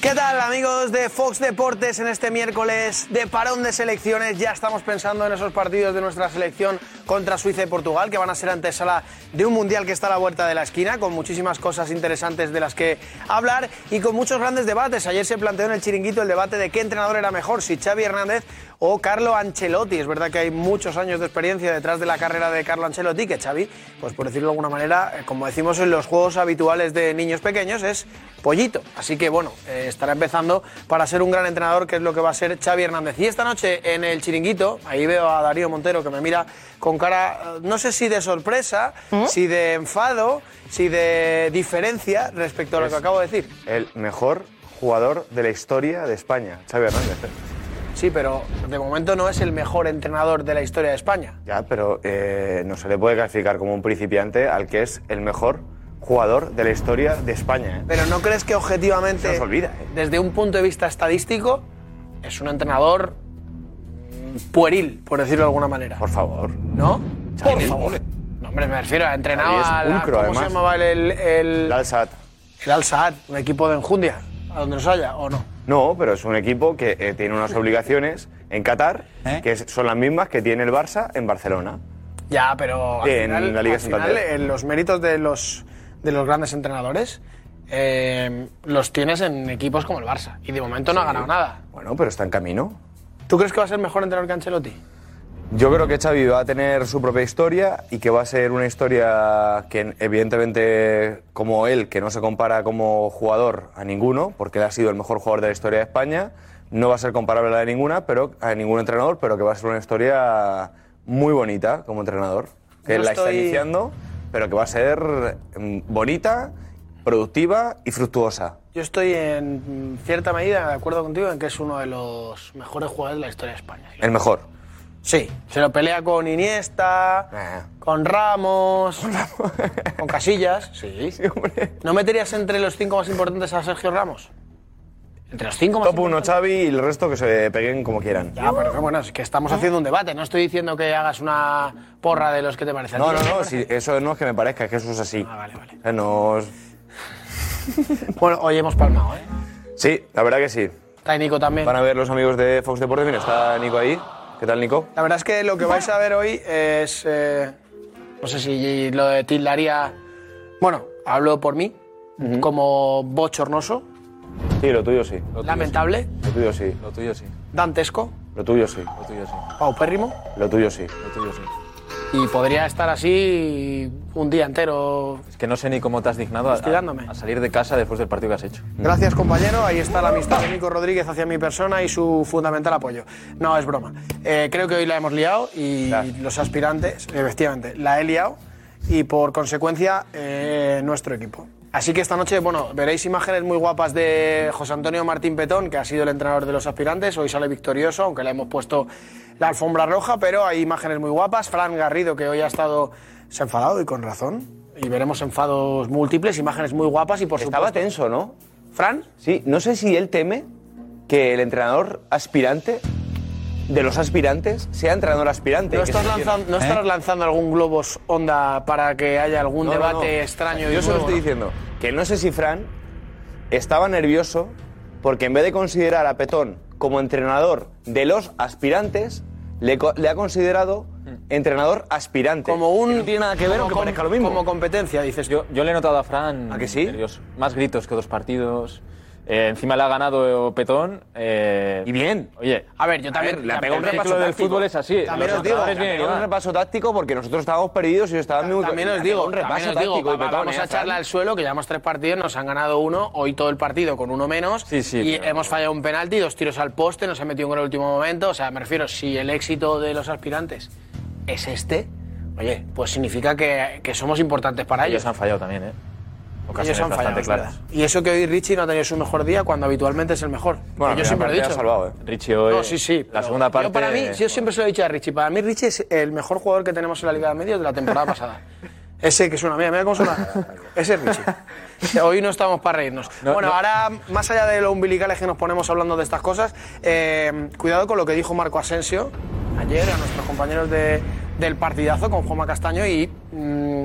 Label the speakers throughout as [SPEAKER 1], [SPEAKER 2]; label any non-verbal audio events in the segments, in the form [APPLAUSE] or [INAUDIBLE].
[SPEAKER 1] ¿Qué tal amigos de Fox Deportes en este miércoles de parón de selecciones? Ya estamos pensando en esos partidos de nuestra selección contra Suiza y Portugal, que van a ser antesala de un mundial que está a la vuelta de la esquina, con muchísimas cosas interesantes de las que hablar y con muchos grandes debates. Ayer se planteó en el chiringuito el debate de qué entrenador era mejor, si Xavi Hernández o Carlo Ancelotti. Es verdad que hay muchos años de experiencia detrás de la carrera de Carlo Ancelotti, que Xavi, pues por decirlo de alguna manera, eh, como decimos en los juegos habituales de niños pequeños, es pollito. Así que bueno, eh, estará empezando para ser un gran entrenador, que es lo que va a ser Xavi Hernández. Y esta noche en el chiringuito, ahí veo a Darío Montero que me mira con cara, eh, no sé si de sorpresa, si de enfado, si de diferencia respecto a lo que acabo de decir.
[SPEAKER 2] El mejor jugador de la historia de España, Xavi Hernández.
[SPEAKER 1] Sí, pero de momento no es el mejor entrenador de la historia de España.
[SPEAKER 2] Ya, pero eh, no se le puede calificar como un principiante al que es el mejor jugador de la historia de España. ¿eh?
[SPEAKER 1] Pero ¿no crees que objetivamente,
[SPEAKER 2] Se nos olvida, ¿eh?
[SPEAKER 1] desde un punto de vista estadístico, es un entrenador mm, pueril, por decirlo de alguna manera?
[SPEAKER 2] Por favor. eh,
[SPEAKER 1] ¿No? Por favor. No, hombre, me refiero a entrenar
[SPEAKER 2] Xavi es
[SPEAKER 1] a la-
[SPEAKER 2] pulcro,
[SPEAKER 1] ¿Cómo se
[SPEAKER 2] además.
[SPEAKER 1] llamaba el, el,
[SPEAKER 2] El Al-Sadd.
[SPEAKER 1] el Al-Saad? Un equipo de enjundia, a donde nos haya, ¿o no?
[SPEAKER 2] No, pero es un equipo que eh, tiene unas obligaciones en Qatar, que es- son las mismas que tiene el Barça en Barcelona.
[SPEAKER 1] Ya, pero al
[SPEAKER 2] En
[SPEAKER 1] final,
[SPEAKER 2] la Liga
[SPEAKER 1] al final,
[SPEAKER 2] Santander.
[SPEAKER 1] eh, los méritos de los, de los grandes entrenadores eh, los tienes en equipos como el Barça. Y de momento no ha ganado nada.
[SPEAKER 2] Bueno, pero está en camino.
[SPEAKER 1] ¿Tú crees que va a ser mejor entrenador que Ancelotti?
[SPEAKER 2] Yo creo que Xavi va a tener su propia historia y que va a ser una historia que evidentemente como él, que no se compara como jugador a ninguno, porque él ha sido el mejor jugador de la historia de España, no va a ser comparable a la de ninguna, pero a ningún entrenador, pero que va a ser una historia muy bonita como entrenador, que
[SPEAKER 1] Yo
[SPEAKER 2] la está
[SPEAKER 1] estoy-
[SPEAKER 2] iniciando, pero que va a ser mm, bonita, productiva y fructuosa.
[SPEAKER 1] Yo estoy en cierta medida de acuerdo contigo en que es uno de los mejores jugadores de la historia de España.
[SPEAKER 2] El mejor.
[SPEAKER 1] Sí. Se lo pelea con Iniesta, con Ramos,
[SPEAKER 2] [LAUGHS]
[SPEAKER 1] con, Casillas. Sí. ¿No meterías entre los cinco más importantes a Sergio Ramos? Entre los cinco más
[SPEAKER 2] Top 1 Xavi y el resto que se peguen como quieran.
[SPEAKER 1] Ya, pero que bueno, es que estamos haciendo un debate. No estoy diciendo que hagas una porra de los que te parecen.
[SPEAKER 2] No, no, no, si eso no es que me parezca, es que eso es así. Ah, vale, vale.
[SPEAKER 1] [LAUGHS] Bueno, hoy hemos palmado, ¿eh?
[SPEAKER 2] Sí, la verdad que sí.
[SPEAKER 1] Está Nico también.
[SPEAKER 2] Van a ver los amigos de Fox Deportes, mira, está Nico ahí. ¿Qué tal, Nico?
[SPEAKER 1] La verdad es que lo que vais a ver hoy es. eh, no sé si lo de tildaría. Bueno, hablo por mí, como bochornoso,
[SPEAKER 2] Sí, lo tuyo sí.
[SPEAKER 1] lamentable,
[SPEAKER 2] Lo tuyo sí. Lo tuyo sí.
[SPEAKER 1] dantesco,
[SPEAKER 2] Lo tuyo sí.
[SPEAKER 1] paupérrimo,
[SPEAKER 2] Lo tuyo sí.
[SPEAKER 1] y podría estar así un día entero.
[SPEAKER 3] Es que no sé ni cómo te has dignado a,
[SPEAKER 1] Hostigándome.
[SPEAKER 3] a salir de casa después del partido que has hecho.
[SPEAKER 1] Gracias, compañero. Ahí está la amistad de Nico Rodríguez hacia mi persona y su fundamental apoyo. No, es broma. Eh, creo que hoy la hemos liado y los aspirantes, efectivamente, la he liado y por consecuencia eh, nuestro equipo. Así que esta noche, bueno, veréis imágenes muy guapas de José Antonio Martín Petón, que ha sido el entrenador de los aspirantes. Hoy sale victorioso, aunque le hemos puesto la alfombra roja, pero hay imágenes muy guapas. Fran Garrido, que hoy ha estado, se ha enfadado y con razón. Y veremos enfados múltiples, imágenes muy guapas y por
[SPEAKER 2] Estaba
[SPEAKER 1] supuesto.
[SPEAKER 2] tenso, ¿no?
[SPEAKER 1] Fran,
[SPEAKER 2] Sí, no sé si él teme que el entrenador aspirante de los aspirantes sea entrenador aspirante.
[SPEAKER 1] ¿No
[SPEAKER 2] que
[SPEAKER 1] estás,
[SPEAKER 2] se refiere-
[SPEAKER 1] lanzan- no
[SPEAKER 2] ¿Eh?
[SPEAKER 1] estarás lanzando algún globos onda para que haya algún
[SPEAKER 2] No, no,
[SPEAKER 1] debate
[SPEAKER 2] no.
[SPEAKER 1] extraño? y
[SPEAKER 2] Yo solo
[SPEAKER 1] nuevo,
[SPEAKER 2] estoy
[SPEAKER 1] no?
[SPEAKER 2] diciendo que no sé si Fran estaba nervioso porque en vez de considerar a Petón como entrenador de los aspirantes, le, co- le ha considerado entrenador aspirante. Como un... No tiene nada que ver, aunque parezca lo mismo.
[SPEAKER 1] Mm. Como competencia, dices
[SPEAKER 3] yo. Yo le he notado a Fran. que sí? Más gritos que dos partidos. Eh, encima le ha ganado Petón. y bien. Oye.
[SPEAKER 1] A ver, yo también.
[SPEAKER 2] Le ha pegado un
[SPEAKER 3] el
[SPEAKER 2] repaso
[SPEAKER 3] ciclo del
[SPEAKER 2] táctico.
[SPEAKER 3] fútbol es así.
[SPEAKER 2] También
[SPEAKER 3] Los
[SPEAKER 2] os digo, le ha
[SPEAKER 3] entrenadores vienen y
[SPEAKER 2] pegado un
[SPEAKER 3] van.
[SPEAKER 2] repaso táctico porque nosotros estábamos perdidos y yo estaba muy...
[SPEAKER 1] También
[SPEAKER 2] le
[SPEAKER 1] os
[SPEAKER 2] ha
[SPEAKER 1] digo,
[SPEAKER 2] pegado un repaso
[SPEAKER 1] también os digo,
[SPEAKER 2] táctico y
[SPEAKER 1] va-
[SPEAKER 2] Petón,
[SPEAKER 1] vamos
[SPEAKER 2] ¿eh,
[SPEAKER 1] a echarla al suelo, que llevamos tres partidos, nos han ganado uno, hoy todo el partido con uno menos, y hemos fallado un penalti, dos tiros al poste, nos han metido un gol en el último momento, o sea, me refiero, si el éxito de los aspirantes es este, oye, pues significa que, que somos importantes para ellos.
[SPEAKER 3] Ellos han fallado también, ¿eh?
[SPEAKER 1] Ellos han fallado. es verdad. Y eso que hoy Richie no ha tenido su mejor día cuando habitualmente es el mejor.
[SPEAKER 4] Bueno,
[SPEAKER 1] yo
[SPEAKER 4] la
[SPEAKER 1] siempre lo he
[SPEAKER 4] primera
[SPEAKER 1] dicho.
[SPEAKER 4] parte ha salvado, ¿eh? Richie hoy-
[SPEAKER 1] No, sí, sí.
[SPEAKER 4] la
[SPEAKER 1] pero
[SPEAKER 4] segunda parte-
[SPEAKER 1] Yo para mí, yo siempre se lo he dicho a Richie. Para mí, Richie es el mejor jugador que tenemos en la Liga de Medios de la temporada
[SPEAKER 5] [LAUGHS]
[SPEAKER 1] pasada. Ese que suena, mira, mira cómo suena. Ese es
[SPEAKER 5] [LAUGHS]
[SPEAKER 1] Richie. Hoy no estamos para reírnos. bueno,
[SPEAKER 5] no.
[SPEAKER 1] ahora, más allá de los umbilicales que nos ponemos hablando de estas cosas, eh, cuidado con lo que dijo Marco Asensio ayer a nuestros compañeros de- del partidazo con Juanma Castaño y mm,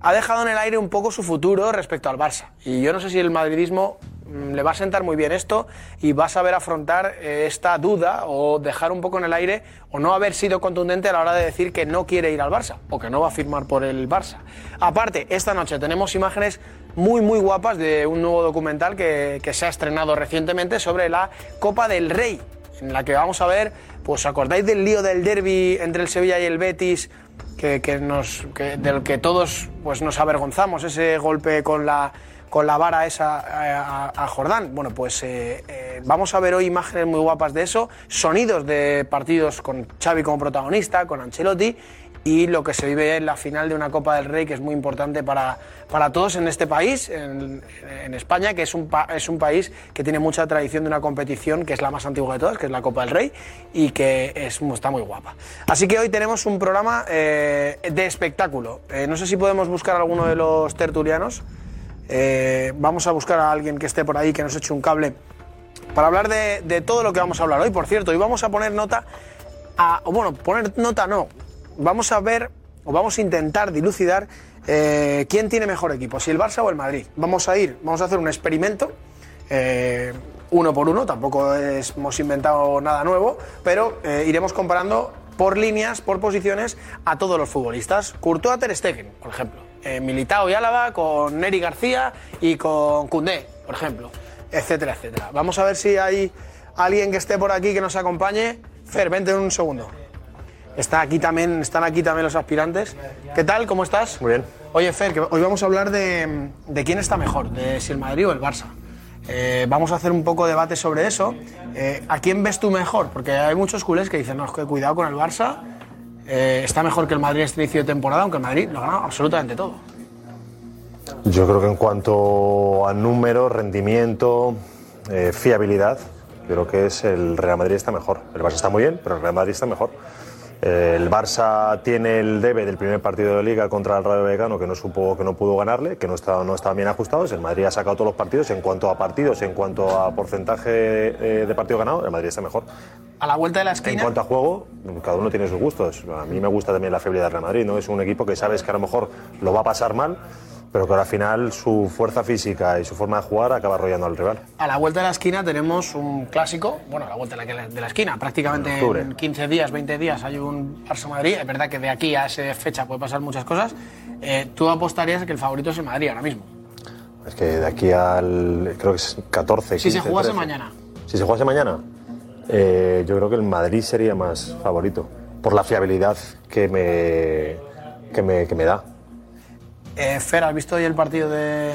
[SPEAKER 1] ha dejado en el aire un poco su futuro respecto al Barça. Y yo no sé si el madridismo mm, le va a sentar muy bien esto y va a saber afrontar eh, esta duda o dejar un poco en el aire o no haber sido contundente a la hora de decir que no quiere ir al Barça o que no va a firmar por el Barça. Aparte, esta noche tenemos imágenes muy muy guapas de un nuevo documental que, que se ha estrenado recientemente sobre la Copa del Rey, en la que vamos a ver, pues ¿os acordáis del lío del derby entre el Sevilla y el Betis que, que nos, que- del que todos pues, nos avergonzamos, ese golpe con la, con la vara esa eh, a, a Jordán. Bueno, pues eh, eh, vamos a ver hoy imágenes muy guapas de eso, sonidos de partidos con Xavi como protagonista, con Ancelotti y lo que se vive en la final de una Copa del Rey que es muy importante para, para todos en este país, en, en España, que es un, pa- es un país que tiene mucha tradición de una competición que es la más antigua de todas, que es la Copa del Rey, y que es, mu- está muy guapa. Así que hoy tenemos un programa eh, de espectáculo. Eh, no sé si podemos buscar a alguno de los tertulianos. Eh, vamos a buscar a alguien que esté por ahí, que nos eche un cable, para hablar de, de todo lo que vamos a hablar hoy, por cierto. Y vamos a poner nota a- o bueno, poner nota no. Vamos a ver, o vamos a intentar dilucidar eh, quién tiene mejor equipo, si el Barça o el Madrid. Vamos a ir, vamos a hacer un experimento, eh, uno por uno, tampoco es- hemos inventado nada nuevo, pero eh, iremos comparando por líneas, por posiciones, a todos los futbolistas. Courtois Ter Stegen, por ejemplo. Eh, Militao y Álava con Neri García y con Cundé, por ejemplo. Etcétera, etcétera. Vamos a ver si hay alguien que esté por aquí que nos acompañe. Fer, vente un segundo. Está aquí también, están aquí también los aspirantes. ¿Qué tal? ¿Cómo estás? Muy bien. Oye, Fer, que hoy vamos a hablar de, de quién está mejor, de si el Madrid o el Barça. Eh, vamos a hacer un poco de debate sobre eso. Eh, ¿A quién ves tú mejor? Porque hay muchos culés que dicen, no, es que cuidado con el Barça, eh, está mejor que el Madrid este inicio de temporada, aunque el Madrid lo ha ganado absolutamente todo.
[SPEAKER 6] Yo creo que en cuanto a números, rendimiento, eh, fiabilidad, yo creo que es el Real Madrid está mejor. El Barça está muy bien, pero el Real Madrid está mejor. Eh, el Barça tiene el debe del primer partido de Liga contra el Rayo Vallecano que no supo que no pudo ganarle, que no está no estaban bien ajustados. El Madrid ha sacado todos los partidos en cuanto a partidos, en cuanto a porcentaje eh, de partido ganado, el Madrid está mejor.
[SPEAKER 1] A la vuelta de la esquina.
[SPEAKER 6] En cuanto a juego, cada uno tiene sus gustos. A mí me gusta también la fiabilidad del Real Madrid, ¿no? Es un equipo que sabes que a lo mejor lo va a pasar mal, pero que al final su fuerza física y su forma de jugar acaba arrollando al rival.
[SPEAKER 1] A la vuelta de la esquina tenemos un clásico, bueno, a la vuelta de la, de la esquina, prácticamente
[SPEAKER 6] En octubre.
[SPEAKER 1] en 15 días, 20 días hay un Barça-Madrid, es verdad que de aquí a esa fecha puede pasar muchas cosas, Eh, tú apostarías a que el favorito es el Madrid ahora mismo,
[SPEAKER 6] Es que de aquí al, creo que es 14,
[SPEAKER 1] si se
[SPEAKER 6] 15,
[SPEAKER 1] jugase
[SPEAKER 6] 13.
[SPEAKER 1] mañana.
[SPEAKER 6] Si se jugase mañana, eh, yo creo que el Madrid sería más favorito, por la fiabilidad que me, que me, que me da.
[SPEAKER 1] Eh, Fer, ¿has visto hoy el partido de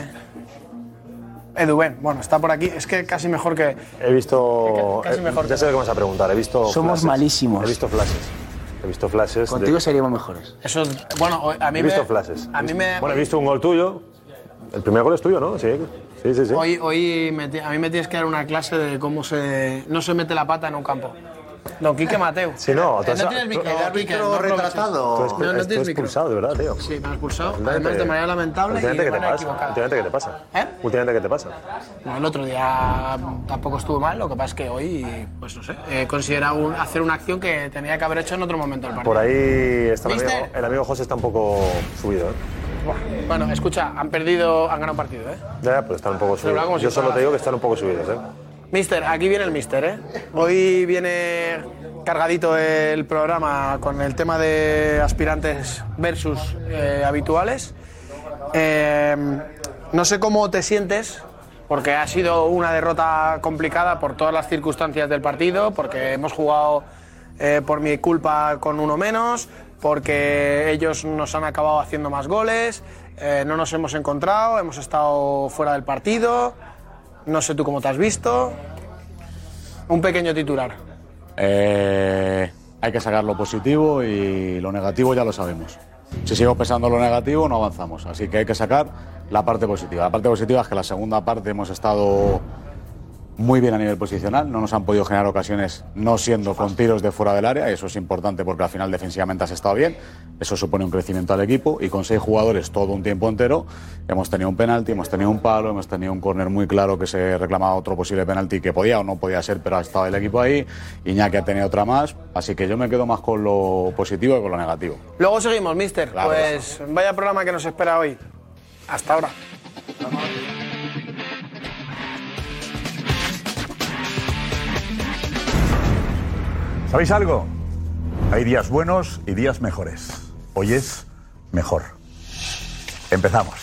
[SPEAKER 1] Edubén? Bueno, está por aquí, es que casi mejor que...
[SPEAKER 6] He visto.
[SPEAKER 1] Casi mejor
[SPEAKER 6] eh, ya sé lo que vas a preguntar. He visto.
[SPEAKER 1] Somos
[SPEAKER 6] malísimos. He visto flashes. He visto flashes.
[SPEAKER 1] Contigo
[SPEAKER 6] seríamos mejores.
[SPEAKER 1] Eso, bueno, a mí
[SPEAKER 6] he
[SPEAKER 1] me...
[SPEAKER 6] visto flashes.
[SPEAKER 1] A mí me...
[SPEAKER 6] Bueno, he visto un gol tuyo. El primer gol es tuyo, ¿no? Sí, sí, sí. sí.
[SPEAKER 1] Hoy, hoy me ti- a mí me tienes que dar una clase de cómo se no se mete la pata en un campo. Don Quique Mateo.
[SPEAKER 6] Sí, no,
[SPEAKER 1] Eh, no tienes micro, Quique, no aproveches.
[SPEAKER 6] Tú has-
[SPEAKER 1] No, no
[SPEAKER 6] tú has
[SPEAKER 1] tienes micro.
[SPEAKER 6] expulsado, de verdad, tío.
[SPEAKER 1] Sí, me han expulsado.
[SPEAKER 6] Últimamente-
[SPEAKER 1] Además, de manera lamentable y
[SPEAKER 6] Últimamente,
[SPEAKER 1] de
[SPEAKER 6] ¿qué te
[SPEAKER 1] manera
[SPEAKER 6] pasa?
[SPEAKER 1] equivocada.
[SPEAKER 6] Últimamente, ¿qué te pasa?
[SPEAKER 1] ¿Eh?
[SPEAKER 6] Últimamente, ¿qué te pasa?
[SPEAKER 1] No, el otro día tampoco estuvo mal, lo que pasa es que hoy, pues no sé, he considerado un- hacer una acción que tenía que haber hecho en otro momento del partido.
[SPEAKER 6] Por ahí está el amigo,
[SPEAKER 1] ¿Viste?
[SPEAKER 6] el amigo José está un poco subido, ¿eh?
[SPEAKER 1] Bueno, escucha, han perdido, han ganado partido, ¿eh?
[SPEAKER 6] Ya, pero está un poco
[SPEAKER 1] hablaba como
[SPEAKER 6] subido.
[SPEAKER 1] si
[SPEAKER 6] Yo solo
[SPEAKER 1] fuera-
[SPEAKER 6] te digo que están un poco subidos, ¿eh?
[SPEAKER 1] Mister, aquí viene el mister, ¿eh? Hoy viene cargadito el programa con el tema de aspirantes versus eh, habituales. Eh, no sé cómo te sientes, porque ha sido una derrota complicada por todas las circunstancias del partido, porque hemos jugado eh, por mi culpa con uno menos, porque ellos nos han acabado haciendo más goles, eh, no nos hemos encontrado, hemos estado fuera del partido. No sé tú cómo te has visto. Un pequeño titular.
[SPEAKER 7] Eh, hay que sacar lo positivo y lo negativo ya lo sabemos.
[SPEAKER 5] Si seguimos pensando en lo negativo, no avanzamos. Así que hay que sacar la parte positiva. La parte positiva es que la segunda parte hemos estado muy bien a nivel posicional, no nos han podido generar ocasiones no siendo con tiros de fuera del área, eso es importante porque al final defensivamente has estado bien, eso supone un crecimiento al equipo y con seis jugadores todo un tiempo entero hemos tenido un penalti, hemos tenido un palo, hemos tenido un córner muy claro que se reclamaba otro posible penalti que podía o no podía ser, pero ha estado el equipo ahí, Iñaki ha tenido otra más, así que yo me quedo más con lo positivo que con lo negativo.
[SPEAKER 1] Luego seguimos, mister.
[SPEAKER 5] Claro.
[SPEAKER 1] pues vaya programa que nos espera hoy. Hasta ahora.
[SPEAKER 7] ¿Sabéis algo? Hay días buenos y días mejores. Hoy es mejor. Empezamos.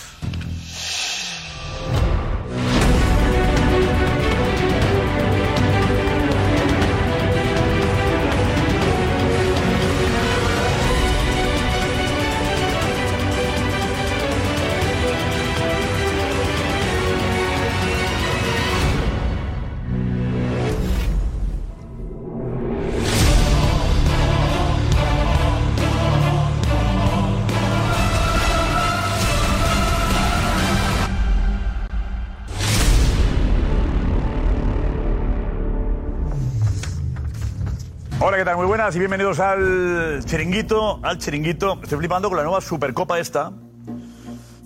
[SPEAKER 7] Hola, ¿qué tal? Muy buenas y bienvenidos al chiringuito. Al chiringuito. Estoy flipando con la nueva Supercopa esta.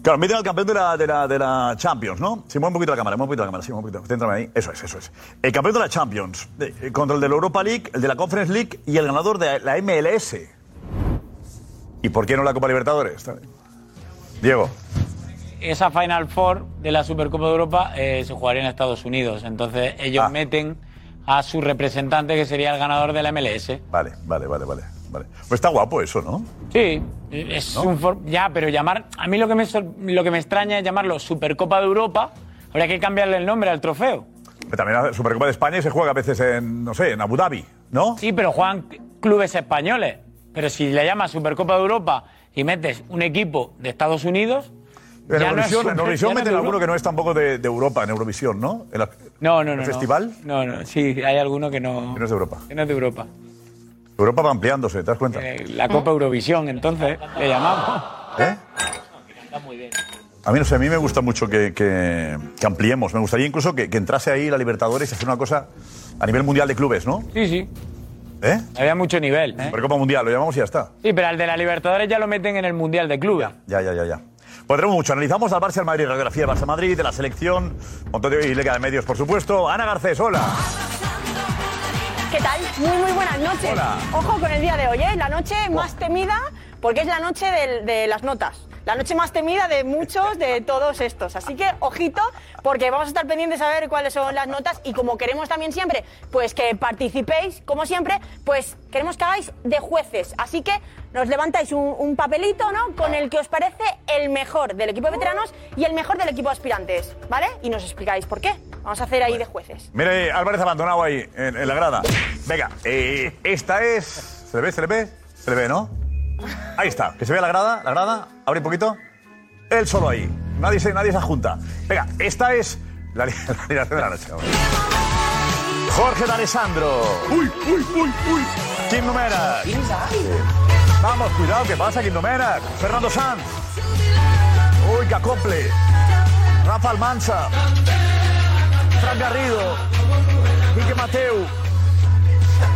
[SPEAKER 7] Claro, meten al campeón de la, de la, de la Champions, ¿no? Sí, mueve un poquito la cámara, mueve un poquito la cámara, sí, mueve un poquito. Céntrame ahí. Eso es, eso es. El campeón de la Champions eh, eh, contra el de la Europa League, el de la Conference League y el ganador de la MLS. ¿Y por qué no la Copa Libertadores? Está bien. Diego.
[SPEAKER 8] esa Final Four de la Supercopa de Europa eh, se jugaría en Estados Unidos. Entonces
[SPEAKER 7] Ah.
[SPEAKER 8] ellos meten a su representante que sería el ganador de la MLS.
[SPEAKER 7] Vale, vale, vale, vale. vale. Pues está guapo eso, ¿no?
[SPEAKER 8] Sí, es
[SPEAKER 7] ¿No?
[SPEAKER 8] un for- ya, pero llamar a mí lo que me sor- lo que me extraña es llamarlo Supercopa de Europa. Habría que cambiarle el nombre al trofeo.
[SPEAKER 7] Pero también la Supercopa de España se juega a veces en, no sé, en Abu Dhabi, ¿no?
[SPEAKER 8] Sí, pero juegan c- clubes españoles. Pero si le llamas Supercopa de Europa y metes un equipo de Estados Unidos, ya
[SPEAKER 7] En
[SPEAKER 8] no es
[SPEAKER 7] Eurovisión,
[SPEAKER 8] super-
[SPEAKER 7] en
[SPEAKER 8] [LAUGHS]
[SPEAKER 7] Eurovisión
[SPEAKER 8] ya no es
[SPEAKER 7] meten
[SPEAKER 8] Europa.
[SPEAKER 7] alguno que no es tampoco de, de Europa, en Eurovisión, ¿no? En la-
[SPEAKER 8] No, no, no.
[SPEAKER 7] ¿El
[SPEAKER 8] no.
[SPEAKER 7] festival?
[SPEAKER 8] No, no, sí, hay alguno que no.
[SPEAKER 7] que no es de Europa.
[SPEAKER 8] Que no es de Europa.
[SPEAKER 7] Europa va ampliándose, ¿te das cuenta?
[SPEAKER 8] Eh, La Copa Eurovisión, entonces, le llamamos.
[SPEAKER 7] ¿Eh? A mí, no sé, a mí me gusta mucho que, que- que ampliemos. Me gustaría incluso que, que entrase ahí la Libertadores y hacer una cosa a nivel mundial de clubes, ¿no?
[SPEAKER 8] Sí, sí.
[SPEAKER 7] ¿Eh?
[SPEAKER 8] Había mucho nivel. ¿eh?
[SPEAKER 7] Supercopa Mundial, lo llamamos y ya está.
[SPEAKER 8] Sí, pero al de la Libertadores ya lo meten en el Mundial de Clubes.
[SPEAKER 7] Ya, ya, ya, ya. Pues tenemos mucho. Analizamos al Barça al Madrid, radiografía del Barça Madrid, de la selección, montón de y Liga de Medios, por supuesto. Ana Garcés, hola.
[SPEAKER 9] ¿Qué tal? Muy, muy buenas noches.
[SPEAKER 7] Hola.
[SPEAKER 9] Ojo con el día de hoy, ¿eh? La noche más temida, porque es la noche del- de las notas. La noche más temida de muchos de todos estos. Así que, ojito, porque vamos a estar pendientes a ver cuáles son las notas y como queremos también siempre, pues que participéis, como siempre, pues queremos que hagáis de jueces. Así que nos levantáis un, un papelito, ¿no? Con el que os parece el mejor del equipo de veteranos y el mejor del equipo de aspirantes, ¿vale? Y nos explicáis por qué. Vamos a hacer ahí de jueces.
[SPEAKER 7] Mire, Álvarez abandonado ahí, en, en la grada. Venga, eh, esta es. ¿Se le ve? ¿Se le ve? ¿Se le ve, no? Ahí está, que se vea la grada, la grada. Abre un poquito. Él solo ahí. Nadie se, nadie se junta. Venga, esta es la li- [LAUGHS] la alineación de la noche. Jorge D'Alessandro. Uy, uy, uy, uy. Kim Numeras. Vamos, cuidado, ¿qué pasa, Kim Numeras? Fernando Sanz. Uy, Cacople. Rafa Almanza. Fran Garrido, Quique Mateu,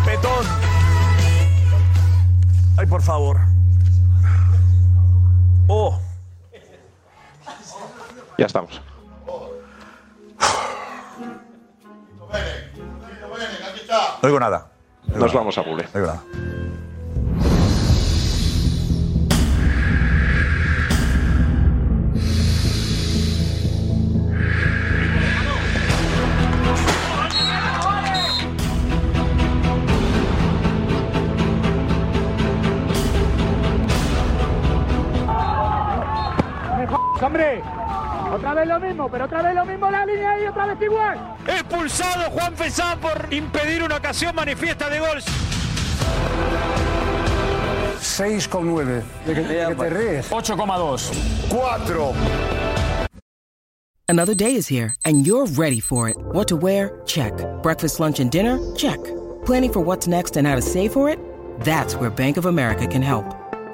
[SPEAKER 7] Petón. Ay, por favor. Oh,
[SPEAKER 6] Ya estamos.
[SPEAKER 7] no digo nada.
[SPEAKER 6] Nos vamos a Bule.
[SPEAKER 7] No digo nada.
[SPEAKER 10] ¡Hombre! Otra vez lo mismo, pero otra vez lo mismo la línea y otra vez igual. Expulsado Juan Fesán por impedir una ocasión manifiesta de gol.
[SPEAKER 11] 6,9. ¿De qué, de qué te ríes? 8,2. 4.
[SPEAKER 12] Another day is here, and you're ready for it. What to wear? Check. Breakfast, lunch, and dinner? Check. Planning for what's next and how to save for it? That's where Bank of America can help.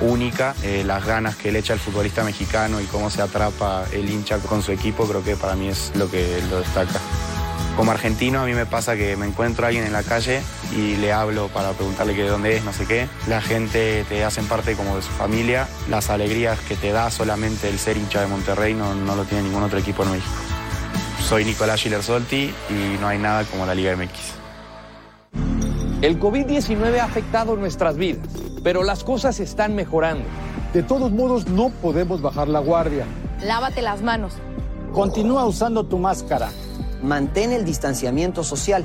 [SPEAKER 10] única, eh, las ganas que le echa el futbolista mexicano y cómo se atrapa el hincha con su equipo, creo que para mí es lo que lo destaca. Como argentino a mí me pasa que me encuentro a alguien en la calle y le hablo para preguntarle que de dónde es, no sé qué. La gente te hacen parte como de su familia. Las alegrías que te da solamente el ser hincha de Monterrey no, no lo tiene ningún otro equipo en México. Soy Nicolás Gilersolti y no hay nada como la Liga MX.
[SPEAKER 13] El COVID-19 ha afectado nuestras vidas, pero las cosas están mejorando.
[SPEAKER 11] De todos modos, no podemos bajar la guardia.
[SPEAKER 3] Lávate las manos.
[SPEAKER 14] Continúa usando tu máscara. Mantén el distanciamiento social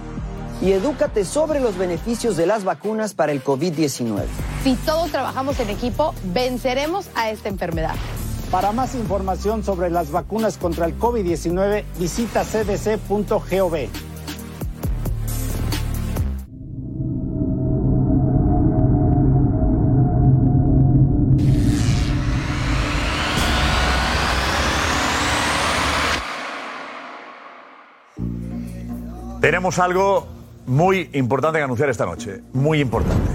[SPEAKER 14] y edúcate sobre los beneficios de las vacunas para el COVID-19.
[SPEAKER 3] Si todos trabajamos en equipo, venceremos a esta enfermedad.
[SPEAKER 14] Para más información sobre las vacunas contra el COVID-19, visita cdc.gov.
[SPEAKER 7] Tenemos algo muy importante que anunciar esta noche. Muy importante.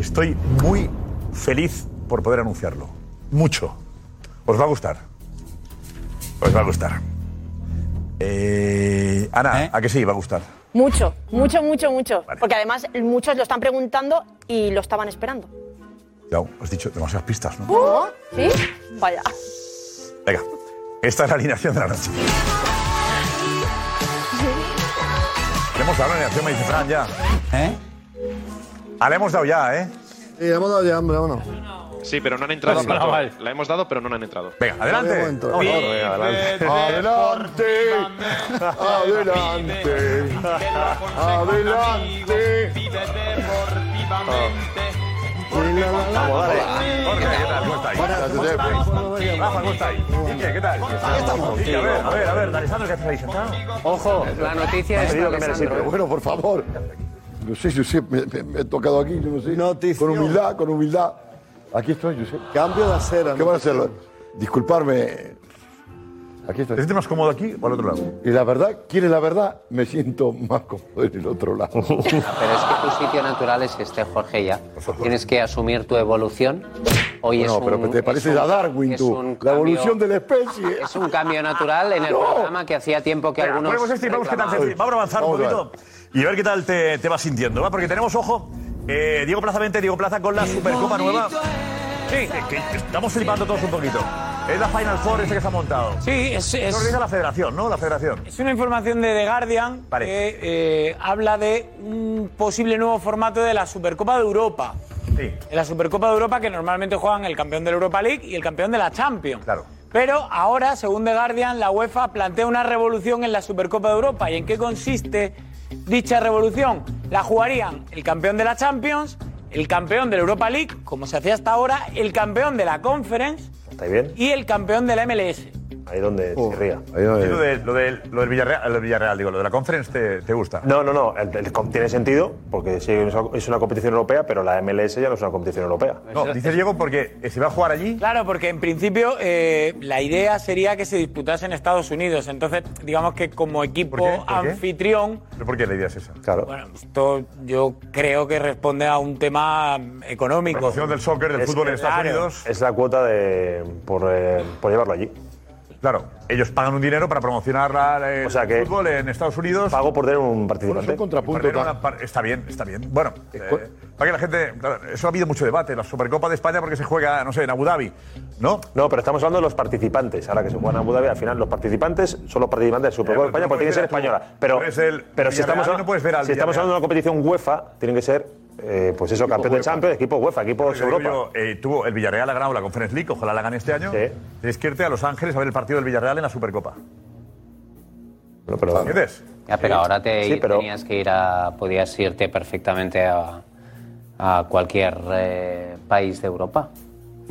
[SPEAKER 7] Estoy muy feliz por poder anunciarlo. Mucho. Os va a gustar. Os va a gustar. Eh, Ana, ¿a que sí? Va a gustar.
[SPEAKER 9] Mucho,
[SPEAKER 2] Mm.
[SPEAKER 9] mucho, mucho, mucho. Porque además muchos lo están preguntando y lo estaban esperando.
[SPEAKER 7] Ya, has dicho demasiadas pistas,
[SPEAKER 2] Uh.
[SPEAKER 7] ¿no?
[SPEAKER 9] ¿Sí? Vaya.
[SPEAKER 7] Venga, esta es la alineación de la noche. Le hemos dado la alineación, me dice Fran, ya. ¿Eh? Ah, le hemos dado ya, ¿eh?
[SPEAKER 11] Sí, hemos dado ya, hombre, vámonos.
[SPEAKER 1] Sí, pero no han entrado.
[SPEAKER 11] Vale,
[SPEAKER 1] Paco.
[SPEAKER 11] vale.
[SPEAKER 1] La hemos dado, pero no han entrado.
[SPEAKER 7] Venga, adelante.
[SPEAKER 11] Un momento.
[SPEAKER 1] Vamos, vamos,
[SPEAKER 11] Vive
[SPEAKER 1] venga, adelante.
[SPEAKER 11] Adelante. Adelante.
[SPEAKER 7] Vamos, dale. Jorge, ¿qué tal? ¿Cómo estáis? Rafa, ¿cómo estáis? Quique, ¿Qué tal? Aquí estamos. Quique, A ver, a ver, a ver, Alessandro, ¿qué haces ahí sentado?
[SPEAKER 15] Ojo, la noticia
[SPEAKER 7] Me ha
[SPEAKER 15] es
[SPEAKER 7] pedido
[SPEAKER 15] que
[SPEAKER 7] que me
[SPEAKER 15] Alessandro,
[SPEAKER 7] desinfle.
[SPEAKER 15] ¿eh?
[SPEAKER 7] Bueno,
[SPEAKER 11] Bueno, por favor. No sé, Josep, me, me- me he tocado aquí, yo no sé. Con humildad, con humildad. Aquí estoy, Josep. Cambio de acera. ¿Qué van a hacerlo? Disculparme. Aquí estoy. ¿Es
[SPEAKER 7] más cómodo aquí o al otro lado?
[SPEAKER 11] Y la verdad, ¿quién es la verdad? Me siento más cómodo en el otro
[SPEAKER 7] [LAUGHS]
[SPEAKER 11] lado.
[SPEAKER 15] Pero es que tu sitio natural es este, Jorge, ya. Tienes que asumir tu evolución. Hoy
[SPEAKER 11] Bueno,
[SPEAKER 15] es
[SPEAKER 11] pero
[SPEAKER 15] un-
[SPEAKER 11] te pareces
[SPEAKER 15] es un-
[SPEAKER 11] a Darwin,
[SPEAKER 15] es
[SPEAKER 11] tú.
[SPEAKER 15] un
[SPEAKER 11] La evolución de
[SPEAKER 15] cambio-
[SPEAKER 11] la especie.
[SPEAKER 15] Es un cambio natural en el
[SPEAKER 11] No.
[SPEAKER 15] programa que hacía tiempo que
[SPEAKER 7] Venga,
[SPEAKER 15] algunos.
[SPEAKER 7] ponemos este y vamos, qué tal te-
[SPEAKER 15] reclamaban.
[SPEAKER 7] vamos a avanzar un poquito y a ver qué tal te, te vas sintiendo, ¿va? Porque tenemos, ojo, eh, Diego Plaza 20, Diego Plaza con la Supercopa nueva. Sí, eh, que estamos flipando todos un poquito. Es la Final Four ese que se ha montado.
[SPEAKER 8] Sí, es- es-
[SPEAKER 7] Lo organiza la federación, ¿no? La federación.
[SPEAKER 8] Es una información de The Guardian que eh, habla de un posible nuevo formato de la Supercopa de Europa.
[SPEAKER 7] Sí.
[SPEAKER 8] De la Supercopa de Europa que normalmente juegan el campeón de la Europa League y el campeón de la Champions.
[SPEAKER 7] Claro.
[SPEAKER 8] Pero ahora, según The Guardian, la UEFA plantea una revolución en la Supercopa de Europa. ¿Y en qué consiste dicha revolución? La jugarían el campeón de la Champions, el campeón de la Europa League, como se hacía hasta ahora, el campeón de la Conference
[SPEAKER 6] ¿Está bien?
[SPEAKER 8] y el campeón de la MLS.
[SPEAKER 6] Ahí donde se ría.
[SPEAKER 7] Y lo, de- lo de- lo del Villarreal, lo del Villarreal, digo, lo de la conference te, te gusta.
[SPEAKER 6] No, no, no. el- el com- tiene sentido porque sí, es una- es una competición europea, pero la MLS ya no es una competición europea.
[SPEAKER 7] No, dice Diego porque eh, se va a jugar allí.
[SPEAKER 8] Claro, porque en principio eh, la idea sería que se disputase en Estados Unidos. Entonces, digamos que como equipo
[SPEAKER 7] ¿Por qué?
[SPEAKER 8] anfitrión,
[SPEAKER 7] ¿Pero por qué la idea es esa?
[SPEAKER 6] Claro.
[SPEAKER 8] esto yo creo que responde a un tema económico.
[SPEAKER 7] Promoción del soccer, del fútbol en Estados Unidos.
[SPEAKER 6] Es la cuota de, por, eh, por llevarlo allí.
[SPEAKER 7] Claro, ellos pagan un dinero para promocionar la- el fútbol en Estados Unidos.
[SPEAKER 6] Pago por tener un
[SPEAKER 7] Bueno, es
[SPEAKER 6] participante.
[SPEAKER 7] un contrapunto. Perdieron una par- Está bien, está bien. Bueno, eh, para que la gente. claro, eso ha habido mucho debate. La Supercopa de España porque se juega, no sé, en Abu Dhabi. ¿No?
[SPEAKER 6] No, pero estamos hablando de los participantes. Ahora que se juegan a Abu Dhabi, al final los participantes son los participantes del Super Bowl de España porque tienen que ser española. Pero, pero si estamos,
[SPEAKER 7] Villarreal,
[SPEAKER 6] hablando-
[SPEAKER 7] no puedes ver al
[SPEAKER 6] si estamos
[SPEAKER 7] Villarreal.
[SPEAKER 6] hablando de una competición UEFA, tienen que ser, eh, pues eso, campeón de Champions, equipo UEFA, equipo
[SPEAKER 11] Pues
[SPEAKER 7] Lo que digo
[SPEAKER 6] Europa.
[SPEAKER 7] yo, eh, tú, el Villarreal ha ganado la Conference League, ojalá la gane este año. Tienes que irte a Los Ángeles a ver el partido del Villarreal en la Supercopa. ¿Entiendes?
[SPEAKER 15] Ya, pero ahora te
[SPEAKER 7] este. Sí, pero-
[SPEAKER 15] tenías que ir a. Podías irte perfectamente a, a cualquier eh, país de Europa.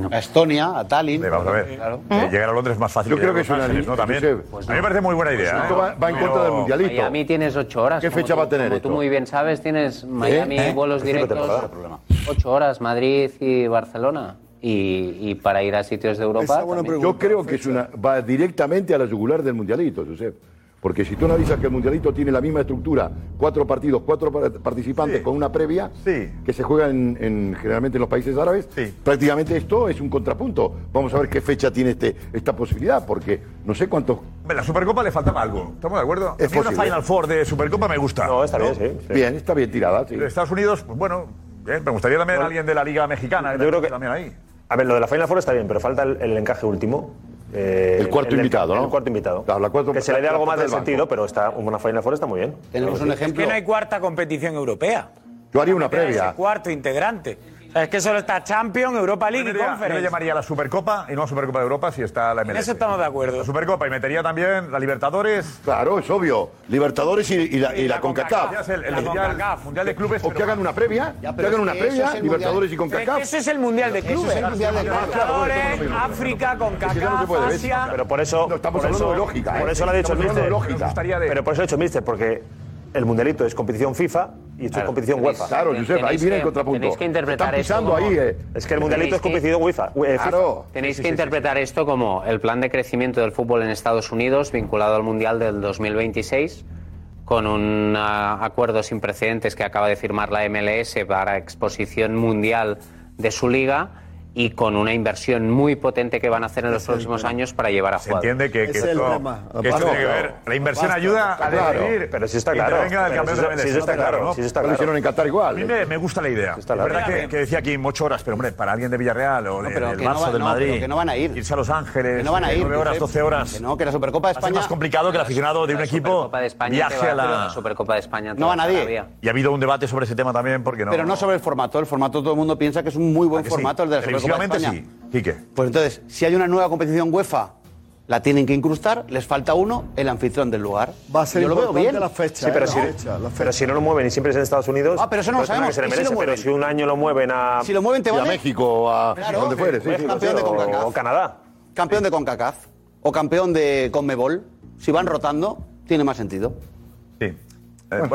[SPEAKER 16] a Estonia, a Tallinn.
[SPEAKER 7] vamos a ver.
[SPEAKER 16] Claro.
[SPEAKER 7] Eh, Llegar a Londres es más fácil.
[SPEAKER 11] Yo creo
[SPEAKER 7] llegar
[SPEAKER 11] que
[SPEAKER 7] a
[SPEAKER 11] es una
[SPEAKER 7] Los Ángeles,
[SPEAKER 11] lista,
[SPEAKER 7] ¿no? También.
[SPEAKER 11] Josep.
[SPEAKER 7] A mí me parece muy buena idea. ¿eh?
[SPEAKER 11] Esto va- va en contra del Mundialito.
[SPEAKER 15] Miami tienes ocho horas.
[SPEAKER 11] ¿Qué
[SPEAKER 15] como
[SPEAKER 11] fecha
[SPEAKER 15] tú-
[SPEAKER 11] va a tener
[SPEAKER 15] Como tú
[SPEAKER 11] esto?
[SPEAKER 15] muy bien sabes, tienes Miami,
[SPEAKER 11] ¿Eh?
[SPEAKER 15] vuelos
[SPEAKER 11] Principio de
[SPEAKER 15] directos.
[SPEAKER 11] temporada,
[SPEAKER 15] Ocho horas, Madrid y Barcelona. Y, y para ir a sitios de Europa. también.
[SPEAKER 11] Yo creo que es una, va directamente a la yugular del mundialito, Josep. Porque si tú analizas que el mundialito tiene la misma estructura, cuatro partidos, cuatro par- participantes con una previa, que se juega en, en- generalmente en los países árabes, prácticamente esto es un contrapunto. Vamos a ver qué fecha tiene este, esta posibilidad, porque no sé cuántos.
[SPEAKER 7] Hombre, La Supercopa le faltaba algo. ¿Estamos de acuerdo?
[SPEAKER 11] Es
[SPEAKER 7] a mí una
[SPEAKER 11] posible.
[SPEAKER 7] Final Four de Supercopa me gusta. No, está bien, sí.
[SPEAKER 11] Bien, está bien tirada, sí.
[SPEAKER 7] De Estados Unidos, pues bueno, bien, me gustaría también
[SPEAKER 6] Bueno,
[SPEAKER 7] alguien de la Liga Mexicana.
[SPEAKER 6] yo creo que-
[SPEAKER 7] También ahí.
[SPEAKER 6] A ver, lo de la Final Four está bien, pero falta el, el encaje último. Eh,
[SPEAKER 11] El cuarto invitado, ¿no?
[SPEAKER 6] El cuarto invitado. que se
[SPEAKER 11] la-
[SPEAKER 6] le dé
[SPEAKER 11] la
[SPEAKER 6] algo más
[SPEAKER 11] puerta
[SPEAKER 6] del
[SPEAKER 11] del banco.
[SPEAKER 6] sentido, pero está, una Final Four está muy bien.
[SPEAKER 8] Es que no hay cuarta competición europea.
[SPEAKER 11] Yo haría una
[SPEAKER 8] Era ese
[SPEAKER 11] previa.
[SPEAKER 8] cuarto integrante. O sea, es que solo está Champions, Europa League y
[SPEAKER 7] Yo le- Yo le
[SPEAKER 8] Conference.
[SPEAKER 7] llamaría la Supercopa y no la Supercopa de Europa si está la MLS.
[SPEAKER 8] eso estamos de acuerdo.
[SPEAKER 7] La Supercopa y metería también la Libertadores.
[SPEAKER 11] Claro, es obvio. Libertadores y, y la, y la CONCACAF.
[SPEAKER 7] Ya es el, el mundial, mundial de clubes.
[SPEAKER 11] O que hagan una previa, que hagan una previa, Libertadores y CONCACAF.
[SPEAKER 8] Eso es el Mundial de Clubes. Libertadores, África, con CACAF, Asia...
[SPEAKER 6] Pero por eso.
[SPEAKER 11] No, estamos
[SPEAKER 6] por
[SPEAKER 11] hablando
[SPEAKER 6] eso-
[SPEAKER 11] de lógica,
[SPEAKER 6] Por
[SPEAKER 11] ¿eh?
[SPEAKER 6] eso lo ha dicho el
[SPEAKER 11] Estamos hablando de
[SPEAKER 6] Mister.
[SPEAKER 11] lógica. Nos gustaría
[SPEAKER 6] Pero por eso lo ha dicho el Mister, porque el mundialito es competición FIFA y esto es competición
[SPEAKER 11] tenéis-
[SPEAKER 6] UEFA.
[SPEAKER 11] Claro, tenéis Josep, ahí que- viene el contrapunto. tenéis que interpretar Están esto pisando como- ahí, eh.
[SPEAKER 6] Es que el mundialito es
[SPEAKER 15] Tenéis que-
[SPEAKER 6] competición UEFA. eh, FIFA.
[SPEAKER 15] Tenéis
[SPEAKER 6] Sí,
[SPEAKER 15] que
[SPEAKER 6] sí, sí.
[SPEAKER 15] interpretar esto como el plan de crecimiento del fútbol en Estados Unidos vinculado al Mundial del 2026 con un ah, acuerdo sin precedentes que acaba de firmar la MLS para exposición mundial de su liga y con una inversión muy potente que van a hacer en los próximos años para llevar a
[SPEAKER 7] Se
[SPEAKER 15] jugadores.
[SPEAKER 7] entiende que, que esto, que esto tiene que ver. La inversión
[SPEAKER 15] Basta.
[SPEAKER 7] ayuda a
[SPEAKER 15] Claro.
[SPEAKER 7] decidir.
[SPEAKER 6] Pero si está
[SPEAKER 7] que
[SPEAKER 6] claro.
[SPEAKER 7] intervenga el
[SPEAKER 6] Pero si
[SPEAKER 7] campeón de
[SPEAKER 6] está-
[SPEAKER 7] MLS.
[SPEAKER 6] si eso está claro, si eso está Lo claro. hicieron en Qatar igual.
[SPEAKER 7] A mí me, me gusta la idea. Es
[SPEAKER 6] claro.
[SPEAKER 7] verdad que, que decía aquí ocho horas, pero hombre, para alguien de Villarreal o de-
[SPEAKER 16] pero
[SPEAKER 7] del
[SPEAKER 16] que no
[SPEAKER 7] Barça
[SPEAKER 16] va-
[SPEAKER 7] o del
[SPEAKER 16] no,
[SPEAKER 7] Madrid.
[SPEAKER 16] pero que no van a ir.
[SPEAKER 7] Irse a Los Ángeles.
[SPEAKER 16] Que no van a ir,
[SPEAKER 7] 9 horas,
[SPEAKER 16] Josep.
[SPEAKER 7] 12 horas.
[SPEAKER 16] Que no, que la Supercopa de
[SPEAKER 7] Va a ser
[SPEAKER 16] España-
[SPEAKER 7] más complicado que el aficionado de un equipo
[SPEAKER 15] Copa de España
[SPEAKER 7] viaje
[SPEAKER 15] te va-
[SPEAKER 7] a la.
[SPEAKER 15] la Supercopa de España.
[SPEAKER 16] No va
[SPEAKER 15] te vas
[SPEAKER 16] nadie.
[SPEAKER 15] Arabia.
[SPEAKER 7] Y ha habido un debate sobre ese tema también, porque no.
[SPEAKER 16] Pero no sobre el formato. El formato todo el mundo piensa que es un muy buen
[SPEAKER 7] que sí?
[SPEAKER 16] formato el de la Supercopa de
[SPEAKER 7] Televisivamente
[SPEAKER 16] España.
[SPEAKER 7] sí. Quique.
[SPEAKER 16] Pues entonces, si hay una nueva competición UEFA, la tienen que incrustar, les falta uno, el anfitrión del lugar. Va a
[SPEAKER 6] ser
[SPEAKER 16] Yo lo veo
[SPEAKER 6] importante
[SPEAKER 16] bien.
[SPEAKER 6] la fecha, Sí, pero ¿eh? La si- fecha, la pero si no lo mueven y siempre es en Estados Unidos.
[SPEAKER 16] Ah, pero eso no lo
[SPEAKER 6] tendrá
[SPEAKER 16] sabemos.
[SPEAKER 6] que ser
[SPEAKER 16] ¿Y si
[SPEAKER 6] MLS,
[SPEAKER 16] lo mueven?
[SPEAKER 6] pero si un año lo mueven a.
[SPEAKER 16] Si lo mueven, te
[SPEAKER 6] Y a
[SPEAKER 16] vale.
[SPEAKER 11] México, a
[SPEAKER 16] Claro.
[SPEAKER 11] donde fuere, sí,
[SPEAKER 16] Es
[SPEAKER 11] sí,
[SPEAKER 16] campeón de
[SPEAKER 11] o-
[SPEAKER 16] CONCACAF.
[SPEAKER 11] o
[SPEAKER 6] Canadá.
[SPEAKER 16] Campeón de CONCACAF o campeón de CONMEBOL. Si van rotando, tiene más sentido.
[SPEAKER 7] Sí.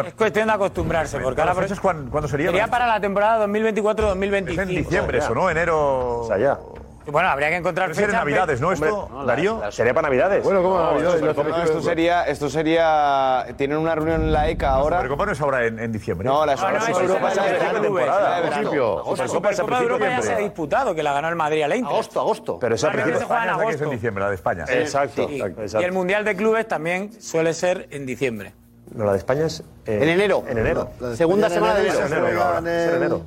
[SPEAKER 8] Es cuestión de acostumbrarse, porque
[SPEAKER 16] Claro,
[SPEAKER 8] ahora...
[SPEAKER 16] fechas,
[SPEAKER 7] Eh, ¿cuán- ¿Cuándo sería?
[SPEAKER 8] Sería para la temporada 2024-2025.
[SPEAKER 7] En diciembre, eso, ¿no? Enero. O sea,
[SPEAKER 6] ya.
[SPEAKER 8] Bueno, habría que encontrar
[SPEAKER 7] Debe ser en
[SPEAKER 8] fechas,
[SPEAKER 7] Navidades, ¿no?
[SPEAKER 8] pero-
[SPEAKER 7] Esto,
[SPEAKER 8] Hombre,
[SPEAKER 7] Darío.
[SPEAKER 6] Sería para Navidades.
[SPEAKER 7] Bueno, ¿cómo
[SPEAKER 2] No,
[SPEAKER 7] Navidades?
[SPEAKER 2] la Supercopa no, esto sería, esto sería. Tienen una reunión en la ECA ahora. La
[SPEAKER 7] Supercopa no es ahora en, diciembre.
[SPEAKER 2] No,
[SPEAKER 1] Ah,
[SPEAKER 2] la
[SPEAKER 8] No, no,
[SPEAKER 2] Supercopa
[SPEAKER 8] esa
[SPEAKER 2] Europa
[SPEAKER 8] es
[SPEAKER 2] es a
[SPEAKER 8] la de
[SPEAKER 2] mitad de
[SPEAKER 8] clubes, la
[SPEAKER 2] temporada.
[SPEAKER 8] de verano. Agosto. La Supercopa de Europa ya se ha disputado, que la ganó el Madrid al Inter. Agosto,
[SPEAKER 16] agosto.
[SPEAKER 6] Pero
[SPEAKER 8] esa
[SPEAKER 7] España
[SPEAKER 8] se juega en
[SPEAKER 7] es la que es en
[SPEAKER 8] agosto.
[SPEAKER 7] diciembre, la de España.
[SPEAKER 8] Sí, sí. Y el Mundial de Clubes también suele ser en diciembre.
[SPEAKER 6] No, la de España es. eh,
[SPEAKER 8] En enero.
[SPEAKER 6] En enero.
[SPEAKER 8] La de Segunda España en semana de enero. enero.
[SPEAKER 6] Es ahora, es en enero.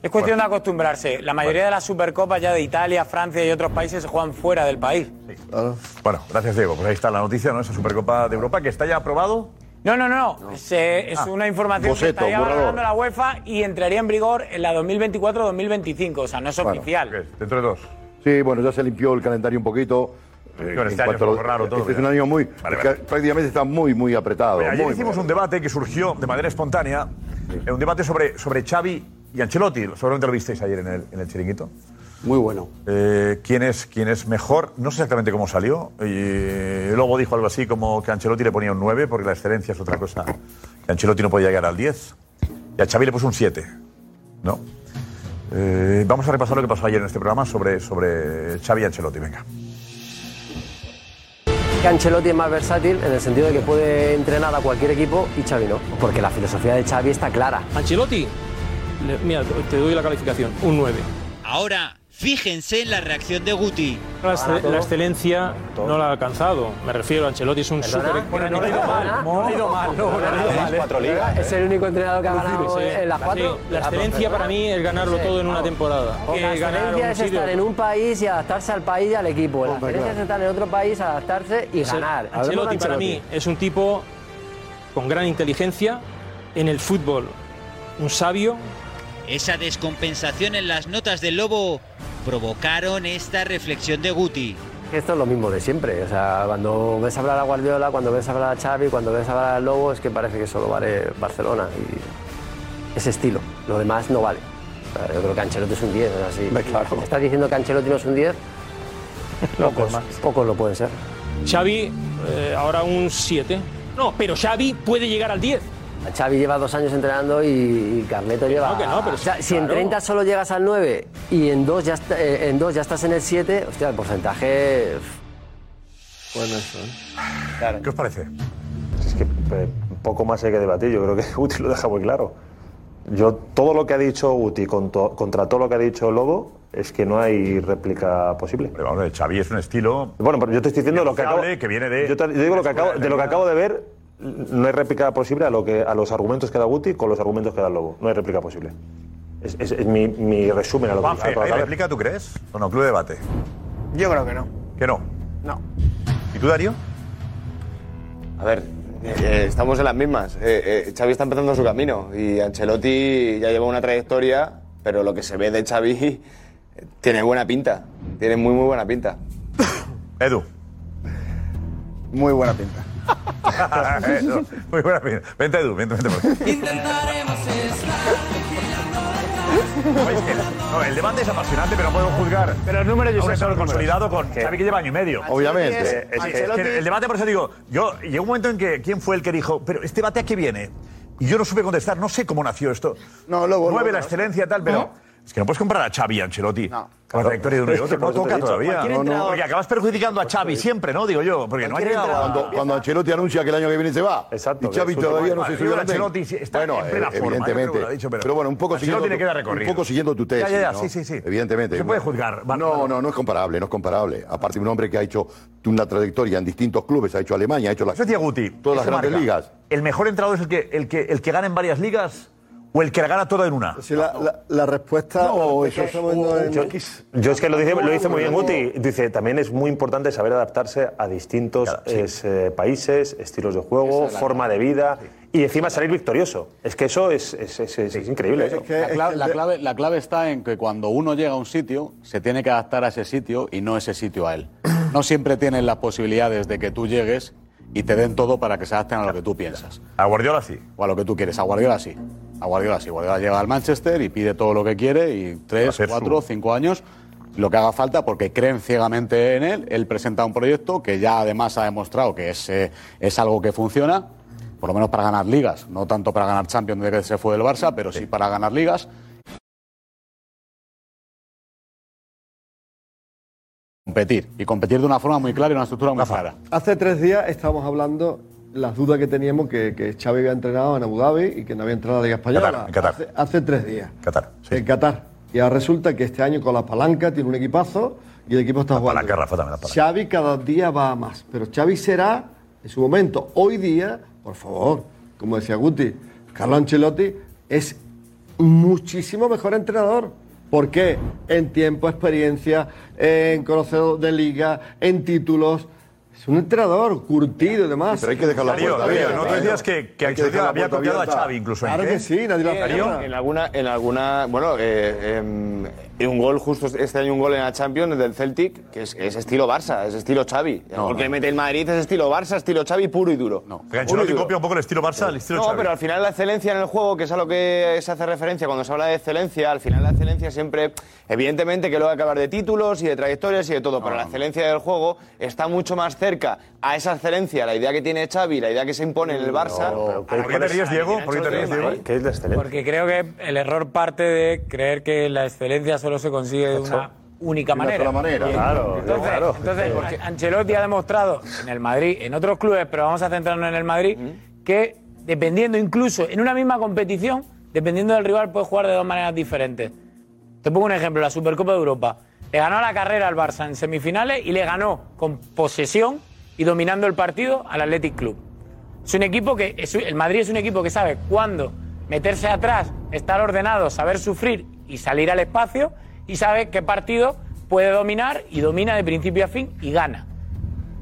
[SPEAKER 8] Es cuestión de acostumbrarse. La mayoría de las supercopas ya de Italia, Francia y otros países se juegan fuera del país.
[SPEAKER 7] Ah. Bueno, gracias, Diego. Pues ahí está la noticia, ¿no? Esa Supercopa de Europa que está ya aprobado.
[SPEAKER 8] No, no, no. Se- Eh, es
[SPEAKER 7] Ah.
[SPEAKER 8] una información
[SPEAKER 7] Boceto,
[SPEAKER 8] que estaría
[SPEAKER 7] borrador.
[SPEAKER 8] valorando la UEFA y entraría en vigor en la 2024-2025. O sea, no es
[SPEAKER 11] Bueno.
[SPEAKER 8] oficial.
[SPEAKER 7] Dentro de dos.
[SPEAKER 11] Sí, bueno, ya se limpió el calendario un poquito. Eh,
[SPEAKER 7] Bueno, este
[SPEAKER 11] en
[SPEAKER 7] año
[SPEAKER 11] cuanto a
[SPEAKER 7] fue
[SPEAKER 11] lo-
[SPEAKER 7] muy raro todo,
[SPEAKER 11] este es un
[SPEAKER 7] mira.
[SPEAKER 11] año muy.
[SPEAKER 7] Vale,
[SPEAKER 11] que
[SPEAKER 7] vale.
[SPEAKER 11] Prácticamente está muy, muy apretado.
[SPEAKER 7] Oye, ayer
[SPEAKER 11] muy,
[SPEAKER 7] hicimos un debate que surgió de manera espontánea, eh, un debate sobre, sobre Xavi y Ancelotti. Seguramente lo visteis ayer en el, en el chiringuito. Eh,
[SPEAKER 16] Muy bueno.
[SPEAKER 7] ¿quién, es, ¿Quién es mejor? No sé exactamente cómo salió. Y Lobo dijo algo así como que Ancelotti le ponía un 9 porque la excelencia es otra cosa. Que Ancelotti no podía llegar al 10. Y a Xavi le puso un 7. ¿No? Eh, vamos a repasar lo que pasó ayer en este programa sobre, sobre Xavi y Ancelotti. Venga.
[SPEAKER 17] que Ancelotti es más versátil en el sentido de que puede entrenar a cualquier equipo y Xavi no, porque la filosofía de Xavi está clara.
[SPEAKER 18] Ancelotti, le- mira, te doy la calificación, un 9.
[SPEAKER 3] Ahora, fíjense en la reacción de Guti.
[SPEAKER 18] La, excel- la excelencia no la ha alcanzado. Me refiero, Ancelotti es un súper.
[SPEAKER 17] Bueno, no ha ido mal, no ha ido mal, no, ha ido mal. Cuatro ligas. ¿eh? Es el único entrenador que ha ganado en las cuatro.
[SPEAKER 18] Sí, la excelencia para mí es ganarlo todo en una temporada.
[SPEAKER 17] O
[SPEAKER 18] Que
[SPEAKER 17] la
[SPEAKER 18] ganar
[SPEAKER 17] excelencia
[SPEAKER 18] un
[SPEAKER 17] es
[SPEAKER 18] sitio.
[SPEAKER 17] estar en un país y adaptarse al país y al equipo. La
[SPEAKER 18] Hombre,
[SPEAKER 17] excelencia es
[SPEAKER 18] claro.
[SPEAKER 17] estar en otro país, adaptarse y
[SPEAKER 18] O sea,
[SPEAKER 17] ganar. Hablemos de
[SPEAKER 18] Ancelotti para mí es un tipo con gran inteligencia en el fútbol, un sabio.
[SPEAKER 3] Esa descompensación en las notas del lobo provocaron esta reflexión de Guti.
[SPEAKER 17] Esto es lo mismo de siempre. O sea, cuando ves hablar a Guardiola, cuando ves hablar a Xavi, cuando ves hablar a Lobo, es que parece que solo vale Barcelona y ese estilo. Lo demás no vale.
[SPEAKER 19] sea, yo creo que Ancelotti es un 10. o sea, si- si me estás diciendo que Ancelotti no es un
[SPEAKER 17] [LAUGHS]
[SPEAKER 19] 10, pocos, pocos lo pueden ser.
[SPEAKER 17] Xavi, eh, ahora un 7. No, pero Xavi puede llegar al 10.
[SPEAKER 19] Xavi lleva dos años entrenando y, y Carleto lleva...
[SPEAKER 17] no, que no, pero
[SPEAKER 19] o sea,
[SPEAKER 17] sí,
[SPEAKER 19] si en
[SPEAKER 17] claro.
[SPEAKER 19] 30 solo llegas al 9 y en 2 ya, está- eh, en dos ya estás en el 7, hostia, el porcentaje...
[SPEAKER 6] Bueno, eso. ¿eh? ¿Qué os parece? Es que eh, poco más hay que debatir. Yo creo que [LAUGHS] Guti lo deja muy claro. Yo, todo lo que ha dicho Guti con to- contra todo lo que ha dicho Lobo es que no hay réplica posible. Pero vamos, Xavi es un estilo. Bueno, pero yo te estoy diciendo lo que acabo.
[SPEAKER 7] Negociable, que viene de-
[SPEAKER 6] Yo te- yo digo lo que acabo, de lo que acabo de ver. No hay réplica posible a, lo que, a los argumentos que da Guti con los argumentos que da Lobo. No hay réplica posible. Es, es- es mi, mi resumen a lo que
[SPEAKER 7] Juanfe,
[SPEAKER 6] a lo que acabo
[SPEAKER 7] ¿hay
[SPEAKER 6] de ver.
[SPEAKER 7] réplica, tú crees? [LAUGHS] ¿O no? Club de debate.
[SPEAKER 1] Yo creo que no.
[SPEAKER 7] ¿Que no?
[SPEAKER 1] No.
[SPEAKER 7] ¿Y tú, Darío?
[SPEAKER 2] A ver, eh, estamos en las mismas. Eh, eh, Xavi está empezando su camino y Ancelotti ya lleva una trayectoria, pero lo que se ve de Xavi [LAUGHS] eh, tiene buena pinta. Tiene muy, muy
[SPEAKER 11] [COUGHS]
[SPEAKER 2] buena pinta.
[SPEAKER 7] Edu.
[SPEAKER 20] Muy buena pinta.
[SPEAKER 7] Eso, Muy buena opinión. Vente, Edu, vente, vente. por aquí. Oye, es que, no, el debate es apasionante, pero no podemos juzgar. Pero el número
[SPEAKER 3] yo sé
[SPEAKER 7] solo
[SPEAKER 3] los números.
[SPEAKER 7] consolidado con Xavi que lleva año y medio.
[SPEAKER 3] Obviamente.
[SPEAKER 7] Eh, es que- es que el debate, por eso digo, yo llegó un momento en que quién fue el que dijo, pero este debate a qué viene. Y yo no supe contestar, no sé cómo nació esto. No, luego. Mueve la excelencia tal, pero es que no puedes comparar a Xavi y a Ancelotti. No. Con la trayectoria de uno
[SPEAKER 6] [LAUGHS]
[SPEAKER 7] y
[SPEAKER 11] Es que
[SPEAKER 7] otro,
[SPEAKER 11] por
[SPEAKER 7] no
[SPEAKER 11] eso te he
[SPEAKER 7] toca
[SPEAKER 11] dicho,
[SPEAKER 7] todavía.
[SPEAKER 11] cualquier No, no. entrenador-
[SPEAKER 7] Porque acabas perjudicando a Xavi siempre, ¿no? Digo yo, porque no ha llegado a-
[SPEAKER 11] Cuando, cuando Ancelotti anuncia que el año que viene se va.
[SPEAKER 7] Exacto,
[SPEAKER 11] Y Xavi
[SPEAKER 7] que es
[SPEAKER 11] todavía no
[SPEAKER 7] un-
[SPEAKER 11] se
[SPEAKER 7] Digo,
[SPEAKER 11] subió al andén.
[SPEAKER 7] Ancelotti sí, está en
[SPEAKER 11] eh,
[SPEAKER 7] plena forma, yo creo
[SPEAKER 11] evidentemente.
[SPEAKER 7] que lo ha dicho, pero-
[SPEAKER 11] pero bueno, un poco,
[SPEAKER 7] Ancelotti
[SPEAKER 11] siguiendo,
[SPEAKER 7] tiene que dar
[SPEAKER 11] tu, un
[SPEAKER 7] recorrido.
[SPEAKER 11] poco siguiendo tu tesis.
[SPEAKER 7] Ya, ya, ya,
[SPEAKER 11] ¿no?
[SPEAKER 7] sí, sí, sí.
[SPEAKER 11] Evidentemente.
[SPEAKER 7] Se puede juzgar,
[SPEAKER 11] No, no, no es comparable, no es comparable. Aparte, un hombre que ha hecho una trayectoria en distintos clubes, ha hecho Alemania, ha hecho la,
[SPEAKER 7] Eso decía Guti.
[SPEAKER 11] todas las
[SPEAKER 7] Eso
[SPEAKER 11] grandes
[SPEAKER 7] marca.
[SPEAKER 11] ligas.
[SPEAKER 7] ¿El mejor entrenador es el que, el que, el que gana en varias ligas o el que la gana toda en una?
[SPEAKER 20] la, la- la respuesta o eso estamos viendo en-
[SPEAKER 6] Yo, yo es que lo dice, lo dice muy bien Guti. Dice, también es muy importante saber adaptarse a distintos es, eh, países, estilos de juego,
[SPEAKER 20] Esa es la
[SPEAKER 6] forma de vida y encima salir victorioso. Es que eso es, es- es- es- es increíble. eso.
[SPEAKER 5] la, clave, la clave- la clave está en que cuando uno llega a un sitio, se tiene que adaptar a ese sitio y no ese sitio a
[SPEAKER 6] [CLEARS THROAT]
[SPEAKER 5] él. No siempre tienen las posibilidades de que tú llegues y te den todo para que se adapten a lo que tú piensas.
[SPEAKER 7] A Guardiola sí.
[SPEAKER 5] O a lo que tú quieres. A Guardiola sí. A Guardiola sí. Guardiola llega al Manchester y pide todo lo que quiere y tres, cuatro, cinco años, lo que haga falta porque creen ciegamente en él. Él presenta un proyecto que ya además ha demostrado que es, eh, es algo que funciona, por lo menos para ganar ligas. No tanto para ganar Champions desde que se fue del Barça, pero sí para ganar ligas. Competir. Y competir de una forma muy clara y una estructura muy clara.
[SPEAKER 20] Hace tres días estábamos hablando las dudas que teníamos que, que Xavi había entrenado en Abu Dhabi y que no había entrado a la Liga Española.
[SPEAKER 7] Qatar, en Qatar.
[SPEAKER 20] Hace, hace tres días.
[SPEAKER 7] Qatar.
[SPEAKER 20] En Qatar. Y ahora resulta que este año con la palanca tiene un equipazo y el equipo está jugando.
[SPEAKER 7] Palanca, Rafa, también la palanca.
[SPEAKER 20] Xavi cada día va a más, pero Xavi será en su momento. Hoy día, por favor, como decía Guti, Carlo Ancelotti es muchísimo mejor entrenador. ¿Por qué? En tiempo, experiencia, en conocer de liga, en títulos. Es un entrenador curtido y demás.
[SPEAKER 11] Pero hay que dejarlo
[SPEAKER 7] Darío, Darío, ¿no? Tú decías que, que
[SPEAKER 20] Hay que
[SPEAKER 7] Ancelotti
[SPEAKER 20] dejar la
[SPEAKER 7] había
[SPEAKER 20] puerta
[SPEAKER 7] copiado a
[SPEAKER 20] abierta.
[SPEAKER 7] Xavi incluso. ¿eh?
[SPEAKER 20] Claro que sí, nadie lo
[SPEAKER 2] Darío, en alguna, en alguna, bueno, eh, em, y un gol justo este año un gol en la Champions del Celtic que es, es estilo Barça, es estilo Xavi. El gol que mete el Madrid es estilo Barça, estilo Xavi puro y duro. No,
[SPEAKER 7] Que Ancelotti copia un poco el estilo Barça, el estilo
[SPEAKER 2] no,
[SPEAKER 7] Xavi.
[SPEAKER 2] pero al final la excelencia en el juego, que es a lo que se hace referencia cuando se habla de excelencia, al final la excelencia siempre, evidentemente que lo va a acabar de títulos y de trayectorias y de todo, pero la excelencia del juego está mucho más cerca a esa excelencia, la idea que tiene Xavi, la idea que se impone en el Barça.
[SPEAKER 7] ¿Por qué te ríes,
[SPEAKER 6] Ah,
[SPEAKER 7] Diego? ¿Por qué te ríes,
[SPEAKER 2] ¿eh?
[SPEAKER 7] Diego?
[SPEAKER 6] ¿Qué este es la excelencia?
[SPEAKER 8] Porque creo que el error parte de creer que la excelencia solo se consigue de una única
[SPEAKER 11] De una
[SPEAKER 8] manera.
[SPEAKER 11] sola manera,
[SPEAKER 8] Y-
[SPEAKER 11] claro,
[SPEAKER 8] Entonces,
[SPEAKER 11] claro.
[SPEAKER 8] entonces, Ancelotti ha demostrado en el Madrid, en otros clubes, pero vamos a centrarnos en el Madrid, que dependiendo incluso en una misma competición, dependiendo del rival, puede jugar de dos maneras diferentes. Te pongo un ejemplo, la Supercopa de Europa. Le ganó la carrera al Barça en semifinales y le ganó con posesión y dominando el partido al Athletic Club. Es un equipo que es un- el Madrid es un equipo que sabe cuándo meterse atrás, estar ordenado, saber sufrir y salir al espacio y sabe qué partido puede dominar y domina de principio a fin y gana.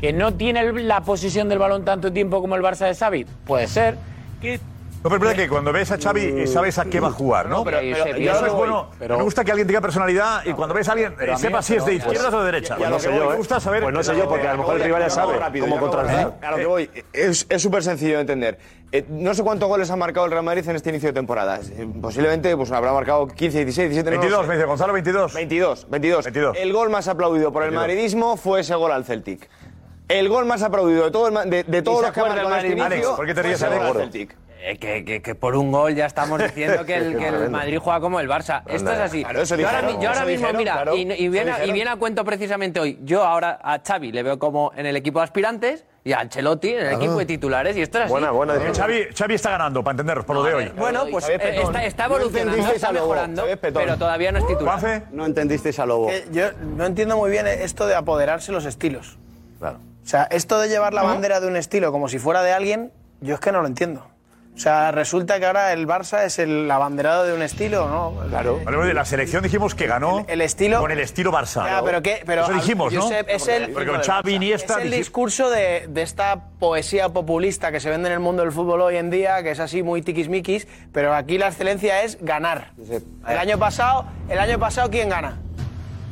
[SPEAKER 8] Que no tiene el- la posición del balón tanto tiempo como el Barça de Xavi, puede ser. Que
[SPEAKER 7] No, pero es verdad que cuando ves a Xavi eh, sabes a qué va a jugar, ¿no?
[SPEAKER 8] No, pero- pero-
[SPEAKER 7] y
[SPEAKER 8] yo
[SPEAKER 7] eso
[SPEAKER 8] no
[SPEAKER 7] es
[SPEAKER 8] voy.
[SPEAKER 7] bueno.
[SPEAKER 8] Pero-
[SPEAKER 7] me gusta que alguien tenga personalidad y cuando ves a alguien eh,
[SPEAKER 8] Pero a mí
[SPEAKER 7] sepa si es de
[SPEAKER 8] no,
[SPEAKER 7] izquierdas
[SPEAKER 8] pues-
[SPEAKER 7] o de derecha.
[SPEAKER 8] ya lo que
[SPEAKER 2] ¿eh?
[SPEAKER 8] voy.
[SPEAKER 7] Me gusta saber.
[SPEAKER 8] Pues no sé yo, porque a lo mejor el rival ya sabe cómo Eh. contrarrestar.
[SPEAKER 2] Eh, A lo que voy, es es súper sencillo de entender. Eh, no sé cuántos goles ha marcado el Real Madrid en este inicio de temporada. Eh, Posiblemente pues, habrá marcado 15, 16, 17...
[SPEAKER 7] 22, me dice Gonzalo, 22.
[SPEAKER 2] 22, 22. El gol más aplaudido por el
[SPEAKER 7] 22.
[SPEAKER 2] madridismo fue ese gol al Celtic. El gol más aplaudido de, todo el ma- de, de todos los que ha marcado en este inicio fue ese gol al Celtic.
[SPEAKER 15] Eh, que, que- que por un gol ya estamos diciendo que el, que el
[SPEAKER 2] Tremendo.
[SPEAKER 15] Madrid juega como el Barça. Esto es así.
[SPEAKER 2] Claro, eso
[SPEAKER 15] yo ahora,
[SPEAKER 2] dijeron,
[SPEAKER 15] mi- yo ahora
[SPEAKER 2] eso
[SPEAKER 15] mismo,
[SPEAKER 2] dijeron,
[SPEAKER 15] mira,
[SPEAKER 2] claro,
[SPEAKER 15] y, y
[SPEAKER 2] eso
[SPEAKER 15] viene, a- y
[SPEAKER 2] dijeron.
[SPEAKER 15] viene a cuento precisamente hoy. Yo ahora a Xavi le veo como en el equipo de aspirantes y a Ancelotti en el equipo de titulares y esto es así.
[SPEAKER 7] Eh, Xavi, Xavi está ganando, para entenderos, por lo de hoy.
[SPEAKER 15] Bueno, pues eh, está, está evolucionando,
[SPEAKER 1] entendisteis
[SPEAKER 15] está
[SPEAKER 1] a Lobo,
[SPEAKER 15] mejorando,
[SPEAKER 1] ¿sabes, Petón?
[SPEAKER 15] pero todavía no es titular.
[SPEAKER 1] No entendisteis a Lobo. yo no entiendo muy bien esto de apoderarse los estilos.
[SPEAKER 7] Claro.
[SPEAKER 1] O sea, esto de llevar la bandera de un estilo como si fuera de alguien, yo es que no lo entiendo. O sea, resulta que ahora el Barça es el abanderado de un estilo, ¿no? Eh, Claro.
[SPEAKER 7] Hablemos de la selección dijimos que ganó
[SPEAKER 1] El- el estilo-
[SPEAKER 7] con el estilo Barça.
[SPEAKER 1] Ya, pero qué, pero
[SPEAKER 7] Eso dijimos, ¿no?
[SPEAKER 1] Josep, es el,
[SPEAKER 7] Porque con Xavi, Iniesta...
[SPEAKER 1] es el
[SPEAKER 7] dijimos-
[SPEAKER 1] discurso de, de esta poesía populista que se vende en el mundo del fútbol hoy en día, que es así muy tiquismiquis, pero aquí la excelencia es ganar. El año pasado, el año pasado ¿quién gana?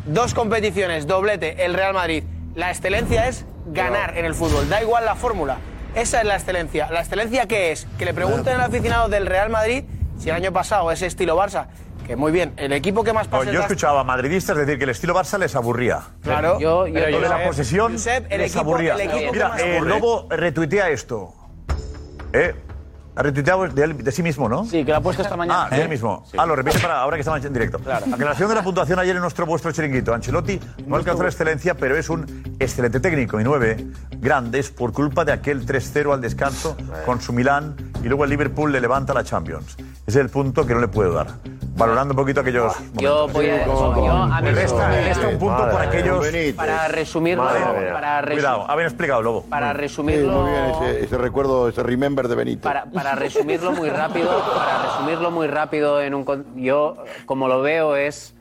[SPEAKER 1] Dos competiciones, doblete, el Real Madrid. La excelencia es ganar en el fútbol, da igual la fórmula. Esa es la excelencia. ¿La excelencia qué es? Que le pregunten al aficionado del Real Madrid si el año pasado ese estilo Barça, que muy bien, el equipo que más pasa
[SPEAKER 7] Yo escuchaba a madridistas decir que el estilo Barça les aburría.
[SPEAKER 1] Claro. Yo- yo-
[SPEAKER 7] Pero lo de la
[SPEAKER 1] Josep,
[SPEAKER 7] posesión
[SPEAKER 1] Josep, el
[SPEAKER 7] les
[SPEAKER 1] equipo-
[SPEAKER 7] aburría.
[SPEAKER 1] el equipo que
[SPEAKER 7] Mira,
[SPEAKER 1] más
[SPEAKER 7] eh,
[SPEAKER 1] aburre.
[SPEAKER 7] Lobo retuitea esto. Eh, ha retuiteado de, él- de sí mismo, ¿no? Sí, que lo ha puesto esta
[SPEAKER 6] mañana.
[SPEAKER 7] Ah, de
[SPEAKER 6] ¿Eh?
[SPEAKER 7] él mismo.
[SPEAKER 6] Sí.
[SPEAKER 7] Ah, lo repite para ahora que estamos en directo. Aclaración de la puntuación ayer en nuestro vuestro chiringuito. Ancelotti no alcanzó la excelencia, pero es un excelente técnico. Y nueve grandes por culpa de aquel 3-0 al descanso con su Milán y luego el Liverpool le levanta la Champions. Ese es el punto que no le puedo dar. Valorando un poquito aquellos
[SPEAKER 15] Yo voy a, yo- a eh, mí
[SPEAKER 7] Le resta-
[SPEAKER 15] me-
[SPEAKER 7] le resta un punto
[SPEAKER 15] Madre
[SPEAKER 7] por aquellos.
[SPEAKER 15] Benítez. Para resumirlo,
[SPEAKER 7] Madre mía.
[SPEAKER 15] para resu-
[SPEAKER 7] Cuidado, habían explicado, Lobo.
[SPEAKER 15] Para resumirlo-
[SPEAKER 11] Sí, muy bien, ese, ese recuerdo, ese remember de Benito.
[SPEAKER 15] Para, para resumirlo muy rápido, para resumirlo muy rápido en un con- yo como lo veo es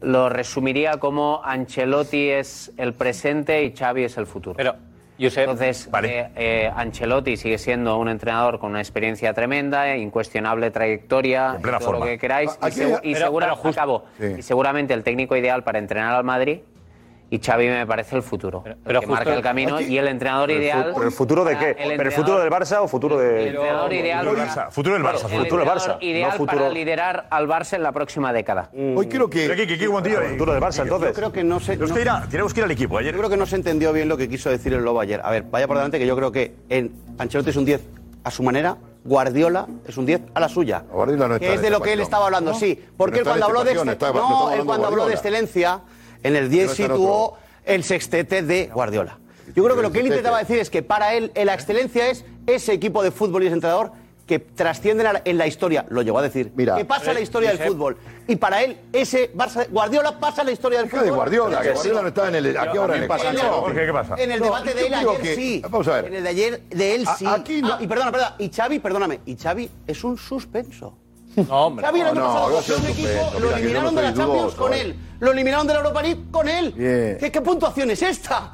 [SPEAKER 15] lo resumiría como Ancelotti es el presente y Xavi es el futuro. Pero entonces eh, eh, Ancelotti sigue siendo un entrenador con una experiencia tremenda, incuestionable trayectoria,
[SPEAKER 7] plena
[SPEAKER 15] todo
[SPEAKER 7] forma.
[SPEAKER 15] lo que queráis
[SPEAKER 6] Ah,
[SPEAKER 7] A-
[SPEAKER 15] y,
[SPEAKER 7] aquí-
[SPEAKER 15] segu- y
[SPEAKER 7] pero-
[SPEAKER 15] segura-
[SPEAKER 7] pero justo.
[SPEAKER 15] acabo.
[SPEAKER 7] Sí.
[SPEAKER 15] Y seguramente el técnico ideal para entrenar al Madrid y Xavi me parece el futuro,
[SPEAKER 6] pero
[SPEAKER 15] el que
[SPEAKER 6] justo-
[SPEAKER 15] marca el camino
[SPEAKER 6] aquí-
[SPEAKER 15] y el entrenador
[SPEAKER 6] Pero el fu-
[SPEAKER 15] ideal.
[SPEAKER 6] pero el futuro de
[SPEAKER 15] para
[SPEAKER 6] qué?
[SPEAKER 15] el
[SPEAKER 6] ¿Pero el futuro del Barça
[SPEAKER 15] entrenador-
[SPEAKER 6] o futuro de.?
[SPEAKER 15] el entrenador ideal
[SPEAKER 6] Futuro del
[SPEAKER 15] para-
[SPEAKER 6] Barça, futuro del Barça,
[SPEAKER 15] Claro,
[SPEAKER 6] futuro.
[SPEAKER 15] el
[SPEAKER 6] Futuro del
[SPEAKER 15] entrenador
[SPEAKER 6] Barça,
[SPEAKER 15] ideal
[SPEAKER 6] no futuro-
[SPEAKER 15] para liderar al Barça en la próxima década.
[SPEAKER 6] Hoy creo que. futuro del Barça, entonces.
[SPEAKER 16] Yo creo que no se.
[SPEAKER 6] Tenemos que ir a- tenemos que ir al equipo ayer.
[SPEAKER 16] Yo creo que no se entendió bien lo que quiso decir el Lobo ayer. A ver, vaya por delante que yo creo que en Ancelotti es un 10 a su manera, Guardiola es un 10 a la suya.
[SPEAKER 11] Guardiola no está
[SPEAKER 16] que
[SPEAKER 11] en
[SPEAKER 16] es de
[SPEAKER 11] esta
[SPEAKER 16] lo que él
[SPEAKER 11] pasión.
[SPEAKER 16] estaba hablando,
[SPEAKER 11] ¿No?
[SPEAKER 16] sí. Porque él
[SPEAKER 11] Pero
[SPEAKER 16] cuando
[SPEAKER 11] no
[SPEAKER 16] habló
[SPEAKER 11] está
[SPEAKER 16] de
[SPEAKER 11] en esta
[SPEAKER 16] este-
[SPEAKER 11] pasión, está- no
[SPEAKER 16] no,
[SPEAKER 11] estamos
[SPEAKER 16] él
[SPEAKER 11] hablando
[SPEAKER 16] cuando habló de
[SPEAKER 11] Guardiola.
[SPEAKER 16] excelencia, en el
[SPEAKER 11] No
[SPEAKER 16] 10
[SPEAKER 11] está en
[SPEAKER 16] situó el sextete de Guardiola. Yo creo que lo que él intentaba decir es que para él eh, la excelencia es ese equipo de fútbol y ese entrenador que trascienden a la- en la historia, lo llegó a decir,
[SPEAKER 11] Mira.
[SPEAKER 16] que pasa a la historia del
[SPEAKER 11] Josep.
[SPEAKER 16] fútbol. Y para él, ese Barça, Guardiola pasa a la historia del
[SPEAKER 11] Deja
[SPEAKER 16] fútbol.
[SPEAKER 11] de Guardiola, que Guardiola no estaba en el. ¿A qué hora en el
[SPEAKER 16] En el- En el
[SPEAKER 11] No,
[SPEAKER 16] debate de
[SPEAKER 11] yo
[SPEAKER 16] él
[SPEAKER 11] creo
[SPEAKER 16] ayer
[SPEAKER 11] que-
[SPEAKER 16] sí.
[SPEAKER 11] Vamos a ver.
[SPEAKER 16] En el de ayer de él
[SPEAKER 11] A-
[SPEAKER 16] sí.
[SPEAKER 11] aquí no-
[SPEAKER 16] Ah, y perdona, perdona. Y Xavi, perdóname. Y Xavi es un suspenso.
[SPEAKER 11] No,
[SPEAKER 16] hombre. Xavi el año
[SPEAKER 11] No, no,
[SPEAKER 16] pasado
[SPEAKER 11] yo soy
[SPEAKER 16] cogió un
[SPEAKER 11] un
[SPEAKER 16] equipo,
[SPEAKER 11] suspenso.
[SPEAKER 16] lo
[SPEAKER 11] Mira, que yo no
[SPEAKER 16] eliminaron de la
[SPEAKER 11] soy dudoso,
[SPEAKER 16] Champions con
[SPEAKER 11] eh.
[SPEAKER 16] él. Lo eliminaron de la Europa League con él.
[SPEAKER 11] Bien.
[SPEAKER 16] ¿Qué, qué puntuación es esta?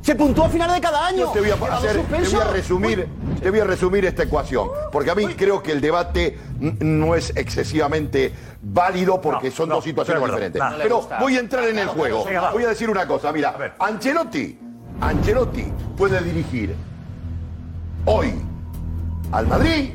[SPEAKER 16] Se puntúa a final de cada año.
[SPEAKER 11] Yo te voy a
[SPEAKER 16] Llevado
[SPEAKER 11] hacer- te
[SPEAKER 16] suspenso.
[SPEAKER 11] voy a resumir, te voy a resumir esta ecuación, porque a mí creo que el debate n- no es excesivamente válido porque son dos situaciones
[SPEAKER 7] estoy de acuerdo.
[SPEAKER 11] diferentes.
[SPEAKER 7] Nah. No le
[SPEAKER 11] Pero
[SPEAKER 7] gusta.
[SPEAKER 11] voy a entrar en el juego.
[SPEAKER 7] Venga, va.
[SPEAKER 11] Voy a decir una cosa, mira, Ancelotti, Ancelotti puede dirigir hoy al Madrid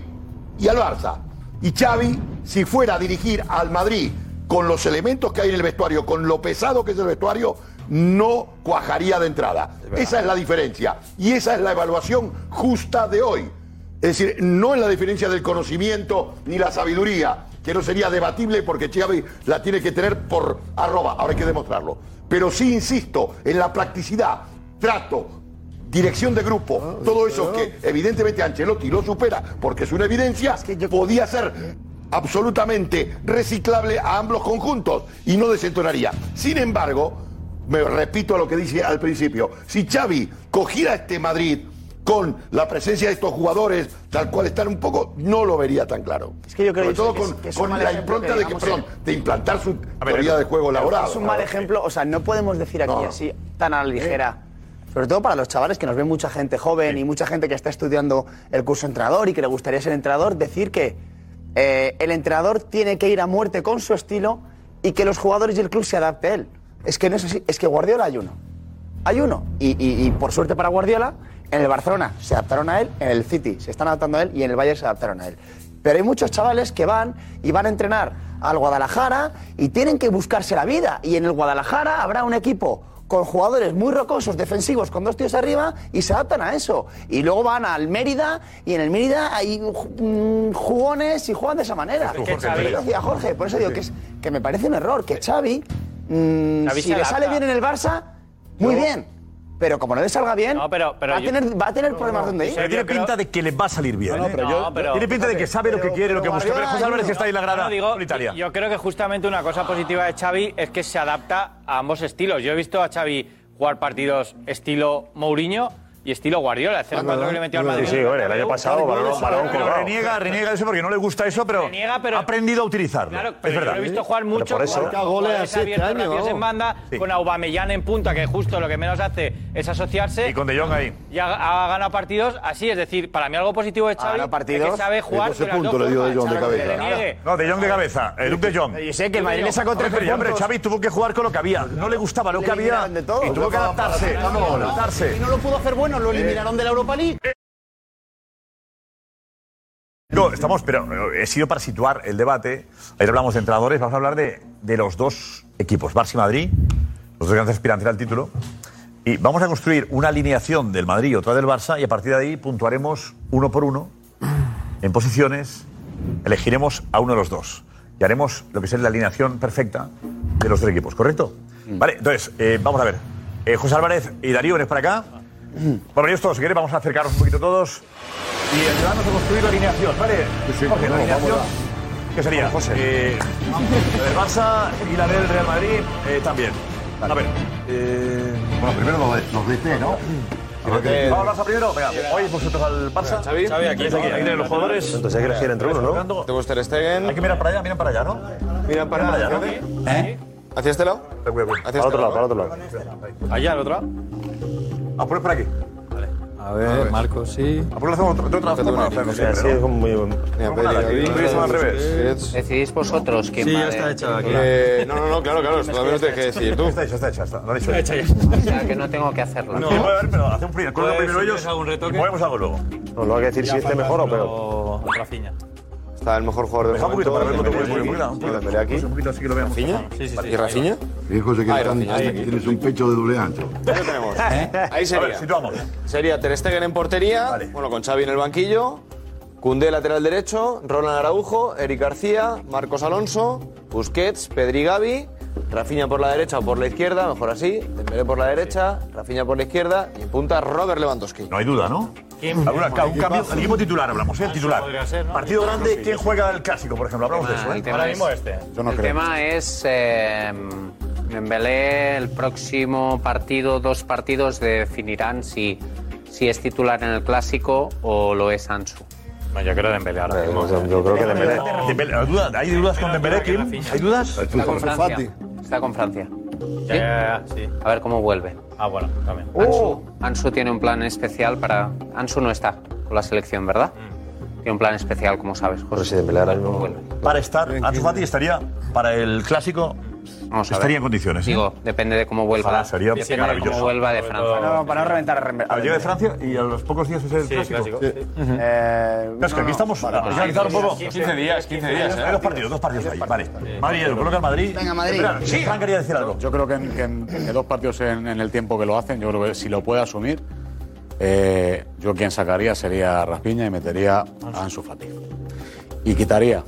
[SPEAKER 11] y al Barça. Y Xavi, si fuera a dirigir al Madrid con los elementos que hay en el vestuario, con lo pesado que es el vestuario, no cuajaría de entrada. esa es la diferencia. Y esa es la evaluación justa de hoy. Es decir, no es la diferencia del conocimiento ni la sabiduría, que no sería debatible porque Xavi la tiene que tener por arroba, ahora hay que demostrarlo. Pero sí insisto en la practicidad, trato, dirección de
[SPEAKER 16] Ah,
[SPEAKER 11] grupo, todo eso que evidentemente Ancelotti lo supera porque es una evidencia, podía ser absolutamente reciclable a ambos conjuntos y no desentonaría. Sin embargo, me repito a lo que dije al principio, si Xavi cogiera este Madrid con la presencia de estos jugadores, tal cual están un poco, no lo vería tan claro. Es que yo Sobre
[SPEAKER 16] creo que
[SPEAKER 11] todo
[SPEAKER 16] es-
[SPEAKER 11] con,
[SPEAKER 16] que es un
[SPEAKER 11] con
[SPEAKER 16] mal
[SPEAKER 11] la
[SPEAKER 16] ejemplo
[SPEAKER 11] impronta
[SPEAKER 16] que
[SPEAKER 11] de, que,
[SPEAKER 16] digamos
[SPEAKER 11] perdón, de implantar su teoría de juego
[SPEAKER 16] Pero
[SPEAKER 11] elaborada.
[SPEAKER 16] Es un mal ejemplo, o sea, no podemos decir aquí
[SPEAKER 11] No. ¿Eh?
[SPEAKER 16] así, tan a la ligera.
[SPEAKER 10] sobre todo para los chavales que nos ven mucha gente joven y mucha gente que está estudiando el curso entrenador y que le gustaría ser entrenador, decir que eh, el entrenador tiene que ir a muerte con su estilo y que los jugadores y el club se adapte a él. Es que no es así, es que Guardiola hay uno. Hay uno. Y, y- y por suerte para Guardiola, en el Barcelona se adaptaron a él, en el City se están adaptando a él y en el Bayern se adaptaron a él. Pero hay muchos chavales que van y van a entrenar al Guadalajara y tienen que buscarse la vida. Y en el Guadalajara habrá un equipo con jugadores muy rocosos, defensivos, con dos tíos arriba y se adaptan a eso. Y luego van al Mérida y en el Mérida hay mm, jugones y juegan de esa manera.
[SPEAKER 3] Tú, Jorge,
[SPEAKER 10] Por eso
[SPEAKER 3] Mérida.
[SPEAKER 10] decía Jorge, por eso digo que, es, que me parece un error que Xavi, mm,
[SPEAKER 3] Xavi
[SPEAKER 10] si
[SPEAKER 3] se
[SPEAKER 10] le
[SPEAKER 3] adapta.
[SPEAKER 10] sale bien en el Barça, muy bien. Pero como no le salga bien, va, a tener, va a tener problemas donde ir.
[SPEAKER 7] Pero tiene pinta de que le va a salir bien.
[SPEAKER 10] No, no,
[SPEAKER 7] ¿eh?
[SPEAKER 10] pero yo- No, pero-
[SPEAKER 7] tiene pinta de que sabe lo que quiere, lo que busca. Pero José Álvarez que está ahí en la grada.
[SPEAKER 16] No, digo, Yo creo que justamente una cosa positiva de Xavi es que se adapta a ambos estilos. Yo he visto a Xavi jugar partidos estilo Mourinho y estilo Guardiola. El 0-4 que le metió al Madrid.
[SPEAKER 6] Sí, sí, bueno, el año pasado, balón, balón
[SPEAKER 7] Pero
[SPEAKER 6] colgado.
[SPEAKER 7] reniega, reniega de eso porque no le gusta eso, pero, ha aprendido a utilizarlo.
[SPEAKER 16] Claro,
[SPEAKER 7] es
[SPEAKER 16] pero yo
[SPEAKER 7] verdad.
[SPEAKER 16] lo he visto jugar mucho.
[SPEAKER 7] Pero por eso.
[SPEAKER 16] con jugadores abiertos, rápidos en banda, con Aubameyang en punta, que justo lo que menos hace es asociarse. Y con
[SPEAKER 7] De Jong ahí.
[SPEAKER 16] Y ha, ha ganado partidos así, es decir, para mí algo positivo de Xavi es que sabe jugar
[SPEAKER 11] Ese
[SPEAKER 16] de las dos
[SPEAKER 11] punto le dio de
[SPEAKER 16] formas,
[SPEAKER 11] John de
[SPEAKER 16] Xavi, que
[SPEAKER 11] cabeza.
[SPEAKER 16] le niegue.
[SPEAKER 7] No, de Jong de cabeza. El Duke de Jong.
[SPEAKER 10] Y sé que el Madrid le sacó
[SPEAKER 7] Hombre,
[SPEAKER 10] 13
[SPEAKER 7] pero ya, hombre,
[SPEAKER 10] puntos.
[SPEAKER 7] Xavi tuvo que jugar con lo que había. No le gustaba lo que había.
[SPEAKER 10] eliminaron de todo.
[SPEAKER 7] Y tuvo que adaptarse. Vamos,
[SPEAKER 12] Si
[SPEAKER 7] adaptarse.
[SPEAKER 12] no lo pudo hacer bueno, lo eliminaron de la Europa League.
[SPEAKER 7] No, estamos, pero eh, he sido para situar el debate. Ayer hablamos de entrenadores, vamos a hablar de, de los dos equipos, Barça y Madrid, los dos grandes aspirantes al título. Y vamos a construir una alineación del Madrid y otra del Barça, y a partir de ahí puntuaremos uno por uno, en posiciones, elegiremos a uno de los dos. Y haremos lo que es la alineación perfecta de los tres equipos, ¿correcto?
[SPEAKER 11] Mm.
[SPEAKER 7] Vale, entonces, eh, vamos a ver. Eh, José Álvarez y Darío, ¿vienes para acá?
[SPEAKER 11] Mm.
[SPEAKER 7] Bueno, ellos todos, si queréis, vamos a acercarnos un poquito todos y ayudarnos a construir la alineación, ¿vale? Jorge, la
[SPEAKER 11] vamos,
[SPEAKER 7] alineación,
[SPEAKER 11] vamos
[SPEAKER 7] ¿qué sería? Eh, la del Barça y la del Real Madrid eh, también. A ver. eh,
[SPEAKER 11] Bueno, primero los de, los de T, ¿no?
[SPEAKER 7] Vamos al Barça primero. Venga, hoy vosotros al Barça. Xavi,
[SPEAKER 6] aquí, ¿no?
[SPEAKER 7] aquí tenéis los jugadores.
[SPEAKER 6] Entonces hay que elegir entre uno,
[SPEAKER 7] ¿no?
[SPEAKER 2] ¿Te gusta el Stegen?
[SPEAKER 7] Hay que mirar para allá, miran para allá, ¿no?
[SPEAKER 2] Mira para,
[SPEAKER 7] allá, ¿no?
[SPEAKER 2] ¿Eh? ¿Hacia este lado?
[SPEAKER 6] Para otro lado, para otro lado.
[SPEAKER 2] Allá, al otro lado.
[SPEAKER 7] Ah, por por aquí.
[SPEAKER 21] A ver, Marcos, sí.
[SPEAKER 7] Ah, pues lo hacemos de otra forma.
[SPEAKER 6] O sea, sí, es como muy bueno.
[SPEAKER 15] Decidís vosotros quién
[SPEAKER 6] Sí,
[SPEAKER 15] va
[SPEAKER 6] ya
[SPEAKER 15] de
[SPEAKER 6] está hecha,
[SPEAKER 15] titular.
[SPEAKER 6] claro.
[SPEAKER 2] No, no, no, claro, claro, esto también lo tienes que decir tú.
[SPEAKER 7] Está hecha, está hecha, está. Lo han hecho.
[SPEAKER 15] O sea, que no tengo que hacerlo.
[SPEAKER 7] No, puede haber, pero hace un primer. Coloca primero ellos y movemos algo luego.
[SPEAKER 6] No, no hay que decir si este mejor o peor.
[SPEAKER 2] Está el mejor jugador del
[SPEAKER 6] Deja un poquito para verlo,
[SPEAKER 2] momento,
[SPEAKER 6] un poquito,
[SPEAKER 2] Dembélé
[SPEAKER 6] un poquito,
[SPEAKER 2] aquí, Dembélé aquí.
[SPEAKER 7] Pues Un poquito así que lo veamos.
[SPEAKER 2] ¿Rafinha? ¿Y Rafinha?
[SPEAKER 11] Bien, José, que
[SPEAKER 2] Ahí,
[SPEAKER 11] están-
[SPEAKER 2] Rafinha, ahí.
[SPEAKER 11] tienes un pecho de doble ancho.
[SPEAKER 2] Ahí lo
[SPEAKER 10] [LAUGHS]
[SPEAKER 2] tenemos.
[SPEAKER 10] ¿Eh?
[SPEAKER 2] Ahí sería.
[SPEAKER 11] A ver,
[SPEAKER 7] situamos.
[SPEAKER 2] Sería Ter Stegen en portería, bueno, con Xavi en el banquillo, Cundé lateral derecho, Ronald Araujo, Eric García, Marcos Alonso, Busquets, Pedri Gavi, Rafinha por la derecha o por la izquierda, mejor así, Dembélé por la derecha, Rafinha por la izquierda y en punta Robert Lewandowski.
[SPEAKER 7] No hay duda, ¿no? Alguna- un cambio, el equipo titular hablamos, ¿eh? Titular. Partido grande, ¿quién juega el clásico, por ejemplo? Hablamos de eso,
[SPEAKER 15] Ah, El
[SPEAKER 7] ¿eh?
[SPEAKER 15] tema es-
[SPEAKER 18] este.
[SPEAKER 15] este. el tema es eh, Dembélé, el próximo partido, dos partidos definirán si, si es titular en el clásico o lo es Ansu.
[SPEAKER 18] yo creo Dembélé ahora mismo.
[SPEAKER 6] Eh, Yo creo que Dembélé.
[SPEAKER 7] Dembélé, ¿hay duda- ¿Hay dudas con Dembélé, Kim? ¿Hay dudas?
[SPEAKER 15] Está con Francia. Está con Francia.
[SPEAKER 18] Ya, ya, ya, sí.
[SPEAKER 15] A ver cómo vuelve.
[SPEAKER 18] Ah, bueno, también.
[SPEAKER 15] Ansu, Ansu tiene un plan especial para. Ansu no está con la selección, ¿verdad?
[SPEAKER 18] Mm.
[SPEAKER 15] Tiene un plan especial, como sabes, José.
[SPEAKER 7] Para estar, Ansu Fati estaría para el clásico.
[SPEAKER 15] Vamos a ver.
[SPEAKER 7] Estaría en condiciones.
[SPEAKER 15] Digo, depende de cómo vuelva.
[SPEAKER 7] Ojalá, sería
[SPEAKER 15] depende de
[SPEAKER 7] maravilloso.
[SPEAKER 15] cómo vuelva de Francia.
[SPEAKER 10] No, para no reventar a Rem- a
[SPEAKER 7] Llega de
[SPEAKER 10] Dembélé.
[SPEAKER 7] Francia y a los pocos días es el clásico.
[SPEAKER 10] Eh,
[SPEAKER 7] Es que aquí estamos.
[SPEAKER 10] Vale,
[SPEAKER 7] hay que
[SPEAKER 10] pues,
[SPEAKER 7] analizar un poco.
[SPEAKER 10] 15 días, 15 días, ¿eh?
[SPEAKER 7] Hay dos partidos, dos partidos ahí. Vale. Madrid, Edu, coloca al Madrid. Espera,
[SPEAKER 5] Sí,
[SPEAKER 7] Fran quería decir algo.
[SPEAKER 5] Yo creo que, en, que en- que dos partidos en, en el tiempo que lo hacen, yo creo que si lo puede asumir, eh, yo quien sacaría sería Raspiña y metería a Ansu Fati. Y quitaría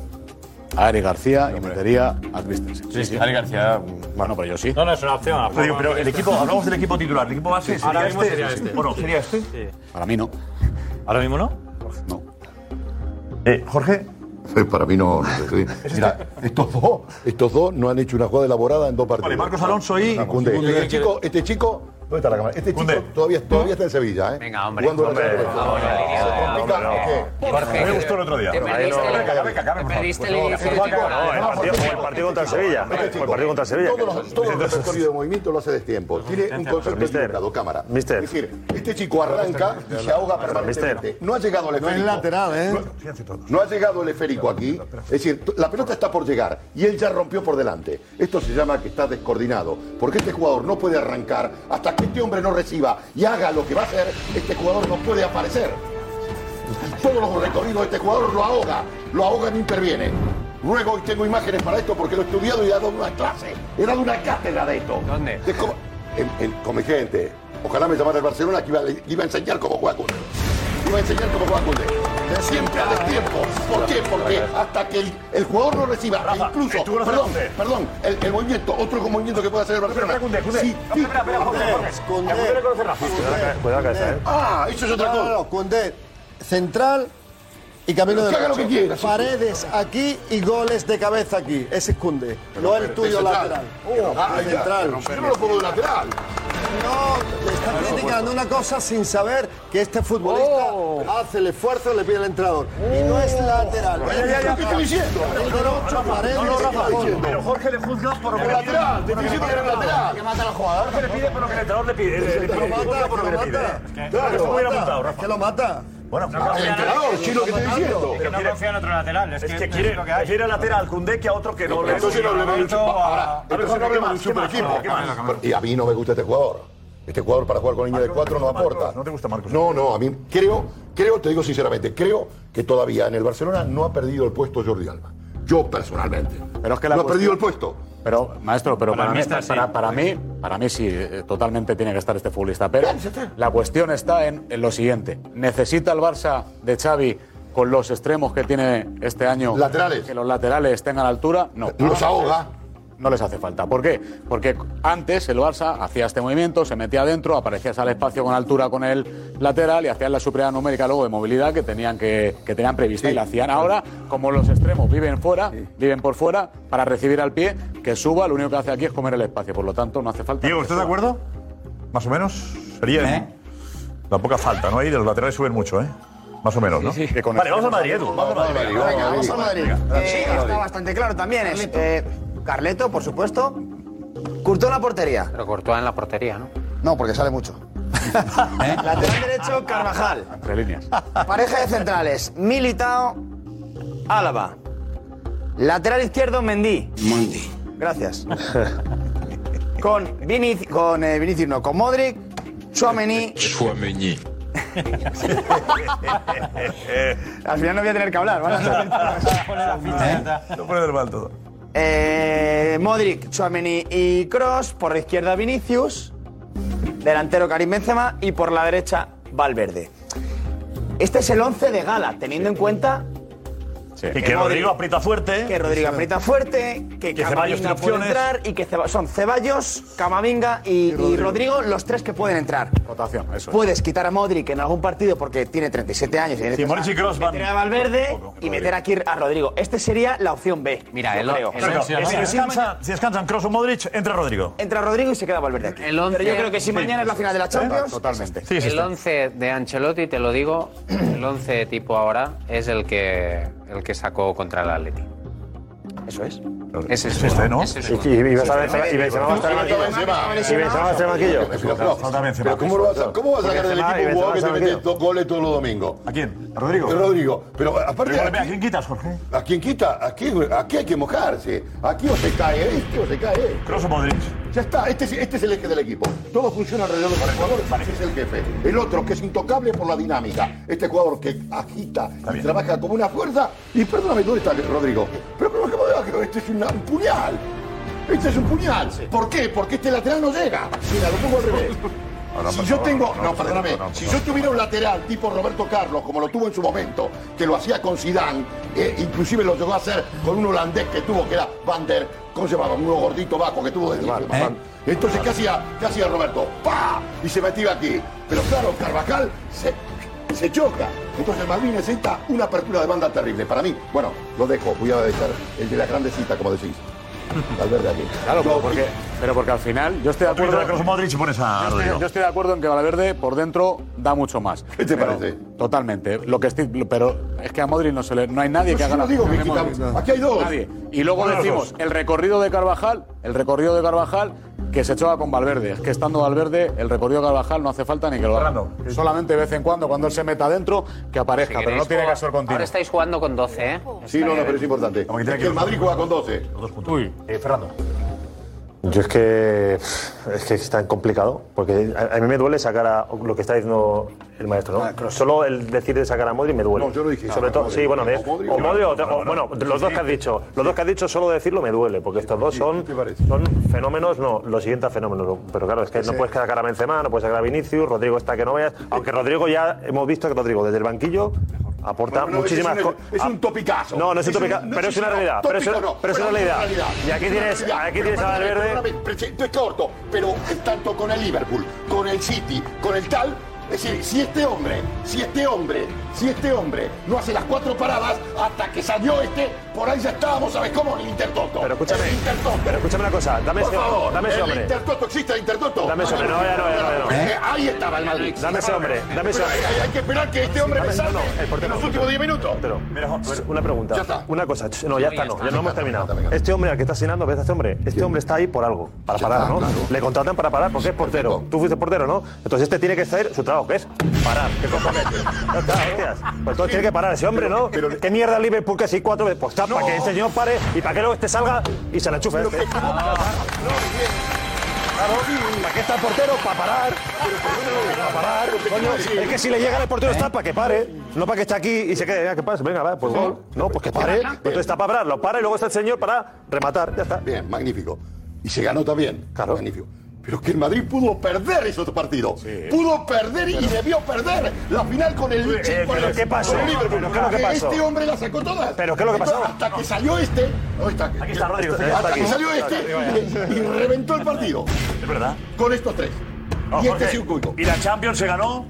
[SPEAKER 5] a Eric García y metería a Christensen. Sí, sí, Ari
[SPEAKER 2] García.
[SPEAKER 5] Bueno, pero yo sí.
[SPEAKER 18] No, no, es una opción.
[SPEAKER 5] Pero digo, pero el equipo- hablamos del
[SPEAKER 7] equipo titular, el equipo base
[SPEAKER 5] sería este, sí, sí.
[SPEAKER 7] Bueno, sería este.
[SPEAKER 5] Para mí no.
[SPEAKER 18] ¿Ahora mismo no?
[SPEAKER 7] Eh, Jorge.
[SPEAKER 11] Pues para mí no. no
[SPEAKER 7] [LAUGHS]
[SPEAKER 11] sé, sí. Mira, estos dos, estos dos no han hecho una jugada elaborada en dos partidos.
[SPEAKER 7] Marcos Alonso y-
[SPEAKER 11] Cundé.
[SPEAKER 7] Cundé.
[SPEAKER 11] Este chico, este chico ¿Dónde está la cámara? Este chico todavía, todavía está en Sevilla, ¿eh? Venga,
[SPEAKER 15] hombre.
[SPEAKER 11] Jugando
[SPEAKER 15] Hombre,
[SPEAKER 11] en la
[SPEAKER 15] vamos, la línea,
[SPEAKER 11] Se complica,
[SPEAKER 15] hombre,
[SPEAKER 11] ¿o qué?
[SPEAKER 15] Jorge,
[SPEAKER 11] Me gustó el otro día.
[SPEAKER 15] te perdiste el- te perdiste el inicio de temporada.
[SPEAKER 11] No,
[SPEAKER 6] el partido- o el partido contra el Sevilla.
[SPEAKER 11] Este
[SPEAKER 6] O el
[SPEAKER 11] chico,
[SPEAKER 6] partido contra el Sevilla,
[SPEAKER 11] Todos
[SPEAKER 6] que
[SPEAKER 11] los,
[SPEAKER 6] no-
[SPEAKER 11] todo el recorrido de movimiento lo hace destiempo. Tiene un concepto
[SPEAKER 6] Mister,
[SPEAKER 11] equivocado, cámara.
[SPEAKER 6] Mister.
[SPEAKER 11] Es decir, este chico arranca y se ahoga permanentemente.
[SPEAKER 6] Mister.
[SPEAKER 11] No ha llegado el
[SPEAKER 6] No es
[SPEAKER 11] esférico.
[SPEAKER 6] lateral, ¿eh?
[SPEAKER 11] No, no ha llegado el esférico aquí. Es decir, t- la pelota está por llegar y él ya rompió por delante. Esto se llama que está descoordinado. Porque este jugador no puede arrancar hasta que este hombre no reciba y haga lo que va a hacer, este jugador no puede aparecer. Todos los recorridos de este jugador lo ahoga, lo ahoga y no interviene. Luego hoy tengo imágenes para esto porque lo he estudiado y he dado una clase, he dado una cátedra de esto. ¿Dónde? en, en- con mi gente. Ojalá me llamara el Barcelona que iba, le iba a enseñar cómo juega Cundé. Iba a enseñar cómo juega Cundé. Siempre a tiempo. ¿Por qué? Porque hasta que el, el jugador no reciba, e incluso, perdón, perdón, el, el movimiento, otro movimiento que pueda hacer el Barcelona. Sí, sí.
[SPEAKER 6] Cuidado que está, ¿eh?
[SPEAKER 11] Ah, eso es otra cosa.
[SPEAKER 22] No, no, Cundé, central y camino
[SPEAKER 11] Pero
[SPEAKER 22] de
[SPEAKER 11] que haga lo que quiera, sí, sí.
[SPEAKER 22] Paredes aquí y goles de cabeza aquí. Ese es Cundé, no el tuyo lateral.
[SPEAKER 11] Ah, ya,
[SPEAKER 22] central.
[SPEAKER 11] Yo no lo pongo de lateral.
[SPEAKER 22] Le está criticando una cosa sin saber que este futbolista hace el esfuerzo, le pide al entrenador. Y no es lateral. ¿eh?
[SPEAKER 11] Ya, ya, ya, ¿qué estoy diciendo?
[SPEAKER 22] El derecho Paredes.
[SPEAKER 11] No, no, Rafa,
[SPEAKER 22] Paredes.
[SPEAKER 7] Pero Jorge le juzga por lo que
[SPEAKER 11] Por
[SPEAKER 7] le pide.
[SPEAKER 11] lateral, te estoy diciendo que era lateral.
[SPEAKER 7] Que mata al jugador. Jorge le pide por lo que el entrenador le pide. Le, le pide juzga por lo que le pide. ¿eh?
[SPEAKER 11] Claro,
[SPEAKER 7] Eso me hubiera
[SPEAKER 11] mata.
[SPEAKER 7] apuntado, Rafa.
[SPEAKER 22] Que lo mata.
[SPEAKER 7] Bueno,
[SPEAKER 11] No confía en entrenador, nadie. chino, ¿qué te estoy diciendo?
[SPEAKER 7] Que no confía en otro lateral. Es que quiere
[SPEAKER 16] lo que hay.
[SPEAKER 7] quiere lateral Cundé que a otro que no le
[SPEAKER 11] Entonces no hablemos de un super- ahora, entonces no hablemos de un super equipo.
[SPEAKER 7] ¿Qué más?
[SPEAKER 11] Y a mí no me gusta este jugador. Este jugador para jugar con línea de cuatro no aporta. ¿No te gusta Marcos? No, no, a mí creo, creo, te digo sinceramente, creo que todavía en el Barcelona no ha perdido el puesto Jordi Alba. Yo personalmente.
[SPEAKER 5] Pero es que la
[SPEAKER 11] no ha
[SPEAKER 5] cuestión-
[SPEAKER 11] perdido el puesto.
[SPEAKER 5] Pero, maestro, pero
[SPEAKER 11] Para
[SPEAKER 5] para,
[SPEAKER 11] el
[SPEAKER 5] mí,
[SPEAKER 11] míster, sí.
[SPEAKER 5] para, para mí, para mí sí, eh, totalmente tiene que estar este futbolista. Pero la cuestión está en, en lo siguiente. ¿Necesita el Barça de Xavi con los extremos que tiene este año?
[SPEAKER 11] Laterales.
[SPEAKER 5] Que los laterales estén a la altura. No.
[SPEAKER 11] Los ahoga.
[SPEAKER 5] No les hace falta. ¿Por qué? Porque antes el Barça hacía este movimiento, se metía adentro, aparecías al espacio con altura con el lateral y hacían la superioridad numérica luego de movilidad que tenían que, que tenían prevista y la hacían ahora como los extremos viven fuera, viven por fuera para recibir al pie que suba, lo único que hace aquí es comer el espacio, por lo tanto no hace falta.
[SPEAKER 7] Diego, ¿estás de acuerdo? Más o menos. Sería ¿eh? la poca falta, ¿no? Ahí los laterales suben mucho, ¿eh? Más o menos, ¿no? Vale, vamos a Madrid, Edu. Vamos a Madrid.
[SPEAKER 10] Venga, vamos a Madrid. Eh, está bastante claro también. Es, eh, Carleto, por supuesto. Curtó en la portería.
[SPEAKER 15] Pero Courtois en la portería, ¿no?
[SPEAKER 10] No, porque sale mucho. [LAUGHS] Lateral derecho, Carvajal.
[SPEAKER 5] Entre líneas.
[SPEAKER 10] Pareja de centrales. Militao, Álava. Lateral izquierdo, Mendy. Mendy. Gracias. con Vinicius, con eh, Vinicius no, con Modric, Chouameni.
[SPEAKER 23] Chouameni.
[SPEAKER 10] Al final no voy a tener que hablar, ¿vale?
[SPEAKER 7] Lo pone del mal todo.
[SPEAKER 10] Eh, Modric, Chouameni y Cross. Por la izquierda Vinicius. Delantero Karim Benzema. Y por la derecha Valverde. Este es el 11 de gala, teniendo en cuenta
[SPEAKER 7] Y que Rodrigo aprieta fuerte.
[SPEAKER 10] que Rodrigo aprieta fuerte, que,
[SPEAKER 7] Que
[SPEAKER 10] Camavinga
[SPEAKER 7] Ceballos
[SPEAKER 10] puede
[SPEAKER 7] tiene opciones.
[SPEAKER 10] entrar y que Ceba- son Ceballos, Camavinga y, y Rodrigo. los tres que pueden entrar.
[SPEAKER 5] Rotación, eso.
[SPEAKER 10] Puedes quitar a Modric en algún partido porque tiene 37 años. este
[SPEAKER 5] Sí, Modric y Kroos van-
[SPEAKER 10] meter a Valverde y meter aquí a Rodrigo. Este sería la opción B.
[SPEAKER 15] Mira,
[SPEAKER 10] yo
[SPEAKER 15] el o-
[SPEAKER 10] creo.
[SPEAKER 15] el
[SPEAKER 7] Claro,
[SPEAKER 15] once-
[SPEAKER 7] si, descansa- si descansan Kroos o Modric, entra Rodrigo.
[SPEAKER 10] Entra Rodrigo y se queda Valverde aquí.
[SPEAKER 15] El once-
[SPEAKER 10] Pero yo creo que si
[SPEAKER 15] Sí.
[SPEAKER 10] mañana es la final de la Champions,
[SPEAKER 5] Totalmente.
[SPEAKER 15] el 11 de Ancelotti, te lo digo, [CLEARS THROAT] el 11 tipo ahora es el que, el que sacó contra el Atleti.
[SPEAKER 10] Eso es.
[SPEAKER 15] Ese es
[SPEAKER 7] Es este, ¿no?
[SPEAKER 15] ese es
[SPEAKER 7] Sí,
[SPEAKER 15] uno.
[SPEAKER 7] sí, y Benzema-
[SPEAKER 15] Ese es uno.
[SPEAKER 7] y Benzema va a estar en el banquillo.
[SPEAKER 11] Pero ¿cómo, lo vas a, ¿cómo vas a sacar del equipo un jugador que te mete dos goles todos los domingos?
[SPEAKER 7] ¿A quién? ¿A Rodrigo?
[SPEAKER 11] A Rodrigo. Pero aparte.
[SPEAKER 7] Pero, ¿a quién quitas, Jorge?
[SPEAKER 11] ¿A quién quita? Aquí, aquí hay que mojarse. Aquí o se cae este o se cae este.
[SPEAKER 7] Kroos o Modric.
[SPEAKER 11] Ya está, este, es- este es el eje del equipo. Todo funciona alrededor del jugador, ese es el jefe. El otro que es intocable por la dinámica. Este jugador que agita y trabaja como una fuerza. Y perdóname, ¿dónde está Rodrigo? Pero ¿cómo que debajo? Este es una- un puñal. Este es un puñal. ¿Por qué? Porque este lateral no llega. Mira, lo pongo al [LAUGHS] revés. si yo tengo, no, perdóname, si yo tuviera un lateral tipo Roberto Carlos, como lo tuvo en su momento, que lo hacía con Zidane, eh, inclusive lo llegó a hacer con un holandés que tuvo, que era Van der, ¿cómo se llamaba? Uno gordito bajo que tuvo de Entonces, ¿qué hacía, qué hacía Roberto? ¡Pah! Y se metía aquí. Pero claro, Carvajal se, se choca. Entonces el Madrid
[SPEAKER 5] [LAUGHS]
[SPEAKER 11] necesita una apertura de banda terrible. Para mí, bueno, lo dejo, voy a dejar el de la grandecita, como decís. Valverde aquí.
[SPEAKER 5] Claro, pero porque, pero porque al final yo estoy de
[SPEAKER 7] Tú pones
[SPEAKER 5] acuerdo.
[SPEAKER 7] a Kroos Modric y pones a
[SPEAKER 5] Yo estoy-
[SPEAKER 7] Rodrigo.
[SPEAKER 5] Yo estoy de acuerdo en que Valverde por dentro da mucho más. ¿Qué te parece? Totalmente. Lo que estoy, lo- pero es que a Modric no se le, no hay nadie
[SPEAKER 11] No,
[SPEAKER 5] que
[SPEAKER 11] Pues si
[SPEAKER 5] haga
[SPEAKER 11] no
[SPEAKER 5] la
[SPEAKER 11] digo
[SPEAKER 5] función
[SPEAKER 11] que
[SPEAKER 5] de
[SPEAKER 11] quitamos-
[SPEAKER 5] Modric.
[SPEAKER 11] aquí hay dos.
[SPEAKER 5] Nadie. Y luego
[SPEAKER 11] Bueno, los
[SPEAKER 5] decimos el recorrido de Carvajal, el recorrido de Carvajal que se choca con Valverde. Es que estando Valverde, el recorrido de Carvajal no hace falta ni que lo haga. Solamente de vez en cuando, cuando él se meta adentro, que aparezca, pero no
[SPEAKER 15] queréis
[SPEAKER 5] tiene que
[SPEAKER 15] jugar-
[SPEAKER 5] ser continuo.
[SPEAKER 15] Ahora estáis jugando con 12, ¿eh?
[SPEAKER 5] Sí, no, no, pero es
[SPEAKER 11] importante.
[SPEAKER 5] tiene
[SPEAKER 11] Es
[SPEAKER 5] que-
[SPEAKER 11] que el Madrid juega con 12.
[SPEAKER 5] Uy, Eh, Fernando.
[SPEAKER 6] Yo es que es que es tan complicado, porque a, a mí me duele sacar a lo que está diciendo el maestro, ¿no? Solo el decir de sacar a Modri me duele.
[SPEAKER 11] Ah, No, yo no dije
[SPEAKER 6] Sobre
[SPEAKER 11] sacar a
[SPEAKER 6] todo,
[SPEAKER 11] Modri.
[SPEAKER 6] sí, bueno, me-
[SPEAKER 11] O
[SPEAKER 6] o
[SPEAKER 11] Modri
[SPEAKER 6] Modri
[SPEAKER 11] o-
[SPEAKER 6] o,
[SPEAKER 11] no, no,
[SPEAKER 6] o-
[SPEAKER 11] no.
[SPEAKER 6] bueno, los dos que has dicho, los dos que has dicho solo decirlo me duele, porque estos dos son, son fenómenos, no, los siguientes fenómenos, pero claro, es que no puedes sacar a Benzema, no puedes sacar a Vinicius, Rodrigo está que no veas, aunque Rodrigo ya hemos visto que Rodrigo desde el banquillo aporta
[SPEAKER 11] Bueno, no,
[SPEAKER 6] muchísimas
[SPEAKER 11] es un-
[SPEAKER 6] co- Ah,
[SPEAKER 11] es un topicazo.
[SPEAKER 6] No, no es un
[SPEAKER 11] Es un-
[SPEAKER 6] topicazo,
[SPEAKER 11] no
[SPEAKER 6] pero
[SPEAKER 11] sé
[SPEAKER 6] es una
[SPEAKER 11] si será
[SPEAKER 6] realidad, pero es
[SPEAKER 11] tópico o
[SPEAKER 6] una,
[SPEAKER 11] no,
[SPEAKER 6] pero es una
[SPEAKER 11] pero es
[SPEAKER 6] realidad.
[SPEAKER 11] una realidad.
[SPEAKER 6] Y aquí
[SPEAKER 11] Es una
[SPEAKER 6] tienes,
[SPEAKER 11] realidad.
[SPEAKER 6] aquí
[SPEAKER 11] Pero
[SPEAKER 6] tienes a
[SPEAKER 11] perdóname,
[SPEAKER 6] Valverde
[SPEAKER 11] perdóname, pero si- esto es corto, pero tanto con el Liverpool, con el City, con el tal. Es decir, si este hombre, si este hombre, si este hombre no hace las cuatro paradas hasta que salió este, por ahí ya estábamos, ¿sabes cómo? En el Intertoto. Pero
[SPEAKER 6] escúchame, pero escúchame una cosa, dame
[SPEAKER 11] Por
[SPEAKER 6] ese-
[SPEAKER 11] favor,
[SPEAKER 6] dame ese
[SPEAKER 11] el
[SPEAKER 6] hombre.
[SPEAKER 11] Intertoto existe, el Intertoto.
[SPEAKER 6] Dame ese hombre, no, ya no, ya no, ya no.
[SPEAKER 11] Eh, Ahí estaba el Madrid.
[SPEAKER 6] Dame ese hombre, dame ese
[SPEAKER 11] Pero
[SPEAKER 6] hombre.
[SPEAKER 11] Hay, hay que esperar que este hombre me
[SPEAKER 6] Dame- no,
[SPEAKER 11] salga
[SPEAKER 6] no, el portero.
[SPEAKER 11] en los últimos 10 minutos.
[SPEAKER 6] Portero. Una pregunta. Una cosa. ch- No, ya está, no. Ya no hemos terminado. Este hombre al que está asignando, ¿ves a este hombre? Este hombre está ahí por algo, para parar, ¿no? Le contratan para parar porque es portero. Tú fuiste portero, ¿no? Entonces este tiene que hacer su trabajo, que es parar. ¿Qué compromete? Ya está, hostias. Pues entonces tiene que parar ese hombre, ¿no? ¿Qué mierda el Liverpool que si cuatro veces? Pues está, para que este señor pare y para que luego este salga y se la enchufe. este. ¿Para qué está el portero? Para parar. Para parar. Coño, es que si le llega el portero está para que pare. No para que esté aquí y se quede. Venga, que pase. Venga, va, pues gol. No, pues que pare. Entonces está para parar, lo para y luego está el señor para rematar. Ya está.
[SPEAKER 11] Bien, magnífico. Y se ganó también. Claro. Magnífico. Pero es que el Madrid pudo perder ese otro partido. Pudo perder y debió perder la final con el
[SPEAKER 6] Eh,
[SPEAKER 11] con
[SPEAKER 6] pero
[SPEAKER 11] el-
[SPEAKER 6] ¿qué pasó?
[SPEAKER 11] con el Liverpool.
[SPEAKER 6] Pero ¿qué es lo que
[SPEAKER 11] Que
[SPEAKER 6] pasó?
[SPEAKER 11] Este hombre la sacó todas.
[SPEAKER 6] Pero ¿qué es lo que
[SPEAKER 11] Entonces,
[SPEAKER 6] pasó?
[SPEAKER 11] Hasta que salió este. ¿dónde está?
[SPEAKER 6] Aquí está Rodrigo,
[SPEAKER 11] Hasta,
[SPEAKER 6] está aquí.
[SPEAKER 11] que salió este y, y reventó el partido.
[SPEAKER 7] Es verdad.
[SPEAKER 11] Con estos tres.
[SPEAKER 7] No,
[SPEAKER 11] y
[SPEAKER 7] Jorge,
[SPEAKER 11] este sí un cuico.
[SPEAKER 7] ¿Y la Champions se ganó?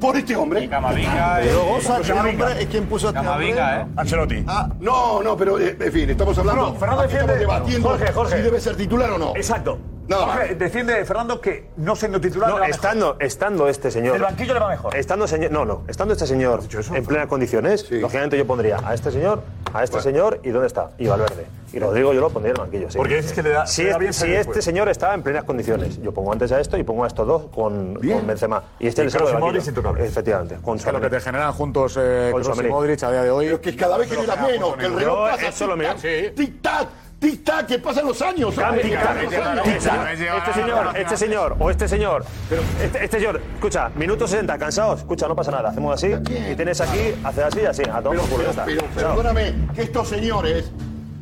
[SPEAKER 11] Por este hombre.
[SPEAKER 7] Camavinga, eh,
[SPEAKER 22] Pero goza,
[SPEAKER 7] José
[SPEAKER 22] este
[SPEAKER 7] Camavinga.
[SPEAKER 22] hombre es quien puso a este
[SPEAKER 7] Camavinga,
[SPEAKER 22] hombre.
[SPEAKER 7] ¿eh? Ancelotti.
[SPEAKER 11] Ah, no, no, pero eh, en fin, estamos hablando.
[SPEAKER 7] No, Fernando
[SPEAKER 11] aquí
[SPEAKER 7] defiende.
[SPEAKER 11] estamos debatiendo
[SPEAKER 7] Jorge, Jorge.
[SPEAKER 11] si debe ser titular o no.
[SPEAKER 7] Exacto.
[SPEAKER 11] Nada más.
[SPEAKER 7] Jorge, defiende Fernando que no siendo titular. le
[SPEAKER 6] No,
[SPEAKER 7] va mejor.
[SPEAKER 6] estando, estando este señor.
[SPEAKER 7] Del banquillo le va mejor.
[SPEAKER 6] Estando señor, no, no, estando este señor en plenas condiciones, lógicamente yo pondría a este señor, a este señor y dónde está, y Valverde. Y Rodrigo yo lo pondría en el banquillo. sí.
[SPEAKER 7] Porque es que le da-
[SPEAKER 6] si
[SPEAKER 7] le da
[SPEAKER 6] este,
[SPEAKER 7] bien
[SPEAKER 6] si
[SPEAKER 7] salir,
[SPEAKER 6] este
[SPEAKER 7] pues.
[SPEAKER 6] señor estaba en plenas condiciones, yo pongo antes a esto y pongo a estos dos con, con Benzema. Y este
[SPEAKER 5] Y
[SPEAKER 6] le saco
[SPEAKER 5] Kroos y
[SPEAKER 6] del
[SPEAKER 5] Modric
[SPEAKER 6] banquillo. Efectivamente, con
[SPEAKER 5] Que lo que te
[SPEAKER 6] Suárez.
[SPEAKER 5] generan juntos eh,
[SPEAKER 6] Con
[SPEAKER 5] Kroos y
[SPEAKER 6] Summery.
[SPEAKER 5] Modric a día de hoy.
[SPEAKER 11] Pero que cada vez
[SPEAKER 5] Pero
[SPEAKER 11] genera
[SPEAKER 5] que haga
[SPEAKER 11] menos,
[SPEAKER 5] punto
[SPEAKER 11] que el
[SPEAKER 5] negro.
[SPEAKER 11] reloj
[SPEAKER 5] Yo,
[SPEAKER 11] pasa.
[SPEAKER 5] eso lo
[SPEAKER 11] tic-tac, Tic-tac, tic-tac, que pasan los años.
[SPEAKER 6] Cambia,
[SPEAKER 11] Tic-tac,
[SPEAKER 6] cambia,
[SPEAKER 11] los años.
[SPEAKER 6] Este este señor, este señor, o este señor, este, este señor, escucha, minuto 60, cansados, escucha, no pasa nada, hacemos así, y tienes aquí, haces así, así, a todos por culo, ya está.
[SPEAKER 11] Pero
[SPEAKER 6] Chao.
[SPEAKER 11] perdóname, que estos señores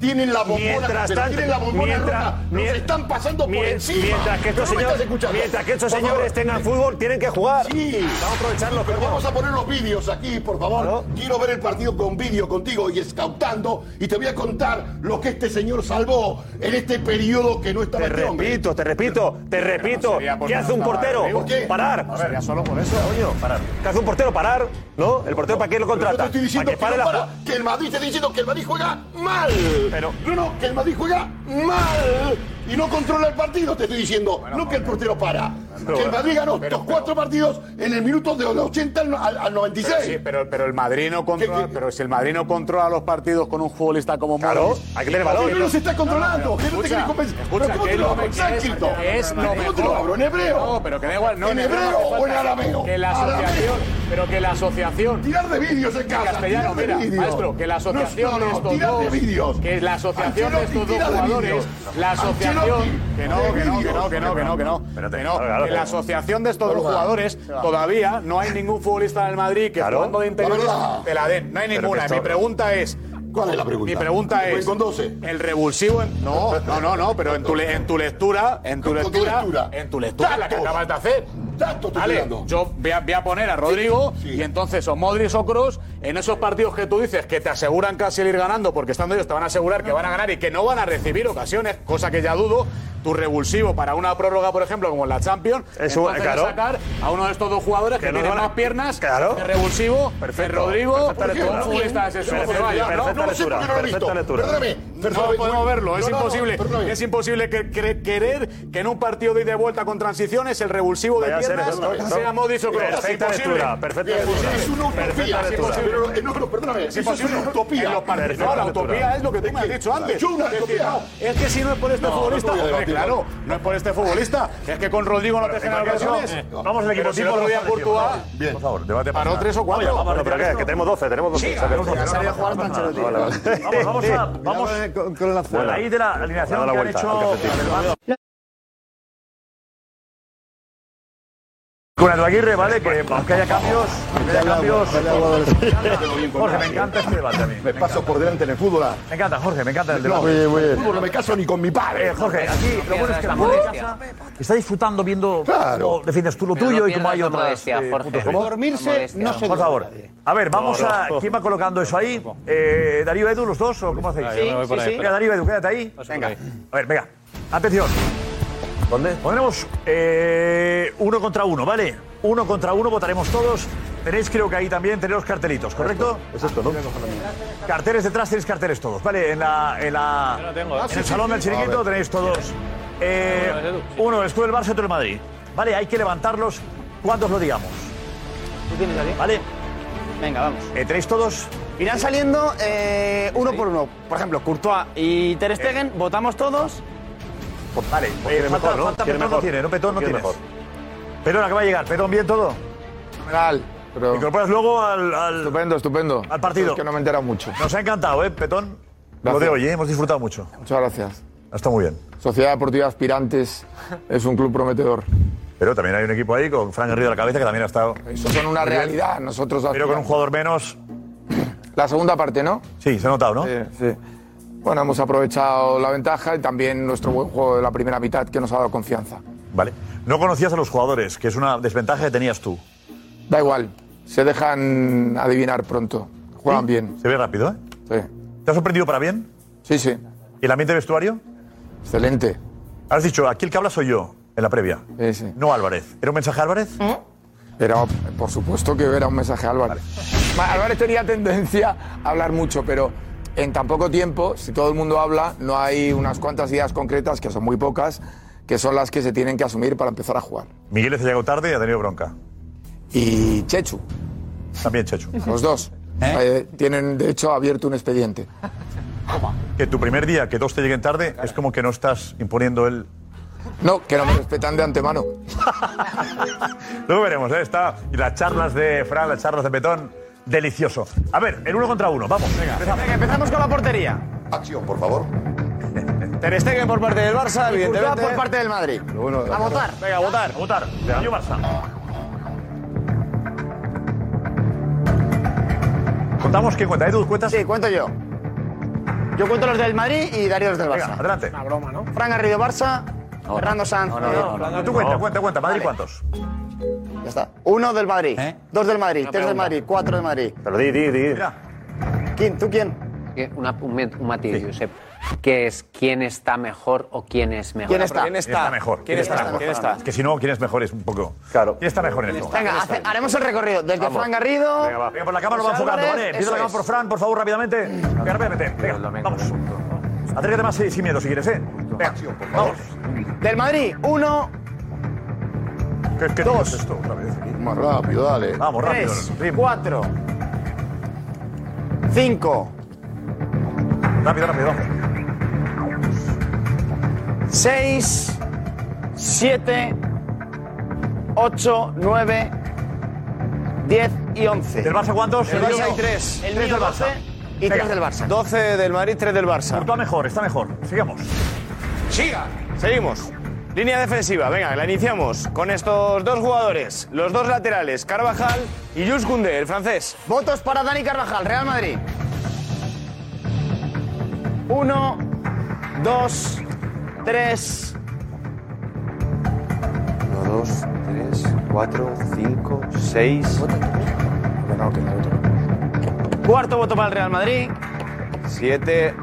[SPEAKER 11] tienen la bombona,
[SPEAKER 6] Mientras
[SPEAKER 11] pero
[SPEAKER 6] tanto-
[SPEAKER 11] tienen la bombona
[SPEAKER 6] mientras-
[SPEAKER 11] roja, nos
[SPEAKER 6] mien-
[SPEAKER 11] están pasando por
[SPEAKER 6] Mien-
[SPEAKER 11] encima.
[SPEAKER 6] Mientras que
[SPEAKER 11] Pero no
[SPEAKER 6] estos,
[SPEAKER 11] me
[SPEAKER 6] señores-
[SPEAKER 11] estás escuchando.
[SPEAKER 6] mientras que estos
[SPEAKER 11] Por favor.
[SPEAKER 6] señores tengan fútbol, tienen que jugar.
[SPEAKER 11] Sí,
[SPEAKER 6] Vamos a aprovecharlo,
[SPEAKER 11] pero
[SPEAKER 6] coño.
[SPEAKER 11] vamos a poner los vídeos aquí, por favor. Quiero ver el partido con vídeo contigo y escautando y te voy a contar lo que este señor salvó en este periodo que no estaba
[SPEAKER 6] Te
[SPEAKER 11] este hombre.
[SPEAKER 6] repito, te repito, te repito.
[SPEAKER 5] sería por
[SPEAKER 6] ¿Qué
[SPEAKER 5] nada,
[SPEAKER 6] hace un portero?
[SPEAKER 5] ¿por qué?
[SPEAKER 6] Parar.
[SPEAKER 5] No sería solo por eso.
[SPEAKER 6] Coño, parar. ¿Qué hace un portero? Parar. ¿No? ¿El portero para qué lo
[SPEAKER 11] Pero yo te
[SPEAKER 6] contrata?
[SPEAKER 11] estoy
[SPEAKER 6] Para
[SPEAKER 11] diciendo
[SPEAKER 6] que
[SPEAKER 11] que,
[SPEAKER 6] pare
[SPEAKER 11] no
[SPEAKER 6] la
[SPEAKER 11] para,
[SPEAKER 6] jugada.
[SPEAKER 11] que el Madrid te está diciendo que el Madrid juega mal. no, no, que el Madrid juega mal y no controla el partido, te estoy diciendo. no que el portero para. que el Madrid ganó estos cuatro partidos en el minuto de 80 al, al- al 96.
[SPEAKER 5] Pero, sí, pero, pero el Madrid no controla, pero si el Madrid no controla los partidos con un futbolista como
[SPEAKER 6] Claro,
[SPEAKER 5] Modric,
[SPEAKER 6] hay que tener valor.
[SPEAKER 5] Porque
[SPEAKER 11] no los está controlando, que no te
[SPEAKER 5] escucha,
[SPEAKER 11] quiere compensar.
[SPEAKER 5] escucha,
[SPEAKER 11] Pero ¿cómo
[SPEAKER 5] que
[SPEAKER 11] te lo
[SPEAKER 5] lo
[SPEAKER 11] abro en
[SPEAKER 5] mejor-
[SPEAKER 11] sánscrito?
[SPEAKER 5] es lo
[SPEAKER 11] ¿Cómo te lo
[SPEAKER 5] mejor.
[SPEAKER 11] abro en hebreo?
[SPEAKER 5] No, pero que da igual, no,
[SPEAKER 11] ¿En
[SPEAKER 5] no
[SPEAKER 11] hebreo
[SPEAKER 5] hace falta
[SPEAKER 11] o en
[SPEAKER 5] que-
[SPEAKER 11] arameo?
[SPEAKER 5] Que la asociación,
[SPEAKER 11] Arameo.
[SPEAKER 5] pero que la asociación
[SPEAKER 11] Tirar de vídeos en casa,
[SPEAKER 5] castellano,
[SPEAKER 11] tirar de
[SPEAKER 5] mira,
[SPEAKER 11] vídeos.
[SPEAKER 5] maestro, que la asociación
[SPEAKER 11] No, no,
[SPEAKER 5] de
[SPEAKER 11] no,
[SPEAKER 5] estos
[SPEAKER 11] tirar de
[SPEAKER 5] dos,
[SPEAKER 11] vídeos.
[SPEAKER 5] que la asociación de
[SPEAKER 11] Ancelotti,
[SPEAKER 5] estos dos
[SPEAKER 11] tira de
[SPEAKER 5] jugadores,
[SPEAKER 11] vídeos.
[SPEAKER 5] la asociación,
[SPEAKER 11] Ancelotti,
[SPEAKER 5] que no,
[SPEAKER 11] de
[SPEAKER 5] que no, que
[SPEAKER 11] vídeos.
[SPEAKER 5] no, que no, que no, que no, que no,
[SPEAKER 11] claro,
[SPEAKER 5] que la
[SPEAKER 11] claro.
[SPEAKER 5] asociación de estos dos
[SPEAKER 11] Claro.
[SPEAKER 5] jugadores todavía no hay ningún futbolista del Madrid que
[SPEAKER 6] Claro.
[SPEAKER 5] jugando de interiores
[SPEAKER 11] La verdad.
[SPEAKER 5] te la den, no hay
[SPEAKER 6] Pero que
[SPEAKER 5] ninguna.
[SPEAKER 6] esto-
[SPEAKER 5] Mi pregunta es
[SPEAKER 11] ¿Cuál es la pregunta?
[SPEAKER 5] mi pregunta
[SPEAKER 11] Voy
[SPEAKER 5] es.
[SPEAKER 11] con 12.
[SPEAKER 5] El revulsivo. en- no, no, no, no, pero en tu, le- en tu lectura. En tu
[SPEAKER 11] ¿Con- con qué
[SPEAKER 5] lectura.
[SPEAKER 11] lectura?
[SPEAKER 5] En tu lectura, la que
[SPEAKER 11] Datos.
[SPEAKER 5] acabas de hacer.
[SPEAKER 11] Tanto estoy
[SPEAKER 5] Vale,
[SPEAKER 11] tirando.
[SPEAKER 5] yo voy a, voy a poner a Rodrigo
[SPEAKER 11] Sí, sí.
[SPEAKER 5] y entonces o Modric o Kroos en esos partidos que tú dices que te aseguran casi el ir ganando porque estando ellos te van a asegurar que van a ganar y que no van a recibir ocasiones, cosa que ya dudo. Tu revulsivo para una prórroga, por ejemplo, como en la Champions,
[SPEAKER 6] Es un-
[SPEAKER 5] entonces
[SPEAKER 6] claro.
[SPEAKER 5] es sacar a uno de estos dos jugadores que,
[SPEAKER 6] Que no
[SPEAKER 5] tienen
[SPEAKER 6] van a-
[SPEAKER 5] más piernas
[SPEAKER 6] Claro.
[SPEAKER 5] que revulsivo, que
[SPEAKER 6] Perfecto.
[SPEAKER 5] Rodrigo,
[SPEAKER 6] Perfecta
[SPEAKER 5] que un
[SPEAKER 6] lectura.
[SPEAKER 5] futbolista de ese
[SPEAKER 6] Perfecta-
[SPEAKER 5] Ceballos, ¿no?
[SPEAKER 6] perfecta
[SPEAKER 11] No lo sé
[SPEAKER 6] lectura,
[SPEAKER 11] porque no lo he
[SPEAKER 6] perfecta
[SPEAKER 11] visto.
[SPEAKER 6] lectura.
[SPEAKER 11] Perdóname,
[SPEAKER 5] No podemos verlo, es imposible. Es imposible que, que- querer que en un partido de ida y vuelta con transiciones el revulsivo de
[SPEAKER 7] Vaya a ser,
[SPEAKER 5] piernas
[SPEAKER 7] exactamente.
[SPEAKER 5] sea Modis o Kroos. Es
[SPEAKER 7] Perfecta
[SPEAKER 5] imposible.
[SPEAKER 7] lectura, perfecta
[SPEAKER 5] Es
[SPEAKER 7] lectura.
[SPEAKER 5] imposible.
[SPEAKER 7] Es una utopía,
[SPEAKER 5] Perfecta
[SPEAKER 7] es
[SPEAKER 5] lectura.
[SPEAKER 11] eh,
[SPEAKER 7] imposible.
[SPEAKER 5] Pero, no, pero perdóname,
[SPEAKER 7] eso
[SPEAKER 5] es
[SPEAKER 7] es
[SPEAKER 5] imposible.
[SPEAKER 7] una utopía.
[SPEAKER 5] En los partidos,
[SPEAKER 7] Perfecta
[SPEAKER 5] la
[SPEAKER 7] lectura.
[SPEAKER 5] utopía es lo que tú me has dicho antes.
[SPEAKER 7] Yo una
[SPEAKER 5] Es decir,
[SPEAKER 7] utopía.
[SPEAKER 5] no, es que si no es por este
[SPEAKER 7] No, no
[SPEAKER 5] futbolista,
[SPEAKER 7] voy a
[SPEAKER 5] hombre,
[SPEAKER 7] debatir.
[SPEAKER 5] claro, no es por este futbolista, es que con Rodrigo no te
[SPEAKER 7] Pero
[SPEAKER 5] genera
[SPEAKER 7] en cualquier
[SPEAKER 5] ocasiones.
[SPEAKER 7] caso, eh, vamos al
[SPEAKER 5] Pero
[SPEAKER 7] equipo
[SPEAKER 5] si
[SPEAKER 7] tipo,
[SPEAKER 5] otro día
[SPEAKER 7] vamos al equipo.
[SPEAKER 5] Courtois
[SPEAKER 7] Bien. Por favor, debate
[SPEAKER 5] paró
[SPEAKER 7] para-
[SPEAKER 5] tres o cuatro.
[SPEAKER 7] Oye, vamos a
[SPEAKER 5] Bueno, pero
[SPEAKER 7] retirar
[SPEAKER 5] ¿qué?
[SPEAKER 7] Que tenemos 12, tenemos 12.
[SPEAKER 5] Sí,
[SPEAKER 7] Saca el
[SPEAKER 5] vamos a
[SPEAKER 7] otro.
[SPEAKER 5] salir a jugar
[SPEAKER 7] Vale,
[SPEAKER 5] Ancelotti.
[SPEAKER 7] vale, vale. Vamos, vamos a... Vamos
[SPEAKER 20] con, con la
[SPEAKER 7] Bueno, ahí de la alineación
[SPEAKER 5] Le ha dado la
[SPEAKER 7] que
[SPEAKER 5] vuelta
[SPEAKER 7] han hecho...
[SPEAKER 5] al calcetín.
[SPEAKER 7] del Barça. [LAUGHS] Con Aguirre, ¿vale? Que aunque haya cambios, aunque haya cambios... [LAUGHS] Jorge, me encanta este debate a mí.
[SPEAKER 11] Me paso por delante en el fútbol. ah.
[SPEAKER 7] Me encanta, Jorge, me encanta el
[SPEAKER 11] No,
[SPEAKER 7] debate.
[SPEAKER 11] muy bien, muy bien. no me caso ni con mi padre.
[SPEAKER 7] Eh, Jorge, aquí lo bueno es que el fútbol de casa está disfrutando viendo
[SPEAKER 11] Claro.
[SPEAKER 7] cómo defiendes tú lo
[SPEAKER 11] Pero no
[SPEAKER 7] tuyo y
[SPEAKER 11] pierdas
[SPEAKER 7] cómo hay
[SPEAKER 11] la
[SPEAKER 7] otras.
[SPEAKER 11] modestia, Jorge.
[SPEAKER 7] puntos como-
[SPEAKER 11] Dormirse La modestia. no se
[SPEAKER 7] Por
[SPEAKER 11] duerme
[SPEAKER 7] favor.
[SPEAKER 11] nadie.
[SPEAKER 7] A ver, vamos
[SPEAKER 11] No,
[SPEAKER 7] a.
[SPEAKER 11] no.
[SPEAKER 7] ¿Quién va colocando eso ahí? Eh, ¿Darío Edu, los dos o cómo hacéis?
[SPEAKER 11] Ah, yo me voy por Sí, ahí, sí, sí.
[SPEAKER 7] Venga, Darío Edu, quédate ahí. Venga. A ver, venga. Atención. ¿Dónde? Pondremos eh, uno contra uno, ¿vale? Uno contra uno, votaremos todos. Tenéis, creo que ahí también, tenéis los cartelitos, ¿correcto?
[SPEAKER 11] Es esto, ¿no?
[SPEAKER 7] Carteles detrás, tenéis carteles todos, ¿vale? En la. En, la,
[SPEAKER 24] Yo no tengo, ¿eh?
[SPEAKER 7] en
[SPEAKER 24] Ah,
[SPEAKER 7] el
[SPEAKER 24] sí,
[SPEAKER 7] salón
[SPEAKER 24] sí,
[SPEAKER 7] del
[SPEAKER 24] sí. A
[SPEAKER 7] chiringuito
[SPEAKER 24] ver.
[SPEAKER 7] tenéis todos. Eh,
[SPEAKER 24] Uno, Edu,
[SPEAKER 7] uno, el escudo del Barça y otro el Madrid. Vale, hay que levantarlos. ¿Cuántos lo digamos? ¿Vale?
[SPEAKER 10] Venga, vamos.
[SPEAKER 7] ¿Tenéis todos?
[SPEAKER 10] Irán saliendo eh, uno por uno. Por ejemplo, Courtois y Ter Stegen, votamos todos.
[SPEAKER 7] Vale, eh, falta,
[SPEAKER 10] mejor, ¿no?
[SPEAKER 7] falta
[SPEAKER 10] Quiere mejor.
[SPEAKER 7] Petón no tiene, ¿no? Petón no
[SPEAKER 10] Quiere
[SPEAKER 7] tienes. Petón, acaba de llegar. Petón, ¿bien todo? Fenomenal. Incorporas luego al, Estupendo, estupendo. Al partido.
[SPEAKER 23] Es que no me he enterado mucho.
[SPEAKER 7] Nos ha encantado, ¿eh, Petón? Lo
[SPEAKER 23] Gracias.
[SPEAKER 7] de hoy, ¿eh? Hemos disfrutado mucho.
[SPEAKER 23] Muchas gracias.
[SPEAKER 7] Está muy bien.
[SPEAKER 23] Sociedad
[SPEAKER 7] [LAUGHS]
[SPEAKER 23] Deportiva Aspirantes es un club prometedor.
[SPEAKER 7] Pero también hay un equipo ahí con Fran Garrido a la cabeza que también ha estado.
[SPEAKER 23] Eso son una
[SPEAKER 7] Muy bien.
[SPEAKER 23] realidad. Nosotros
[SPEAKER 7] Pero con un jugador menos.
[SPEAKER 23] [LAUGHS] La segunda parte, ¿no?
[SPEAKER 7] Sí, se ha notado, ¿no?
[SPEAKER 23] Sí, sí. Bueno, hemos aprovechado la ventaja y también nuestro buen juego de la primera mitad que nos ha dado confianza.
[SPEAKER 7] Vale. No conocías a los jugadores, que es una desventaja que tenías tú.
[SPEAKER 23] Da igual, se dejan adivinar pronto. Juegan bien.
[SPEAKER 7] Se ve rápido, ¿eh?
[SPEAKER 23] Sí.
[SPEAKER 7] ¿Te ha sorprendido para bien?
[SPEAKER 23] Sí, sí.
[SPEAKER 7] ¿Y el ambiente de vestuario?
[SPEAKER 23] Excelente.
[SPEAKER 7] Has dicho, aquí el que habla soy yo, en la previa.
[SPEAKER 23] Sí, sí.
[SPEAKER 7] No Álvarez. ¿Era un mensaje a Álvarez?
[SPEAKER 23] Era, por supuesto que era un mensaje a Álvarez. Ma- Álvarez tenía tendencia a hablar mucho, pero en tan poco tiempo, si todo el mundo habla, no hay unas cuantas ideas concretas, que son muy pocas, que son las que se tienen que asumir para empezar a jugar.
[SPEAKER 7] Miguel ha llegado tarde y ha tenido bronca.
[SPEAKER 23] Y Chechu.
[SPEAKER 7] También Chechu.
[SPEAKER 23] Los dos. Eh, tienen, de hecho, abierto un expediente.
[SPEAKER 7] Que tu primer día, que dos te lleguen tarde, es como que no estás imponiendo el...
[SPEAKER 23] No, que no me respetan de antemano.
[SPEAKER 7] [LAUGHS] Luego veremos, ¿eh? Está... Y las charlas de Fran, las charlas de Petón, delicioso. A ver, el uno contra uno, vamos. Venga, empezamos.
[SPEAKER 10] Empezamos con la portería.
[SPEAKER 11] Acción, por favor.
[SPEAKER 10] Ter Stegen por parte del Barça,
[SPEAKER 7] Y Courtois
[SPEAKER 10] evidentemente.
[SPEAKER 7] por parte
[SPEAKER 10] del Madrid. a votar.
[SPEAKER 7] Venga, a votar. A votar. Yo Barça. ¿Contamos quién cuenta? ¿Edu, cuentas?
[SPEAKER 10] Sí, cuento yo. Yo cuento los del Madrid y Darío los del Barça.
[SPEAKER 7] adelante.
[SPEAKER 10] Una broma, ¿no? Fran Garrido, Barça. Fernando Sanz.
[SPEAKER 7] Tú cuenta, cuenta, cuenta. ¿Madrid cuántos?
[SPEAKER 10] Ya está. Uno del Madrid, dos del Madrid, tres del Madrid, cuatro del Madrid.
[SPEAKER 7] ¿Eh? Pero di, di, di.
[SPEAKER 10] ¿Quién? ¿Tú quién?
[SPEAKER 15] Una, un, met- un matiz, Josep. Que es quién está mejor o quién es mejor.
[SPEAKER 7] mejor? Es que si no, ¿quién es mejor? Es un poco. Claro. ¿Quién está mejor en esto?
[SPEAKER 10] Venga, hace- haremos el recorrido. Desde
[SPEAKER 7] Vamos.
[SPEAKER 10] Fran Garrido.
[SPEAKER 7] Venga, va. Venga, por la cámara lo va
[SPEAKER 10] José
[SPEAKER 7] enfocando,
[SPEAKER 10] Álvarez,
[SPEAKER 7] ¿vale? Empieza
[SPEAKER 10] eso
[SPEAKER 7] la cámara
[SPEAKER 10] es.
[SPEAKER 7] por Fran, por favor, rápidamente. Venga, rápidamente. Venga, vamos. Atrévete más sí, sin miedo si quieres, ¿eh? Venga, vamos.
[SPEAKER 10] Del Madrid, uno,
[SPEAKER 7] ¿Qué, qué
[SPEAKER 10] Dos.
[SPEAKER 7] es esto otra vez?
[SPEAKER 11] Más rápido, dale.
[SPEAKER 7] Vamos, rápido.
[SPEAKER 10] tres, cuatro, cinco,
[SPEAKER 7] Rápido, rápido. vamos.
[SPEAKER 10] seis, siete, ocho, nueve, diez y once.
[SPEAKER 7] ¿Del Barça cuántos?
[SPEAKER 10] Del
[SPEAKER 7] El
[SPEAKER 10] Barça hay
[SPEAKER 7] mío.
[SPEAKER 10] tres. El
[SPEAKER 7] Tres
[SPEAKER 10] mío
[SPEAKER 7] del Barça.
[SPEAKER 10] doce y
[SPEAKER 7] Venga.
[SPEAKER 10] tres del Barça.
[SPEAKER 2] 12 del Madrid, 3 del Barça.
[SPEAKER 7] Está mejor, está mejor. Sigamos.
[SPEAKER 2] Siga. Seguimos. Línea defensiva, venga, la iniciamos con estos dos jugadores, los dos laterales, Carvajal y Jules Koundé, el francés.
[SPEAKER 10] Votos para Dani Carvajal, Real Madrid. Uno, dos, tres,
[SPEAKER 23] 1, 2, 3, 4, 5, 6.
[SPEAKER 2] Cuarto voto para el Real Madrid. 7,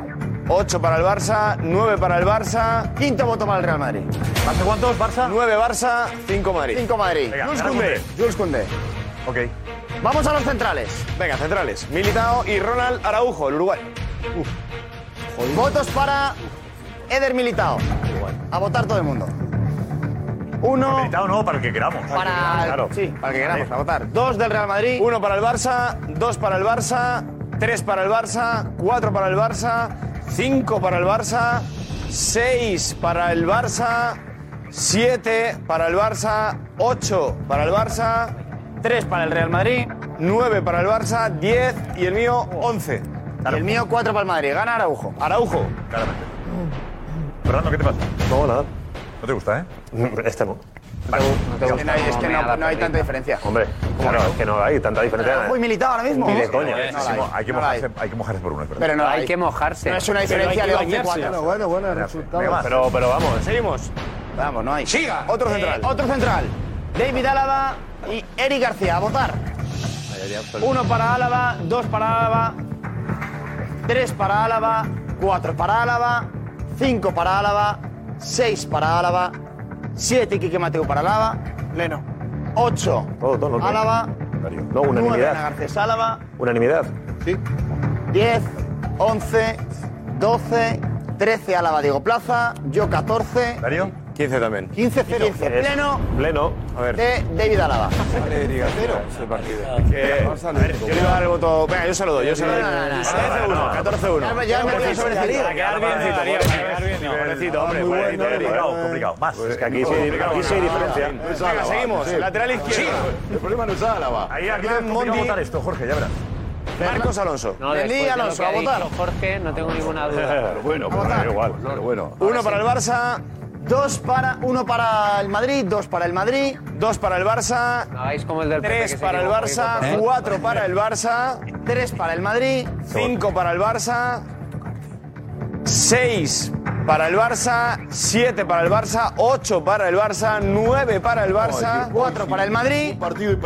[SPEAKER 2] 8 para el Barça, 9 para el Barça.
[SPEAKER 10] Quinto voto para el Real Madrid.
[SPEAKER 7] ¿Barça cuántos? Barça.
[SPEAKER 2] 9 Barça, 5 Madrid.
[SPEAKER 10] cinco Madrid. Jules Koundé. Jules Koundé.
[SPEAKER 7] Ok.
[SPEAKER 10] Vamos a los centrales.
[SPEAKER 2] Venga, centrales. Militao y Ronald Araujo, el uruguayo.
[SPEAKER 10] Votos para Eder Militao. A votar todo el mundo. Uno. Militao
[SPEAKER 7] no, para el que queramos.
[SPEAKER 10] Para, sí, para el que queramos, a votar. Dos del Real Madrid.
[SPEAKER 2] Uno para el Barça, dos para el Barça, tres para el Barça, cuatro para el Barça, cinco para el Barça, seis para el Barça, siete para el Barça, ocho para el Barça, tres para el Real Madrid, nueve para el Barça, diez y el mío once.
[SPEAKER 10] el mío cuatro para el Madrid. Gana Araujo.
[SPEAKER 2] Araujo.
[SPEAKER 7] Claramente. Fernando, ¿qué te pasa?
[SPEAKER 6] No, nada.
[SPEAKER 7] No te gusta, ¿eh?
[SPEAKER 6] [LAUGHS] Este no.
[SPEAKER 10] Es que no hay, es que no- no hay tanta diferencia.
[SPEAKER 6] Hombre, claro, es que no hay tanta diferencia.
[SPEAKER 10] Araujo y Militao ahora mismo.
[SPEAKER 6] Ni de
[SPEAKER 10] No,
[SPEAKER 6] coña.
[SPEAKER 10] no la hay.
[SPEAKER 7] Hay que
[SPEAKER 10] No la hay.
[SPEAKER 7] mojarse, hay que mojarse por uno, es verdad.
[SPEAKER 10] Pero no la
[SPEAKER 15] hay que mojarse.
[SPEAKER 10] No es una
[SPEAKER 15] Pero hay
[SPEAKER 10] diferencia
[SPEAKER 15] que
[SPEAKER 10] de
[SPEAKER 15] bañarse.
[SPEAKER 10] 11-4.
[SPEAKER 15] Bueno,
[SPEAKER 10] bueno,
[SPEAKER 6] Venga, pero- pero vamos,
[SPEAKER 10] seguimos. Vamos, no hay.
[SPEAKER 6] Siga.
[SPEAKER 10] Otro
[SPEAKER 6] Eh,
[SPEAKER 10] central. otro central. David Álava y Eric García, a votar. Uno para Álava, dos para Álava, tres para Álava, cuatro para Álava, cinco para Álava, seis para Álava, siete Quique Mateo para Álava, Leno. Ocho
[SPEAKER 6] Todo, todo, no.
[SPEAKER 10] Álava,
[SPEAKER 6] No,
[SPEAKER 10] nueve Ana
[SPEAKER 6] unanimidad.
[SPEAKER 10] Garcés Álava,
[SPEAKER 6] Unanimidad.
[SPEAKER 10] 10, 11, 12, 13 Álava Diego Plaza, yo 14,
[SPEAKER 7] ¿Darío?
[SPEAKER 2] 15 también.
[SPEAKER 10] 15 0 15 pleno
[SPEAKER 2] Pleno. A ver.
[SPEAKER 10] de David Álava.
[SPEAKER 2] Que- a
[SPEAKER 10] Ah.
[SPEAKER 2] ver, yo le iba a dar el voto. Venga, yo se lo doy. Yo se lo doy. 14-1. 14-1.
[SPEAKER 10] Ya me tienes sobre Darío.
[SPEAKER 2] Para quedar bien, Darío, para quedar bien. Pobrecito, hombre. pobrecito,
[SPEAKER 7] Complicado, complicado. Más.
[SPEAKER 6] Es que aquí sí hay- aquí
[SPEAKER 7] Ah,
[SPEAKER 6] sí hay diferencia.
[SPEAKER 2] Venga, seguimos. Lateral izquierdo.
[SPEAKER 6] El problema no es Álava.
[SPEAKER 7] Ahí, aquí tenemos complicado votar esto, Jorge, ya verás.
[SPEAKER 2] Marcos Alonso.
[SPEAKER 15] No,
[SPEAKER 2] Del
[SPEAKER 15] después de
[SPEAKER 2] día,
[SPEAKER 15] lo
[SPEAKER 2] Alonso,
[SPEAKER 15] que
[SPEAKER 2] a
[SPEAKER 15] ha dicho
[SPEAKER 2] votar.
[SPEAKER 15] Jorge, no tengo ninguna duda.
[SPEAKER 6] Pero bueno, pero da igual. Pero bueno.
[SPEAKER 2] Uno para el Barça.
[SPEAKER 10] Dos para, uno para el Madrid, dos para el Madrid,
[SPEAKER 2] dos para el Barça,
[SPEAKER 15] Hagáis como el del PP,
[SPEAKER 2] tres
[SPEAKER 15] que se
[SPEAKER 2] para el
[SPEAKER 15] equivocó
[SPEAKER 2] Barça,
[SPEAKER 10] ¿Eh?
[SPEAKER 15] y votó.
[SPEAKER 2] cuatro para el Barça,
[SPEAKER 10] tres para el Madrid,
[SPEAKER 2] cinco para el Barça, seis para el Barça, siete para el Barça, ocho para el Barça, nueve para el Barça,
[SPEAKER 10] cuatro para el Madrid,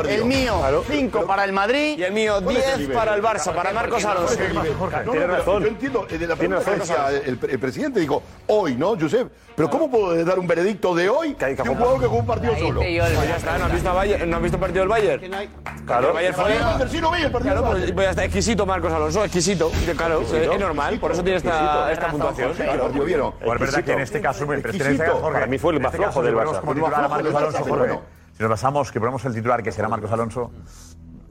[SPEAKER 10] el mío, cinco para el Madrid
[SPEAKER 2] y el mío
[SPEAKER 10] ¿Cuál es el
[SPEAKER 2] diez
[SPEAKER 10] nivel?
[SPEAKER 2] para el Barça, para Marcos Alonso.
[SPEAKER 11] No, no, pero Yo entiendo, eh, de la pregunta que hacía el, pre- el presidente dijo, hoy, ¿no, Josep? Pero ¿cómo puedo dar un veredicto de hoy de un jugador que jugó un partido solo?
[SPEAKER 2] Pues ya está, ¿no has visto, a Bayern- no has visto el partido del Bayern? Claro, el Bayern fue...
[SPEAKER 11] Pero sí no veía el partido.
[SPEAKER 2] Claro, pues, pues ya está, exquisito Marcos Alonso, exquisito. Que Claro, eh, es normal, por eso tiene esta, esta puntuación.
[SPEAKER 11] Jorge, claro, lo vieron.
[SPEAKER 7] Bueno, es verdad que en este caso, pero es que en este
[SPEAKER 11] Exquisito.
[SPEAKER 7] caso, Jorge,
[SPEAKER 6] Para mí fue el
[SPEAKER 7] en
[SPEAKER 6] más
[SPEAKER 7] este caso,
[SPEAKER 6] flojo del
[SPEAKER 7] si ponemos
[SPEAKER 6] Barça.
[SPEAKER 7] como
[SPEAKER 6] El más
[SPEAKER 7] titular a
[SPEAKER 6] flojo del
[SPEAKER 7] Marcos Alonso,
[SPEAKER 6] Barça,
[SPEAKER 7] Jorge.
[SPEAKER 6] bueno.
[SPEAKER 7] Si nos basamos, que ponemos el titular que será Marcos Alonso,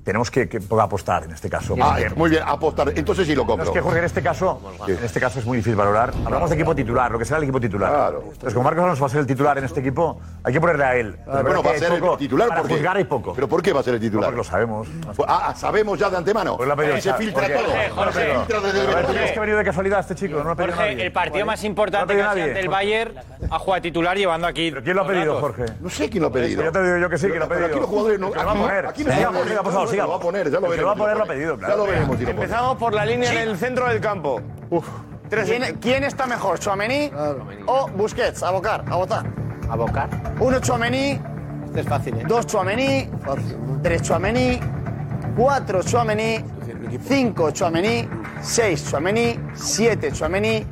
[SPEAKER 7] tenemos que, que apostar en este caso.
[SPEAKER 11] Ah,
[SPEAKER 7] porque-
[SPEAKER 11] muy bien, apostar. Entonces sí lo
[SPEAKER 7] No,
[SPEAKER 11] compro.
[SPEAKER 7] es que Jorge, en este caso, en este caso es muy difícil valorar. Hablamos de equipo titular, lo que será el equipo titular. Claro. Entonces, como Marcos Alonso va a ser el titular en este equipo, hay que ponerle a él.
[SPEAKER 11] Ah, bueno, va a
[SPEAKER 7] Porque
[SPEAKER 11] ser el
[SPEAKER 7] poco-
[SPEAKER 11] titular
[SPEAKER 7] Para
[SPEAKER 11] porque-
[SPEAKER 7] juzgar hay poco.
[SPEAKER 11] ¿Pero por qué va a ser el titular?
[SPEAKER 7] porque lo sabemos.
[SPEAKER 11] Pues, ah, ah, sabemos ya de antemano.
[SPEAKER 7] Pues lo ha pedido
[SPEAKER 11] se
[SPEAKER 7] Xavi.
[SPEAKER 11] filtra
[SPEAKER 7] Jorge,
[SPEAKER 11] todo.
[SPEAKER 7] Jorge,
[SPEAKER 11] se filtra desde el
[SPEAKER 7] Jorge,
[SPEAKER 11] vestuario.
[SPEAKER 7] Es que ha venido de casualidad este chico, no lo ha pedido
[SPEAKER 16] Jorge,
[SPEAKER 7] nadie.
[SPEAKER 16] el partido más
[SPEAKER 7] No lo ha
[SPEAKER 16] importante que
[SPEAKER 7] pedido
[SPEAKER 16] ha sido
[SPEAKER 7] nadie.
[SPEAKER 16] ante el Bayern ha jugado titular llevando aquí.
[SPEAKER 7] ¿Quién lo ha
[SPEAKER 16] los
[SPEAKER 7] pedido,
[SPEAKER 16] datos.
[SPEAKER 7] Jorge?
[SPEAKER 11] No sé quién lo ha pedido.
[SPEAKER 7] Yo te digo yo que sí, que lo ha
[SPEAKER 11] Pero
[SPEAKER 7] pedido.
[SPEAKER 11] Aquí los jugadores no.
[SPEAKER 7] Que lo va a poner.
[SPEAKER 11] Aquí no
[SPEAKER 7] Venga,
[SPEAKER 11] se va a
[SPEAKER 7] venga,
[SPEAKER 11] poner.
[SPEAKER 7] por favor,
[SPEAKER 11] Lo va
[SPEAKER 7] sigamos.
[SPEAKER 11] a poner, ya lo
[SPEAKER 7] El
[SPEAKER 11] veremos.
[SPEAKER 7] que lo va a poner, lo ha pedido,
[SPEAKER 11] Ya
[SPEAKER 7] claro.
[SPEAKER 11] lo veremos, si lo pone.
[SPEAKER 2] Empezamos por la línea del centro del campo. Tres-
[SPEAKER 10] ¿Quién, quién está mejor, Chuamení o Busquets? A votar, a votar.
[SPEAKER 15] A bocar.
[SPEAKER 10] Uno Chuamení,
[SPEAKER 12] Este es fácil, ¿eh?
[SPEAKER 10] dos Chuamení, tres Chuamení, cuatro Chuamení, cinco Chuamení, seis Chuamení, siete Chuamení,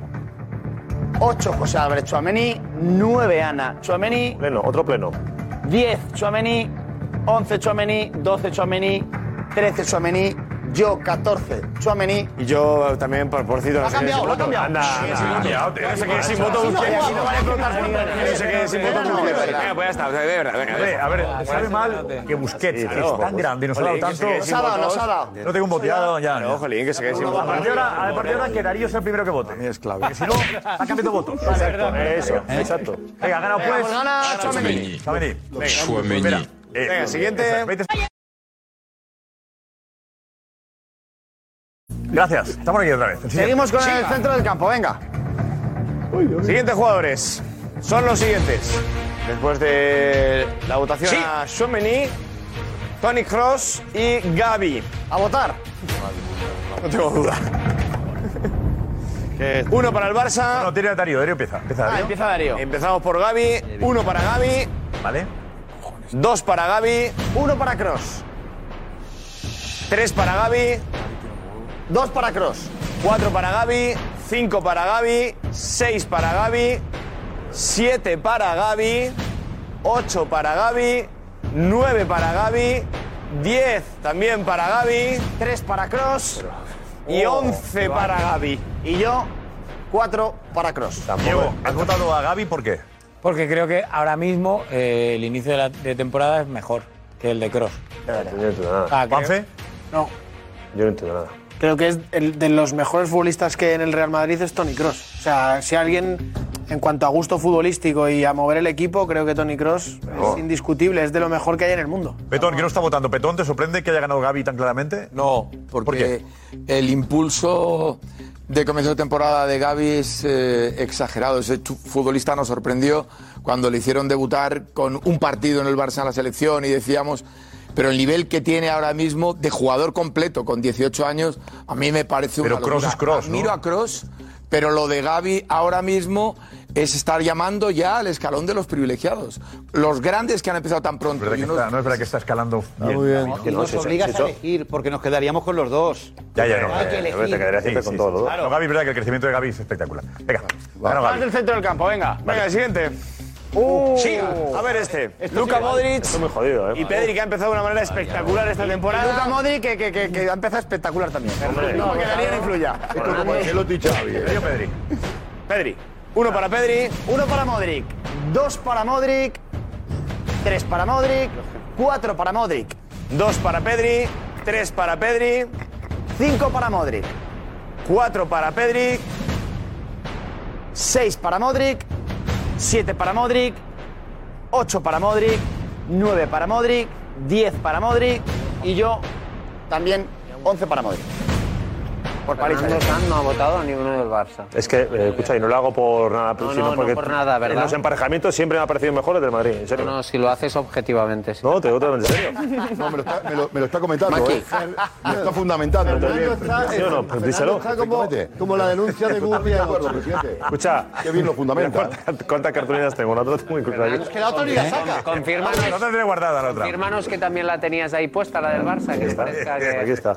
[SPEAKER 10] ocho José Álvarez Chuamení, nueve Ana Chuamení,
[SPEAKER 6] Pleno, otro pleno.
[SPEAKER 10] 10 Chouameni, 11 Chouameni, 12 Chouameni, 13 Chouameni, yo 14 Chouameni.
[SPEAKER 2] Y yo también, por, por cierto,
[SPEAKER 10] Lo ha cambiado, lo ha cambiado.
[SPEAKER 2] Anda,
[SPEAKER 10] Sí,
[SPEAKER 2] anda.
[SPEAKER 10] sí, lo ha cambiado,
[SPEAKER 2] Yo sé que sin voto
[SPEAKER 10] Sí, no,
[SPEAKER 2] Busquets.
[SPEAKER 10] no, no vale preguntar por nada.
[SPEAKER 2] Yo sé que sin voto
[SPEAKER 10] No, no,
[SPEAKER 2] Busquets.
[SPEAKER 10] no, no, no.
[SPEAKER 2] Venga, pues ya está, o sea, de verdad, venga,
[SPEAKER 7] A
[SPEAKER 2] venga.
[SPEAKER 7] ver, a ver, sabe mal que Busquets, que es tan grande y nos ha dado
[SPEAKER 2] pues Jolín, que
[SPEAKER 7] tanto.
[SPEAKER 2] se quede sin
[SPEAKER 10] Nos ha dado,
[SPEAKER 2] votos.
[SPEAKER 10] nos ha dado.
[SPEAKER 7] No tengo un boteado, ya.
[SPEAKER 2] No, jolín, que se quede sin
[SPEAKER 7] A
[SPEAKER 2] votos.
[SPEAKER 7] partir de ahora, a partir de ahora que Darío es el primero que vote. Es clave. Porque si no, ha cambiado votos. Exacto.
[SPEAKER 10] Eh,
[SPEAKER 6] Eso, exacto.
[SPEAKER 7] Venga, gana pues.
[SPEAKER 10] Pues gana Chouameni.
[SPEAKER 7] Chouameni. Venga,
[SPEAKER 25] Chouameni.
[SPEAKER 7] espera. Eh,
[SPEAKER 2] Venga, siguiente.
[SPEAKER 7] Vete- Gracias. Estamos aquí otra vez. El siguiente.
[SPEAKER 2] Seguimos con el
[SPEAKER 7] Siga.
[SPEAKER 2] centro del campo, venga. Siguientes jugadores son los siguientes. Después de la votación a Chouameni, Tony Cross y Gaby.
[SPEAKER 10] A votar.
[SPEAKER 2] No tengo duda. Uno para el Barça.
[SPEAKER 7] No, tiene a Darío. Darío empieza. Empieza
[SPEAKER 2] Ah,
[SPEAKER 7] Darío.
[SPEAKER 2] empieza Darío. Empezamos por Gaby. Uno para Gaby.
[SPEAKER 7] Vale.
[SPEAKER 2] Dos para Gaby.
[SPEAKER 10] Uno para Cross,
[SPEAKER 2] Tres para Gaby.
[SPEAKER 10] dos para Cross,
[SPEAKER 2] Cuatro para Gaby. Cinco para Gaby. Seis para Gaby. Siete para Gaby. Ocho para Gaby. Nueve para Gaby. Diez también para Gaby.
[SPEAKER 10] tres para Cross
[SPEAKER 2] Oh, Y once para Gaby.
[SPEAKER 10] y yo 4 para Cross.
[SPEAKER 7] Diego, ¿has votado a Gaby por qué?
[SPEAKER 8] Porque creo que ahora mismo eh, el inicio de, la, de temporada es mejor que el de Cross. Ah, creo-
[SPEAKER 1] No.
[SPEAKER 6] Yo no entiendo nada.
[SPEAKER 1] Creo que es el de los mejores futbolistas que en el Real Madrid es Tony Cross. O sea, si alguien, en cuanto a gusto futbolístico y a mover el equipo, creo que Tony Cross es indiscutible, es de lo mejor que hay en el mundo.
[SPEAKER 7] Petón, ¿quién no está votando? ¿Petón te sorprende que haya ganado Gaby tan claramente?
[SPEAKER 23] No, porque el impulso de comienzo de temporada de Gaby es eh, exagerado. Ese chu- futbolista nos sorprendió cuando le hicieron debutar con un partido en el Barça en la selección y decíamos, pero el nivel que tiene ahora mismo de jugador completo con 18 años, a mí me parece una
[SPEAKER 7] Pero Kroos
[SPEAKER 23] locura.
[SPEAKER 7] es Kroos, ¿no?
[SPEAKER 23] Admiro a Cross, pero lo de Gaby ahora mismo es estar llamando ya al escalón de los privilegiados. Los grandes que han empezado tan pronto.
[SPEAKER 7] Es verdad que
[SPEAKER 23] y unos-
[SPEAKER 7] está- no es verdad que está escalando.
[SPEAKER 23] Que no,
[SPEAKER 10] nos
[SPEAKER 23] si eso-
[SPEAKER 10] obligas
[SPEAKER 23] si eso-
[SPEAKER 10] a elegir, porque nos quedaríamos con los dos.
[SPEAKER 7] Ya, ya, no.
[SPEAKER 10] Hay que
[SPEAKER 7] eh,
[SPEAKER 10] elegir.
[SPEAKER 7] Sí, sí, sí. No, Gaby, es verdad que el crecimiento de Gaby es espectacular. Venga, ganó
[SPEAKER 2] Más
[SPEAKER 7] Gaby.
[SPEAKER 2] del centro del campo, venga. Venga, el siguiente. sí, a ver este. Luka Modric
[SPEAKER 6] jodido,
[SPEAKER 2] y Pedri, que ha empezado de una manera espectacular esta temporada. Luka Modric, que, que, que, que ha empezado espectacular también. no, que Daniel influya.
[SPEAKER 11] Esto como Ancelotti y Xavi. ¿eh?
[SPEAKER 7] Pedri.
[SPEAKER 2] Pedri. Uno para Pedri.
[SPEAKER 10] Uno para Modric, dos para Modric, tres para Modric, cuatro para Modric,
[SPEAKER 2] Dos para Pedri. Tres para Pedri.
[SPEAKER 10] cinco para Modric,
[SPEAKER 2] Cuatro para Pedri.
[SPEAKER 10] seis para Modric, siete para Modric, ocho para Modric, nueve para Modric, diez para Modric y yo también once para Modric.
[SPEAKER 15] Por Fernando Sanz no ha votado a ninguno del Barça.
[SPEAKER 6] Es que, eh, escucha, y no lo hago por nada,
[SPEAKER 15] No,
[SPEAKER 6] sino
[SPEAKER 15] no, no
[SPEAKER 6] porque
[SPEAKER 15] por nada, ¿verdad?
[SPEAKER 6] En los emparejamientos siempre me ha parecido mejor el del Madrid, en serio.
[SPEAKER 15] No, si lo haces objetivamente. sí.
[SPEAKER 6] No, te digo totalmente en serio.
[SPEAKER 11] No, me lo está, me lo- me lo está comentando,
[SPEAKER 15] Maki.
[SPEAKER 11] ¿eh? Me lo está fundamentando.
[SPEAKER 6] Fernando está-
[SPEAKER 11] Sí o no,
[SPEAKER 6] Fernando
[SPEAKER 11] díselo.
[SPEAKER 6] está como-
[SPEAKER 11] Perfectamente.
[SPEAKER 6] como la denuncia de Gurria. De acuerdo, presidente. Escucha, qué bien lo fundamenta. ¿Cuántas, cartulinas tengo? La otra la tengo incluso aquí.
[SPEAKER 15] que la otra ni la saca. Confirma-
[SPEAKER 6] La otra tenía guardada la otra.
[SPEAKER 15] Hermanos, que también la tenías ahí puesta, la del Barça, que parezca que...
[SPEAKER 6] Aquí está.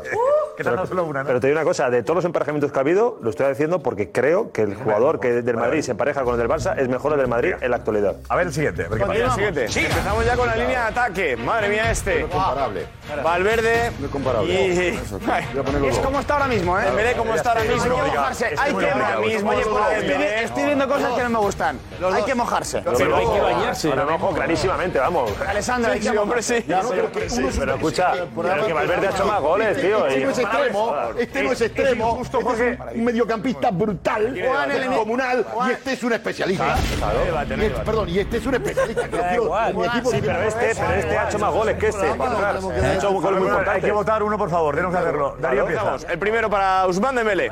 [SPEAKER 6] pero, pero te digo una cosa, de todos los emparejamientos que ha habido, lo estoy diciendo porque creo que el jugador que del Madrid se empareja con el del Barça es mejor el del Madrid en la actualidad.
[SPEAKER 7] A ver el siguiente.
[SPEAKER 2] Continuamos. Empezamos ya con la línea de ataque. Madre mía, este.
[SPEAKER 11] Comparable.
[SPEAKER 2] Valverde.
[SPEAKER 11] No es comparable.
[SPEAKER 2] Y-
[SPEAKER 11] Eso, voy a ponerlo
[SPEAKER 2] Es
[SPEAKER 11] luego.
[SPEAKER 2] como está ahora mismo, ¿eh?
[SPEAKER 11] Claro.
[SPEAKER 2] Veré cómo está ahora
[SPEAKER 11] Es que es
[SPEAKER 2] mismo.
[SPEAKER 11] muy
[SPEAKER 2] mojarse.
[SPEAKER 11] complicado. Es
[SPEAKER 2] Hay que
[SPEAKER 11] muy
[SPEAKER 2] mojarse.
[SPEAKER 11] complicado.
[SPEAKER 2] Oye,
[SPEAKER 11] Los
[SPEAKER 2] por
[SPEAKER 11] dos.
[SPEAKER 2] Estoy vi- estoy viendo cosas que no me gustan. Hay que mojarse.
[SPEAKER 6] Pero
[SPEAKER 2] hay que
[SPEAKER 6] Ahora no, clarísimamente, vamos.
[SPEAKER 2] Alessandro, hay que mojarse.
[SPEAKER 6] Ya, no, pero, que uno es pero escucha, pero que Valverde ha hecho más goles,
[SPEAKER 11] Este-
[SPEAKER 6] tío.
[SPEAKER 11] Este
[SPEAKER 6] y-
[SPEAKER 11] no es extremo, este no es extremo, este es un- un mediocampista brutal,
[SPEAKER 6] Juan, el-
[SPEAKER 11] comunal, y este es un especialista.
[SPEAKER 6] Claro, debate, no
[SPEAKER 11] Y
[SPEAKER 6] hay
[SPEAKER 11] este-
[SPEAKER 6] debate.
[SPEAKER 11] Perdón, y este es un
[SPEAKER 6] [LAUGHS]
[SPEAKER 11] especialista. que lo quiero- mi equipo
[SPEAKER 6] Sí,
[SPEAKER 11] lo
[SPEAKER 6] pero
[SPEAKER 11] quiero-
[SPEAKER 6] este, pero este ha hecho más goles que este. para atrás. Ha hecho un gol muy
[SPEAKER 7] Hay
[SPEAKER 6] importante.
[SPEAKER 7] que votar uno, por favor, tenemos que hacerlo. Darío empieza.
[SPEAKER 2] Vamos, El primero para Usman de Mele.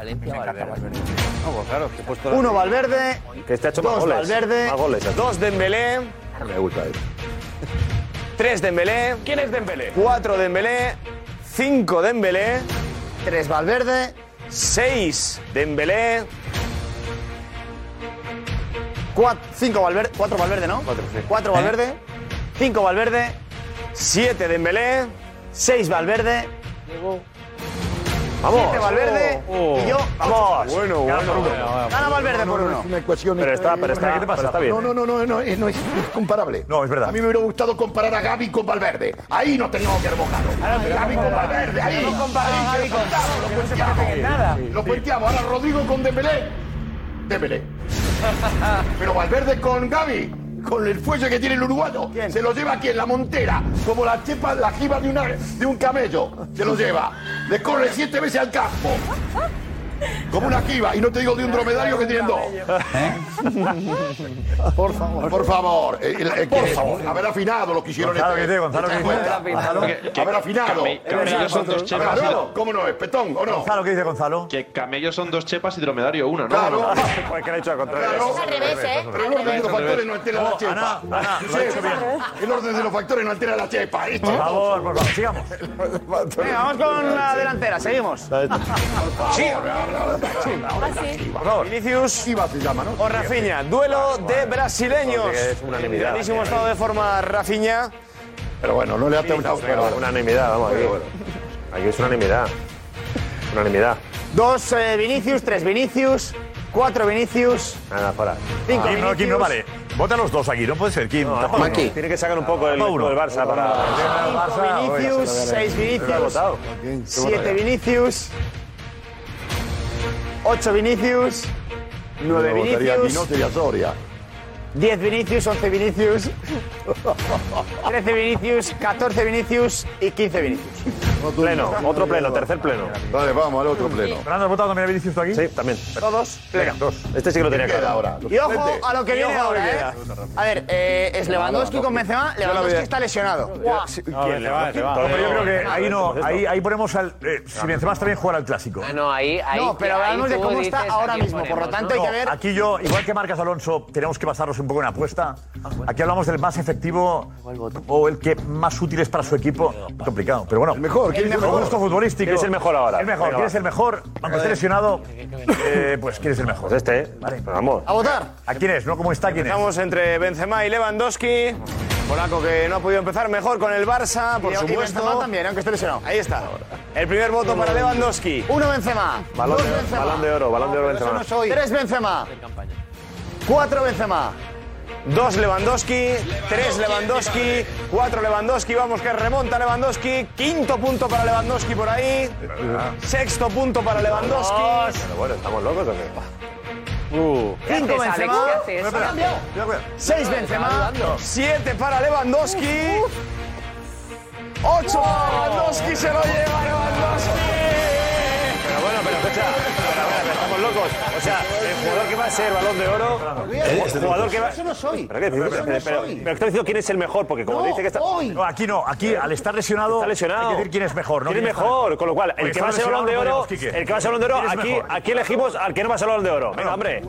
[SPEAKER 6] pues
[SPEAKER 10] Uno Valverde,
[SPEAKER 6] Que este ha hecho más
[SPEAKER 2] Dos
[SPEAKER 6] goles.
[SPEAKER 2] Valverde.
[SPEAKER 6] Más goles. ha hecho.
[SPEAKER 2] Dos Dembélé.
[SPEAKER 11] Me gusta él.
[SPEAKER 2] [LAUGHS] Tres Dembélé. ¿Quién es Dembélé? Cuatro Dembélé. Cinco Dembélé.
[SPEAKER 10] tres Valverde,
[SPEAKER 2] Seis Dembélé.
[SPEAKER 10] cuatro, cinco Valverde, cuatro Valverde, ¿no? Cuatro, Valverde, cinco Valverde,
[SPEAKER 2] Siete Dembélé.
[SPEAKER 10] seis Valverde,
[SPEAKER 2] Vamos.
[SPEAKER 10] siete Valverde y yo
[SPEAKER 2] Vamos.
[SPEAKER 6] Bueno, bueno,
[SPEAKER 10] gana Valverde por uno.
[SPEAKER 11] Es una ecuación.
[SPEAKER 6] Pero está- pero está-
[SPEAKER 11] ¿Qué te pasa?
[SPEAKER 6] pero está bien.
[SPEAKER 11] No, no, no, no, no, eh, no es, no es comparable.
[SPEAKER 7] No, es verdad.
[SPEAKER 11] A mí me hubiera gustado comparar a Gaby con Valverde. Ahí no teníamos que haber mojado. Gaby con Valverde, ahí.
[SPEAKER 2] No comparar a
[SPEAKER 11] ahí,
[SPEAKER 2] Gavi
[SPEAKER 11] que
[SPEAKER 2] con-
[SPEAKER 11] contamos,
[SPEAKER 2] que
[SPEAKER 11] Lo
[SPEAKER 2] no se parece en nada.
[SPEAKER 11] puenteamos. Lo puenteamos. Ahora Rodrigo con Dembélé.
[SPEAKER 2] [LAUGHS]
[SPEAKER 11] Dembélé. Pero Valverde con Gaby. Con el fuelle que tiene el uruguayo. Se lo lleva aquí en la montera. Como la chepa, la jiba de, una, de un camello. Se lo lleva. Le corre siete veces al campo. Como una jiba. Y no te digo de un dromedario que tienen dos. ¿Eh?
[SPEAKER 20] [LAUGHS] Por favor.
[SPEAKER 11] Por favor, eh, el- el que-
[SPEAKER 6] Por favor.
[SPEAKER 11] haber afinado lo que hicieron.
[SPEAKER 7] Gonzalo,
[SPEAKER 11] este-
[SPEAKER 7] ¿qué dice? Gonzalo, ¿qué
[SPEAKER 11] esta
[SPEAKER 7] dice?
[SPEAKER 11] cuenta.
[SPEAKER 7] Gonzalo,
[SPEAKER 26] que- que-
[SPEAKER 11] Haber afinado.
[SPEAKER 26] Came- camellos son dos chepas.
[SPEAKER 11] Claro, ¿Cómo no es? ¿Petón o no?
[SPEAKER 7] Gonzalo, ¿qué dice Gonzalo?
[SPEAKER 26] Que camellos son dos chepas y dromedario una, ¿no?
[SPEAKER 6] [LAUGHS]
[SPEAKER 11] Claro.
[SPEAKER 6] Pues que le he hecho al contrario.
[SPEAKER 11] Claro.
[SPEAKER 6] Al
[SPEAKER 27] revés, ¿eh? Al
[SPEAKER 11] Pero el orden de
[SPEAKER 27] revés.
[SPEAKER 11] los factores no altera la
[SPEAKER 7] Oh, Ana,
[SPEAKER 11] chepa.
[SPEAKER 7] Ana, lo ha hecho bien.
[SPEAKER 11] El orden de los factores no altera la chepa. Esto
[SPEAKER 7] Por
[SPEAKER 11] es todo.
[SPEAKER 7] favor, por favor, sigamos.
[SPEAKER 2] Venga, vamos con la delantera, seguimos.
[SPEAKER 7] Por favor.
[SPEAKER 2] Vinicius
[SPEAKER 11] Iba se llama, ¿no?
[SPEAKER 2] o Rafinha. Duelo de brasileños.
[SPEAKER 6] Porque es unanimidad.
[SPEAKER 2] Grandísimo estado de forma Rafinha.
[SPEAKER 11] Pero bueno, no le hace una
[SPEAKER 6] Pero
[SPEAKER 11] pero bueno.
[SPEAKER 6] unanimidad, vamos, aquí. Aquí es unanimidad. Unanimidad.
[SPEAKER 10] Dos eh, Vinicius, tres Vinicius, cuatro Vinicius,
[SPEAKER 6] Nada, fuera.
[SPEAKER 10] cinco
[SPEAKER 6] Ah,
[SPEAKER 7] Kim, no,
[SPEAKER 10] Vinicius.
[SPEAKER 7] Kim, no vale. Vota los dos aquí, no puede ser, Kim. Tapa uno.
[SPEAKER 23] Maki.
[SPEAKER 6] Tiene que sacar un poco el
[SPEAKER 7] Tapa uno.
[SPEAKER 6] del Barça para.
[SPEAKER 10] Cinco Vinicius, seis
[SPEAKER 6] Lo ha
[SPEAKER 10] Vinicius,
[SPEAKER 6] votado.
[SPEAKER 10] siete Vinicius, ocho Vinicius, 9
[SPEAKER 11] Luego estaría
[SPEAKER 10] Vinicius.
[SPEAKER 11] Guinósel y Soria.
[SPEAKER 10] 10 Vinicius, 11 Vinicius, [LAUGHS] 13 Vinicius, 14 Vinicius y 15 Vinicius.
[SPEAKER 7] Pleno, otro pleno, tercer pleno.
[SPEAKER 11] Vale, vamos al otro pleno.
[SPEAKER 7] ¿Fernando, has votado también a Vinicius tú aquí? Sí, también.
[SPEAKER 10] Todos.
[SPEAKER 7] Venga, dos. Este sí que lo tenía que
[SPEAKER 10] Queda
[SPEAKER 7] hacer.
[SPEAKER 10] ahora. Y ojo a lo que
[SPEAKER 7] Y
[SPEAKER 10] viene
[SPEAKER 7] ojo a lo que
[SPEAKER 10] ahora, ¿eh? A ver, eh, es Lewandowski con Benzema,
[SPEAKER 7] Yo lo
[SPEAKER 10] Lewandowski
[SPEAKER 7] veo.
[SPEAKER 10] está lesionado.
[SPEAKER 7] No,
[SPEAKER 10] ¿Quién?
[SPEAKER 7] Benzema, Benzema.
[SPEAKER 10] Pero
[SPEAKER 7] Pero yo creo que
[SPEAKER 10] Benzema.
[SPEAKER 7] ahí no,
[SPEAKER 10] Entonces,
[SPEAKER 7] ahí,
[SPEAKER 10] no.
[SPEAKER 7] ahí ponemos al. eh, si Benzema está bien jugar al clásico.
[SPEAKER 15] Ah, no, ahí, ahí.
[SPEAKER 10] No, pero
[SPEAKER 15] ahí
[SPEAKER 10] hablamos de
[SPEAKER 15] tú
[SPEAKER 10] cómo está
[SPEAKER 15] dices
[SPEAKER 10] ahora
[SPEAKER 15] a quién
[SPEAKER 10] mismo, por lo
[SPEAKER 15] ponemos,
[SPEAKER 10] tanto,
[SPEAKER 15] ¿no?
[SPEAKER 10] hay que ver-
[SPEAKER 7] Aquí yo, igual que marcas Alonso, tenemos que basarnos un poco en apuesta. Aquí hablamos del más efectivo o el que más útil es para su equipo. Es complicado, pero bueno. El
[SPEAKER 11] mejor, ¿quién es el mejor?
[SPEAKER 7] gusto futbolístico.
[SPEAKER 11] ¿Quién es el mejor ahora?
[SPEAKER 7] El mejor,
[SPEAKER 11] Venga,
[SPEAKER 7] ¿quién
[SPEAKER 11] va.
[SPEAKER 7] es el mejor? Aunque esté lesionado, eh, pues ¿quién es el mejor?
[SPEAKER 2] este,
[SPEAKER 7] Vale,
[SPEAKER 2] pero vamos.
[SPEAKER 7] A votar. ¿A quién es? ¿No? ¿Cómo está? ¿Quién es?
[SPEAKER 2] Estamos entre Benzema y Lewandowski. Polaco que no ha podido empezar mejor con el Barça, por
[SPEAKER 10] Y- y
[SPEAKER 2] supuesto.
[SPEAKER 10] Benzema también, aunque esté lesionado.
[SPEAKER 2] Ahí está. El primer voto para Lewandowski.
[SPEAKER 10] Uno Benzema.
[SPEAKER 2] Balón
[SPEAKER 10] dos
[SPEAKER 2] de-
[SPEAKER 10] Benzema.
[SPEAKER 2] balón de oro, balón de oro
[SPEAKER 10] pero
[SPEAKER 2] Benzema.
[SPEAKER 10] eso no soy. Tres Benzema. Cuatro Benzema.
[SPEAKER 2] Dos Lewandowski, tres Lewandowski, cuatro Lewandowski, vamos que remonta Lewandowski, quinto punto para Lewandowski por ahí, sexto punto para Lewandowski, Uh,
[SPEAKER 7] Pero bueno, ¿estamos locos o qué?
[SPEAKER 2] cinco
[SPEAKER 10] haces, Alex?
[SPEAKER 2] Benzema,
[SPEAKER 10] ¿Qué haces?
[SPEAKER 2] No, espera,
[SPEAKER 10] Ha cambiado.
[SPEAKER 2] espera, espera.
[SPEAKER 10] Seis Benzema.
[SPEAKER 2] siete para Lewandowski, ocho para Lewandowski, se lo lleva Lewandowski.
[SPEAKER 7] Pero bueno, pero escucha, pero bueno, estamos locos. O sea, el jugador que va a ser balón de oro.
[SPEAKER 2] El jugador que va...
[SPEAKER 10] Eso no soy.
[SPEAKER 2] ¿Pero qué dices?
[SPEAKER 7] Pero,
[SPEAKER 2] Pero,
[SPEAKER 7] pero,
[SPEAKER 2] pero,
[SPEAKER 7] soy.
[SPEAKER 2] pero estoy diciendo quién es el mejor, porque como
[SPEAKER 7] No,
[SPEAKER 2] dice que está...
[SPEAKER 7] No, aquí no, aquí al estar lesionado,
[SPEAKER 2] Está lesionado.
[SPEAKER 7] hay que decir quién es mejor, ¿no?
[SPEAKER 2] ¿Quién es mejor? Con lo cual, el
[SPEAKER 7] Porque
[SPEAKER 2] que va a
[SPEAKER 7] está
[SPEAKER 2] ser balón de
[SPEAKER 7] lesionado,
[SPEAKER 2] oro,
[SPEAKER 7] no podemos, Quique.
[SPEAKER 2] el que va a ser balón de oro,
[SPEAKER 7] ¿Quién es
[SPEAKER 2] aquí,
[SPEAKER 7] mejor?
[SPEAKER 2] aquí elegimos al que no va a ser balón de oro. Venga, hombre.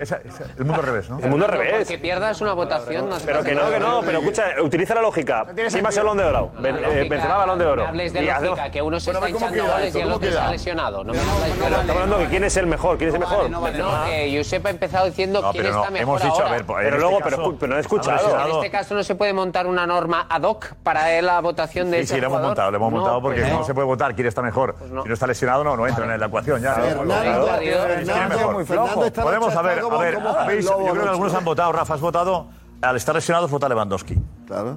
[SPEAKER 7] Esa- esa- el mundo al revés, ¿no?
[SPEAKER 2] El mundo al
[SPEAKER 15] Porque
[SPEAKER 2] revés.
[SPEAKER 15] pierdas una votación, no
[SPEAKER 2] Pero que no, que no, pero escucha, utiliza la lógica.
[SPEAKER 15] tiene
[SPEAKER 2] ¿Quién va a ser balón de oro? Ben- eh, Benzema balón de oro.
[SPEAKER 15] No hables de
[SPEAKER 2] Y hacemos-
[SPEAKER 15] lógica, que uno se
[SPEAKER 2] Bueno,
[SPEAKER 15] está
[SPEAKER 2] ¿cómo
[SPEAKER 15] hinchando
[SPEAKER 2] queda
[SPEAKER 15] goles
[SPEAKER 2] esto?
[SPEAKER 15] y el
[SPEAKER 2] ¿Cómo
[SPEAKER 15] otro
[SPEAKER 2] queda?
[SPEAKER 15] está lesionado. No me hagáis
[SPEAKER 2] Pero estamos hablando de quién es el mejor, quién es el mejor.
[SPEAKER 15] No, que Josep ha empezado diciendo
[SPEAKER 2] No,
[SPEAKER 15] quién
[SPEAKER 2] pero no,
[SPEAKER 15] está mejor
[SPEAKER 2] hemos dicho, a
[SPEAKER 15] ahora.
[SPEAKER 2] ver, pues, en Pero luego, este pero caso- escu- pero no he escuchado.
[SPEAKER 15] En este caso no se puede montar una norma ad hoc para la votación de
[SPEAKER 7] Sí,
[SPEAKER 15] ese
[SPEAKER 7] sí, lo hemos
[SPEAKER 15] jugador.
[SPEAKER 7] montado, lo hemos
[SPEAKER 15] No,
[SPEAKER 7] montado
[SPEAKER 10] pues
[SPEAKER 7] porque
[SPEAKER 15] pero-
[SPEAKER 7] no se puede votar quién está mejor. Si no está lesionado, no, no entra en la ecuación ya.
[SPEAKER 6] Fernando,
[SPEAKER 7] Claro.
[SPEAKER 6] Fernando,
[SPEAKER 7] ¿Quién es mejor?
[SPEAKER 6] muy flojo. Fernando está
[SPEAKER 7] Podemos, a
[SPEAKER 6] rechazado
[SPEAKER 7] ver, a
[SPEAKER 6] como-
[SPEAKER 7] ver,
[SPEAKER 6] como
[SPEAKER 7] habéis-
[SPEAKER 6] lobo
[SPEAKER 7] yo creo que
[SPEAKER 6] noche.
[SPEAKER 7] algunos han votado, Rafa, has votado. Al estar lesionado, vota Lewandowski.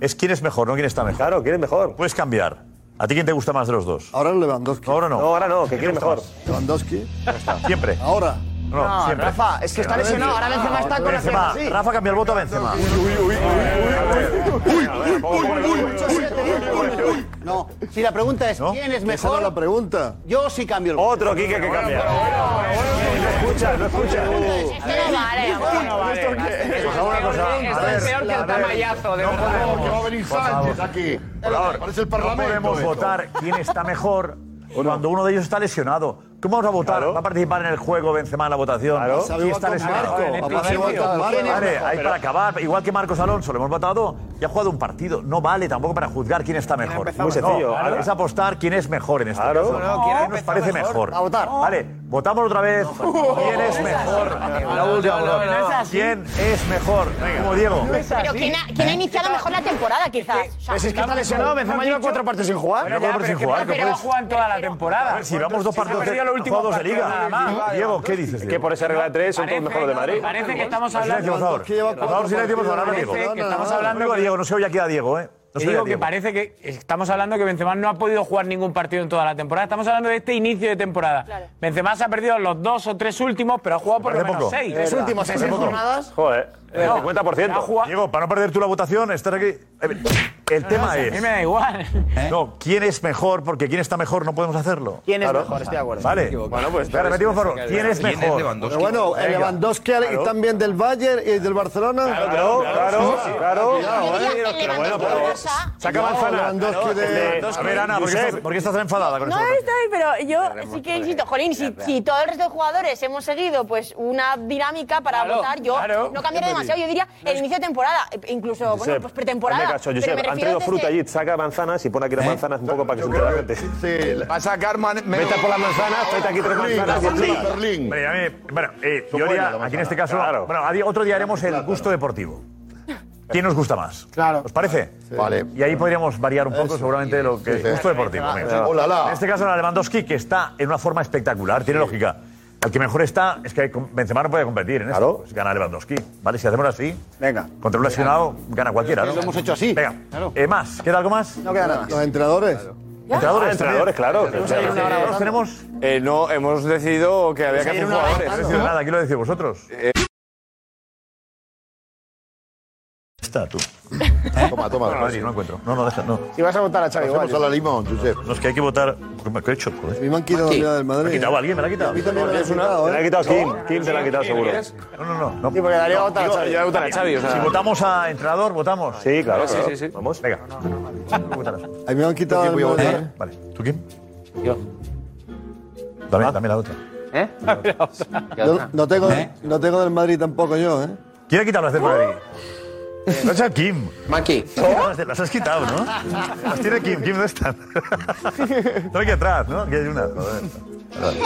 [SPEAKER 7] Es quién es mejor, no quién está mejor. Claro, quién es mejor. Puedes cambiar. ¿A ti quién te gusta más de los dos?
[SPEAKER 6] Ahora el Lewandowski.
[SPEAKER 7] Ahora no.
[SPEAKER 6] No, ahora no, que
[SPEAKER 7] ¿Quién
[SPEAKER 6] quiere
[SPEAKER 7] te gusta
[SPEAKER 6] mejor.
[SPEAKER 7] más?
[SPEAKER 6] Lewandowski. [LAUGHS]
[SPEAKER 7] Siempre.
[SPEAKER 6] Ahora.
[SPEAKER 7] No,
[SPEAKER 10] No,
[SPEAKER 7] siempre.
[SPEAKER 10] Rafa, es que está
[SPEAKER 7] Pero
[SPEAKER 10] lesionado. Ahora Benzema está con la pierna
[SPEAKER 7] Benzema,
[SPEAKER 10] así.
[SPEAKER 7] Rafa cambia el voto a Benzema.
[SPEAKER 10] No, si la pregunta es quién es mejor. la
[SPEAKER 6] pregunta.
[SPEAKER 10] Yo sí cambio el
[SPEAKER 2] Otro Quique que cambia. No escucha, no escucha.
[SPEAKER 15] Esto es peor que el tamallazo, de verdad.
[SPEAKER 11] Que va a venir Sánchez aquí.
[SPEAKER 7] Por favor,
[SPEAKER 11] Parece el
[SPEAKER 7] no
[SPEAKER 11] Parlamento
[SPEAKER 7] podemos
[SPEAKER 11] esto.
[SPEAKER 7] votar quién está mejor cuando uno de ellos está lesionado. ¿Cómo vamos a votar? ¿Va a participar en el juego Benzema en la votación?
[SPEAKER 6] Claro.
[SPEAKER 7] Si está
[SPEAKER 6] Vamos a votar
[SPEAKER 7] lesionado.
[SPEAKER 6] con Marco, vamos a votar con Marco.
[SPEAKER 7] Vale, ahí
[SPEAKER 6] Pero-
[SPEAKER 7] para acabar, igual que Marcos Alonso, lo hemos votado, ya ha jugado un partido. No vale tampoco para juzgar quién está mejor.
[SPEAKER 2] empezado Muy sencillo,
[SPEAKER 7] No,
[SPEAKER 2] claro.
[SPEAKER 7] Es apostar quién es mejor en este
[SPEAKER 2] Claro. No,
[SPEAKER 7] caso.
[SPEAKER 2] no, quién ha
[SPEAKER 7] ¿Quién nos
[SPEAKER 2] empezado
[SPEAKER 7] parece
[SPEAKER 2] mejor.
[SPEAKER 7] mejor?
[SPEAKER 2] A votar.
[SPEAKER 7] Vale, votamos otra vez. ¿Quién es mejor? La última
[SPEAKER 2] no, no, no.
[SPEAKER 7] votación. ¿Quién es mejor? Como Diego.
[SPEAKER 9] Pero ¿quién ha, quién ha iniciado mejor la temporada, quizás? O sea,
[SPEAKER 2] Pues es que está lesionado, Benzema lleva cuatro partidos sin jugar.
[SPEAKER 7] Bueno, cuatro sin jugar, ¿qué
[SPEAKER 8] Pero no
[SPEAKER 7] puedes?
[SPEAKER 8] juegan toda la temporada.
[SPEAKER 7] A ver, si
[SPEAKER 8] Si
[SPEAKER 7] vamos dos
[SPEAKER 8] se ha
[SPEAKER 7] partidos,
[SPEAKER 8] perdido los últimos
[SPEAKER 7] jugados de
[SPEAKER 8] partidos nada
[SPEAKER 7] liga.
[SPEAKER 8] más.
[SPEAKER 7] Diego, ¿qué dices?
[SPEAKER 2] Que por esa regla de tres son todos
[SPEAKER 8] Parece-
[SPEAKER 2] mejores de Madrid.
[SPEAKER 8] Parece que estamos
[SPEAKER 7] Silencio,
[SPEAKER 8] hablando.
[SPEAKER 7] por favor. Por favor, silencio, por favor. Ahora Diego.
[SPEAKER 8] Parece que estamos
[SPEAKER 7] No
[SPEAKER 8] hablando.
[SPEAKER 7] digo a Diego, no se oye aquí a Diego, ¿eh? No
[SPEAKER 8] Te
[SPEAKER 7] se oye a
[SPEAKER 8] digo que
[SPEAKER 7] Diego.
[SPEAKER 8] parece que estamos hablando que Benzema no ha podido jugar ningún partido en toda la temporada. Estamos hablando de este inicio de temporada. Benzema se ha perdido los dos o tres últimos, pero ha jugado por lo
[SPEAKER 7] Parece
[SPEAKER 8] menos
[SPEAKER 7] poco.
[SPEAKER 8] seis.
[SPEAKER 7] Tres últimos, seis Parece poco. jornadas.
[SPEAKER 2] Joder, el
[SPEAKER 8] No,
[SPEAKER 2] 50%.
[SPEAKER 7] Diego, para no perder tú la votación, estar aquí. A ver, El tema
[SPEAKER 8] si a
[SPEAKER 7] es.
[SPEAKER 8] mí me da igual.
[SPEAKER 7] [LAUGHS] No, ¿quién es mejor? Porque quién está mejor no podemos hacerlo.
[SPEAKER 10] ¿Quién es mejor? Estoy de acuerdo.
[SPEAKER 7] Vale.
[SPEAKER 2] Bueno, pues,
[SPEAKER 7] Ahora, repetimos, por favor.
[SPEAKER 2] ¿quién
[SPEAKER 7] ¿Quién es
[SPEAKER 2] es
[SPEAKER 7] mejor?
[SPEAKER 20] Pero bueno, el
[SPEAKER 7] Venga.
[SPEAKER 20] Lewandowski y también del Bayern y del Barcelona.
[SPEAKER 2] Claro, claro, claro.
[SPEAKER 9] Yo diría que el
[SPEAKER 2] Pero bueno,
[SPEAKER 9] Lewandowski
[SPEAKER 2] pero-
[SPEAKER 9] Rosa-
[SPEAKER 7] Saca manzana.
[SPEAKER 20] Lewandowski de-
[SPEAKER 7] A ver, Ana, ¿por qué estás, por qué estás tan enfadada con
[SPEAKER 9] No,
[SPEAKER 7] eso?
[SPEAKER 9] estoy, pero yo sí que insisto, Jolín, si, si todo el resto de jugadores hemos seguido pues una dinámica para
[SPEAKER 8] Claro,
[SPEAKER 9] votar, yo
[SPEAKER 8] claro.
[SPEAKER 9] no cambiaría demasiado. Yo diría el inicio de temporada, eh, incluso, bueno,
[SPEAKER 2] Josep,
[SPEAKER 9] pues pretemporada.
[SPEAKER 2] hazme caso,
[SPEAKER 9] pero
[SPEAKER 2] Josep,
[SPEAKER 9] me
[SPEAKER 2] han
[SPEAKER 9] refiero
[SPEAKER 2] traído
[SPEAKER 9] desde-
[SPEAKER 2] fruta allí, saca manzanas y pon aquí las manzanas un poco para que se entere la gente.
[SPEAKER 28] Va a sacar man-
[SPEAKER 2] Vete a por las manzanas, tráete aquí tres manzanas y encima.
[SPEAKER 7] Hombre, a ver, bueno, eh,
[SPEAKER 11] Son
[SPEAKER 7] yo
[SPEAKER 11] buenas,
[SPEAKER 7] haría,
[SPEAKER 11] la
[SPEAKER 7] aquí
[SPEAKER 11] manzana.
[SPEAKER 7] en este caso,
[SPEAKER 11] Claro.
[SPEAKER 7] bueno, a día- otro día haremos el gusto deportivo. ¿Quién nos gusta más? Claro. ¿Os parece?
[SPEAKER 11] Vale.
[SPEAKER 7] Y ahí podríamos variar un poco, seguramente, lo que
[SPEAKER 11] Sí, sí.
[SPEAKER 7] gusto deportivo. venga.
[SPEAKER 11] Oh, la, la.
[SPEAKER 7] En este caso, la Lewandowski, que está en una forma espectacular, tiene lógica. Al que mejor está, es que con- Benzema no puede competir en esto. Pues gana Lewandowski. Vale, si hacemos así,
[SPEAKER 10] Venga.
[SPEAKER 7] contra un lesionado, gana cualquiera,
[SPEAKER 10] Es que
[SPEAKER 7] ¿no?
[SPEAKER 10] lo hemos hecho así.
[SPEAKER 7] Venga. Eh, ¿Más? ¿Queda algo más?
[SPEAKER 10] No queda nada más.
[SPEAKER 20] Los entrenadores.
[SPEAKER 10] Yo
[SPEAKER 7] Ah,
[SPEAKER 10] Entrenadores,
[SPEAKER 6] entrenadores, claro.
[SPEAKER 10] ¿Entrenadores tenemos? Eh, no, hemos decidido que había que hacer jugadores.
[SPEAKER 7] No decís nada, aquí lo decís vosotros.
[SPEAKER 2] Eh,
[SPEAKER 7] Está tú.
[SPEAKER 11] Toma, toma.
[SPEAKER 7] No, Madrid, ¿Eh? no encuentro. No, no, deja, no.
[SPEAKER 16] Si vas a votar a Xavi,
[SPEAKER 7] Hacemos
[SPEAKER 16] igual.
[SPEAKER 7] a la limón, Josep. No, es que hay que votar. ¿Qué he hecho? Joder.
[SPEAKER 20] Me han quitado
[SPEAKER 7] Aquí.
[SPEAKER 20] la del Madrid.
[SPEAKER 7] ¿Me ha
[SPEAKER 6] ¿eh?
[SPEAKER 7] quitado alguien? ¿Me la ha quitado?
[SPEAKER 20] A mí también me la han
[SPEAKER 7] Es una-
[SPEAKER 20] quitado,
[SPEAKER 7] te la ha
[SPEAKER 20] ¿eh?
[SPEAKER 7] quitado Kim.
[SPEAKER 20] No.
[SPEAKER 7] Kim te la ha quitado seguro. No, no, no. no.
[SPEAKER 16] Sí, porque daría a votar a
[SPEAKER 7] Digo,
[SPEAKER 16] Xavi, yo voy a votar a Xavi, o sea.
[SPEAKER 7] Si votamos a entrenador, votamos.
[SPEAKER 6] Sí, claro, Sí, claro. sí,
[SPEAKER 7] Vamos. Venga.
[SPEAKER 20] A mí me han quitado
[SPEAKER 7] voy a
[SPEAKER 20] el
[SPEAKER 7] votar.
[SPEAKER 20] Madrid.
[SPEAKER 7] Vale. ¿Tú quién? Yo. Dame, dame la otra.
[SPEAKER 15] ¿Eh?
[SPEAKER 20] No, no tengo,
[SPEAKER 7] ¿Eh?
[SPEAKER 20] no tengo del Madrid tampoco yo, ¿eh?
[SPEAKER 7] ¿Quiere quitar las del Madrid? No es a Kim. Uh, Maki. Las has quitado, ¿no? Las tiene Kim. Kim, ¿dónde están? [LAUGHS] No hay que atrás, ¿no? Aquí hay una. Joder. Vale.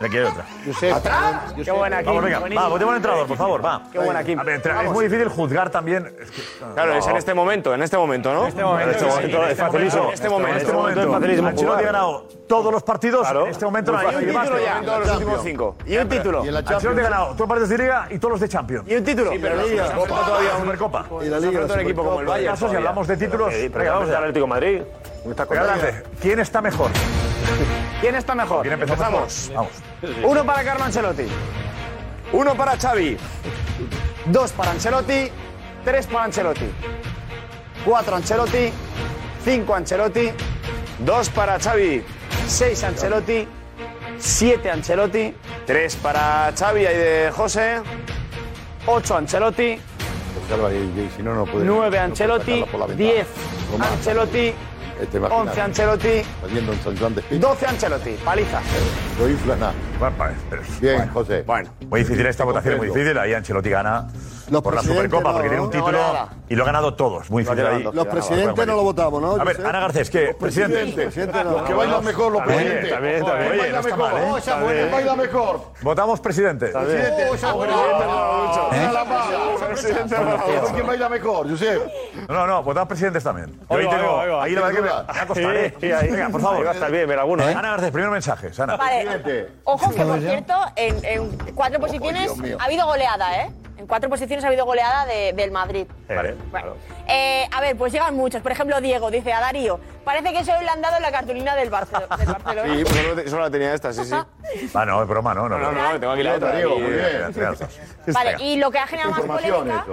[SPEAKER 7] Y Aquí hay otra.
[SPEAKER 16] ¿Atrás? Qué buena, Kim.
[SPEAKER 7] Vamos, venga, va,
[SPEAKER 16] Buenísimo.
[SPEAKER 7] votemos al entrenador, por favor, va.
[SPEAKER 16] Qué buena, Kim.
[SPEAKER 7] A ver, entra- es
[SPEAKER 16] Vamos.
[SPEAKER 7] muy difícil juzgar también.
[SPEAKER 10] Claro, es en este momento, en este momento, ¿no? En este
[SPEAKER 7] momento, sí, en
[SPEAKER 10] es
[SPEAKER 7] este
[SPEAKER 10] facilísimo.
[SPEAKER 7] momento.
[SPEAKER 10] En este momento,
[SPEAKER 7] En este momento.
[SPEAKER 10] es facilísimo.
[SPEAKER 7] Ancelotti
[SPEAKER 10] jugar.
[SPEAKER 7] ha ganado todos los partidos.
[SPEAKER 10] Claro.
[SPEAKER 7] En este momento
[SPEAKER 10] Muy
[SPEAKER 7] no hay
[SPEAKER 10] fácil. Y un
[SPEAKER 7] más.
[SPEAKER 10] título ya, en todos los últimos cinco. Y un título.
[SPEAKER 7] Y en la Champions. Ancelotti ha ganado todos los partidos de Liga y todos los de Champions.
[SPEAKER 10] Y un título.
[SPEAKER 7] Sí, pero la Liga. Copa.
[SPEAKER 10] todavía un-
[SPEAKER 7] Supercopa.
[SPEAKER 10] Y la Liga,
[SPEAKER 7] un equipo como el Bayern. Casos, si
[SPEAKER 10] todavía.
[SPEAKER 7] hablamos de títulos,
[SPEAKER 10] Pero que- pero
[SPEAKER 7] venga, vamos
[SPEAKER 10] también
[SPEAKER 7] allá.
[SPEAKER 10] el Atlético de Madrid.
[SPEAKER 7] Venga, adelante. ¿Quién
[SPEAKER 10] [LAUGHS]
[SPEAKER 7] está mejor?
[SPEAKER 10] ¿Quién está mejor?
[SPEAKER 7] ¿Quién empezamos? Vamos.
[SPEAKER 10] Uno para Carlo Ancelotti. Uno para Xavi. Dos para Ancelotti. Tres para Ancelotti. Cuatro Ancelotti. Cinco Ancelotti. Dos para Xavi. Seis Ancelotti. Siete Ancelotti. Tres para Xavi y de José. Ocho Ancelotti.
[SPEAKER 11] Salva, y- y Si no, no puede. no
[SPEAKER 10] Nueve
[SPEAKER 11] puede
[SPEAKER 10] Ancelotti.
[SPEAKER 11] sacarla por la ventana.
[SPEAKER 10] Diez
[SPEAKER 11] Lo más.
[SPEAKER 10] Ancelotti.
[SPEAKER 11] Este, imagínate,
[SPEAKER 10] Once Ancelotti.
[SPEAKER 11] Saliendo en San Juan de Espí-
[SPEAKER 10] Doce Ancelotti. Paliza.
[SPEAKER 11] Lo inflas nada.
[SPEAKER 7] eh,
[SPEAKER 11] Bien, José.
[SPEAKER 10] Bueno.
[SPEAKER 7] Muy difícil esta votación, es muy difícil. Ahí Ancelotti gana por la
[SPEAKER 20] presidentes
[SPEAKER 7] Supercopa
[SPEAKER 20] no,
[SPEAKER 7] porque tiene un
[SPEAKER 20] ¿no?
[SPEAKER 7] título
[SPEAKER 20] No, nada.
[SPEAKER 7] y lo ha ganado todos. Muy difícil. ahí. Ah,
[SPEAKER 20] Los presidentes no lo votamos, ¿no?
[SPEAKER 7] A ver,
[SPEAKER 20] Josep?
[SPEAKER 7] Ana Garcés, ¿qué?
[SPEAKER 20] Los
[SPEAKER 7] Presidente.
[SPEAKER 20] presidentes no.
[SPEAKER 11] Los que bailan mejor, los
[SPEAKER 7] También,
[SPEAKER 11] presidentes.
[SPEAKER 7] también,
[SPEAKER 11] Los que
[SPEAKER 7] también.
[SPEAKER 11] bailan
[SPEAKER 7] Oye, no está
[SPEAKER 11] mejor.
[SPEAKER 7] mal, ¿eh?
[SPEAKER 11] Oh, esa
[SPEAKER 7] Está
[SPEAKER 11] buena,
[SPEAKER 7] bien.
[SPEAKER 11] baila mejor.
[SPEAKER 7] Votamos presidente.
[SPEAKER 11] Presidente, esa buena. Buena la pava.
[SPEAKER 7] Presidente,
[SPEAKER 11] Presidente, ¿Quién baila mejor, Josep?
[SPEAKER 7] No, no, votamos presidentes también. Yo
[SPEAKER 11] Ahí
[SPEAKER 7] ahí
[SPEAKER 11] va,
[SPEAKER 7] tengo.
[SPEAKER 11] ahí va, ahí va.
[SPEAKER 7] Ahí la verdad que me me ha costado. ¿eh?
[SPEAKER 11] Sí, sí, ahí.
[SPEAKER 7] Venga, por
[SPEAKER 11] Ahí
[SPEAKER 7] favor.
[SPEAKER 11] va a estar bien,
[SPEAKER 7] ver
[SPEAKER 11] alguno, ¿eh?
[SPEAKER 7] Ana Garcés, primer mensaje, Ana.
[SPEAKER 9] Vale. Ojo que, por cierto, en, en cuatro posiciones
[SPEAKER 7] Dios mío.
[SPEAKER 9] ha habido goleada, ¿eh? En cuatro posiciones ha habido goleada de- del Madrid.
[SPEAKER 7] Vale.
[SPEAKER 9] Eh, a ver, pues llegan muchos. Por ejemplo, Diego dice a Darío, parece que solo le han dado la cartulina del, Barcelo-
[SPEAKER 7] [LAUGHS]
[SPEAKER 9] del Barcelona.
[SPEAKER 10] Sí, pues solo- solo la tenía esta, sí, sí.
[SPEAKER 7] Ah, no, es broma, no. No,
[SPEAKER 10] no, no, tengo aquí la otra.
[SPEAKER 7] Diego,
[SPEAKER 10] aquí.
[SPEAKER 7] muy bien.
[SPEAKER 9] Vale, y lo que ha generado más polémica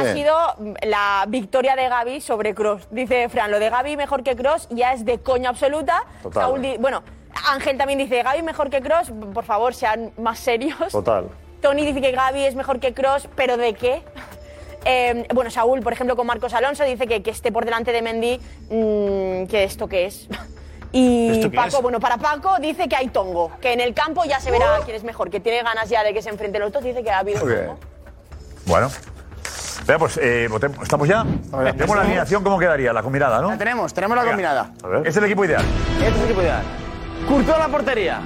[SPEAKER 9] ha sido la victoria de Gaby sobre Cross. Dice Fran, lo de Gaby mejor que Cross ya es de coña absoluta.
[SPEAKER 6] Total.
[SPEAKER 9] Saúl di- bueno, Ángel también dice Gaby mejor que Cross, por favor, sean más serios.
[SPEAKER 6] Total.
[SPEAKER 9] Tony dice que Gaby es mejor que Cross, pero ¿de qué? [LAUGHS] Eh, bueno, Saúl, por ejemplo, con Marcos Alonso dice que, que esté por delante de Mendy, mm, que esto qué es. [LAUGHS] Y
[SPEAKER 4] ¿Esto qué
[SPEAKER 9] Paco,
[SPEAKER 4] es?
[SPEAKER 9] bueno, para Paco dice que hay tongo, que en el campo ya se verá quién es mejor, que tiene ganas ya de que se enfrenten los dos, dice que ha habido
[SPEAKER 7] Muy
[SPEAKER 9] tongo.
[SPEAKER 7] bien. Bueno. Venga, pues, eh, votemos. ¿estamos ya?
[SPEAKER 10] ya.
[SPEAKER 7] Vemos la alineación, ¿cómo quedaría? La combinada, ¿no?
[SPEAKER 10] La tenemos, tenemos la
[SPEAKER 7] Venga.
[SPEAKER 10] combinada.
[SPEAKER 7] A ver. Es el equipo ideal.
[SPEAKER 10] Este es el equipo ideal. Courtois a la portería.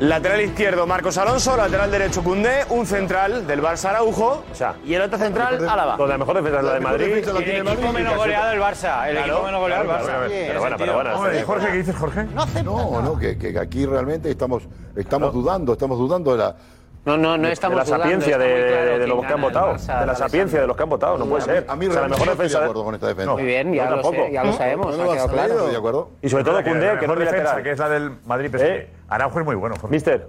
[SPEAKER 10] Lateral izquierdo Marcos Alonso, lateral derecho Cundé, un central del Barça Araujo y el otro central Álava.
[SPEAKER 6] Donde la mejor defensa es la de Madrid.
[SPEAKER 18] El equipo menos goleado el Barça. El
[SPEAKER 6] Claro.
[SPEAKER 18] equipo menos goleado el Barça.
[SPEAKER 6] Claro, claro, claro. Pero
[SPEAKER 18] Tiene
[SPEAKER 6] bueno, pero
[SPEAKER 18] sentido.
[SPEAKER 6] bueno,
[SPEAKER 18] Hombre,
[SPEAKER 6] está bien.
[SPEAKER 7] Jorge, ¿qué dices, Jorge?
[SPEAKER 6] No
[SPEAKER 11] No, no, que, que aquí realmente estamos, estamos dudando, estamos dudando de la.
[SPEAKER 15] No, no, no
[SPEAKER 11] de-
[SPEAKER 15] estamos
[SPEAKER 11] de
[SPEAKER 15] dudando, está muy claro quién gana el Barça, Alessandro.
[SPEAKER 6] votado, no puede ser.
[SPEAKER 11] A mí
[SPEAKER 6] O sea, la
[SPEAKER 11] realmente
[SPEAKER 6] mejor
[SPEAKER 11] no estoy
[SPEAKER 6] defensa-
[SPEAKER 11] de acuerdo con esta defensa.
[SPEAKER 6] No. Muy bien, ya
[SPEAKER 11] Yo
[SPEAKER 6] lo sé,
[SPEAKER 15] Eh,
[SPEAKER 6] ya lo
[SPEAKER 11] No,
[SPEAKER 6] sabemos,
[SPEAKER 11] no
[SPEAKER 6] ha
[SPEAKER 11] lo
[SPEAKER 6] quedado
[SPEAKER 11] has sabido,
[SPEAKER 6] claro.
[SPEAKER 11] ¿De acuerdo?
[SPEAKER 6] Y sobre todo
[SPEAKER 7] Creo
[SPEAKER 6] Koundé,
[SPEAKER 7] la
[SPEAKER 6] que no
[SPEAKER 7] mejor
[SPEAKER 6] es
[SPEAKER 7] defensa,
[SPEAKER 6] lateral. Eh,
[SPEAKER 7] que es Eh. la del Madrid PSG. Araujo es muy bueno. Jorge.
[SPEAKER 6] Mister.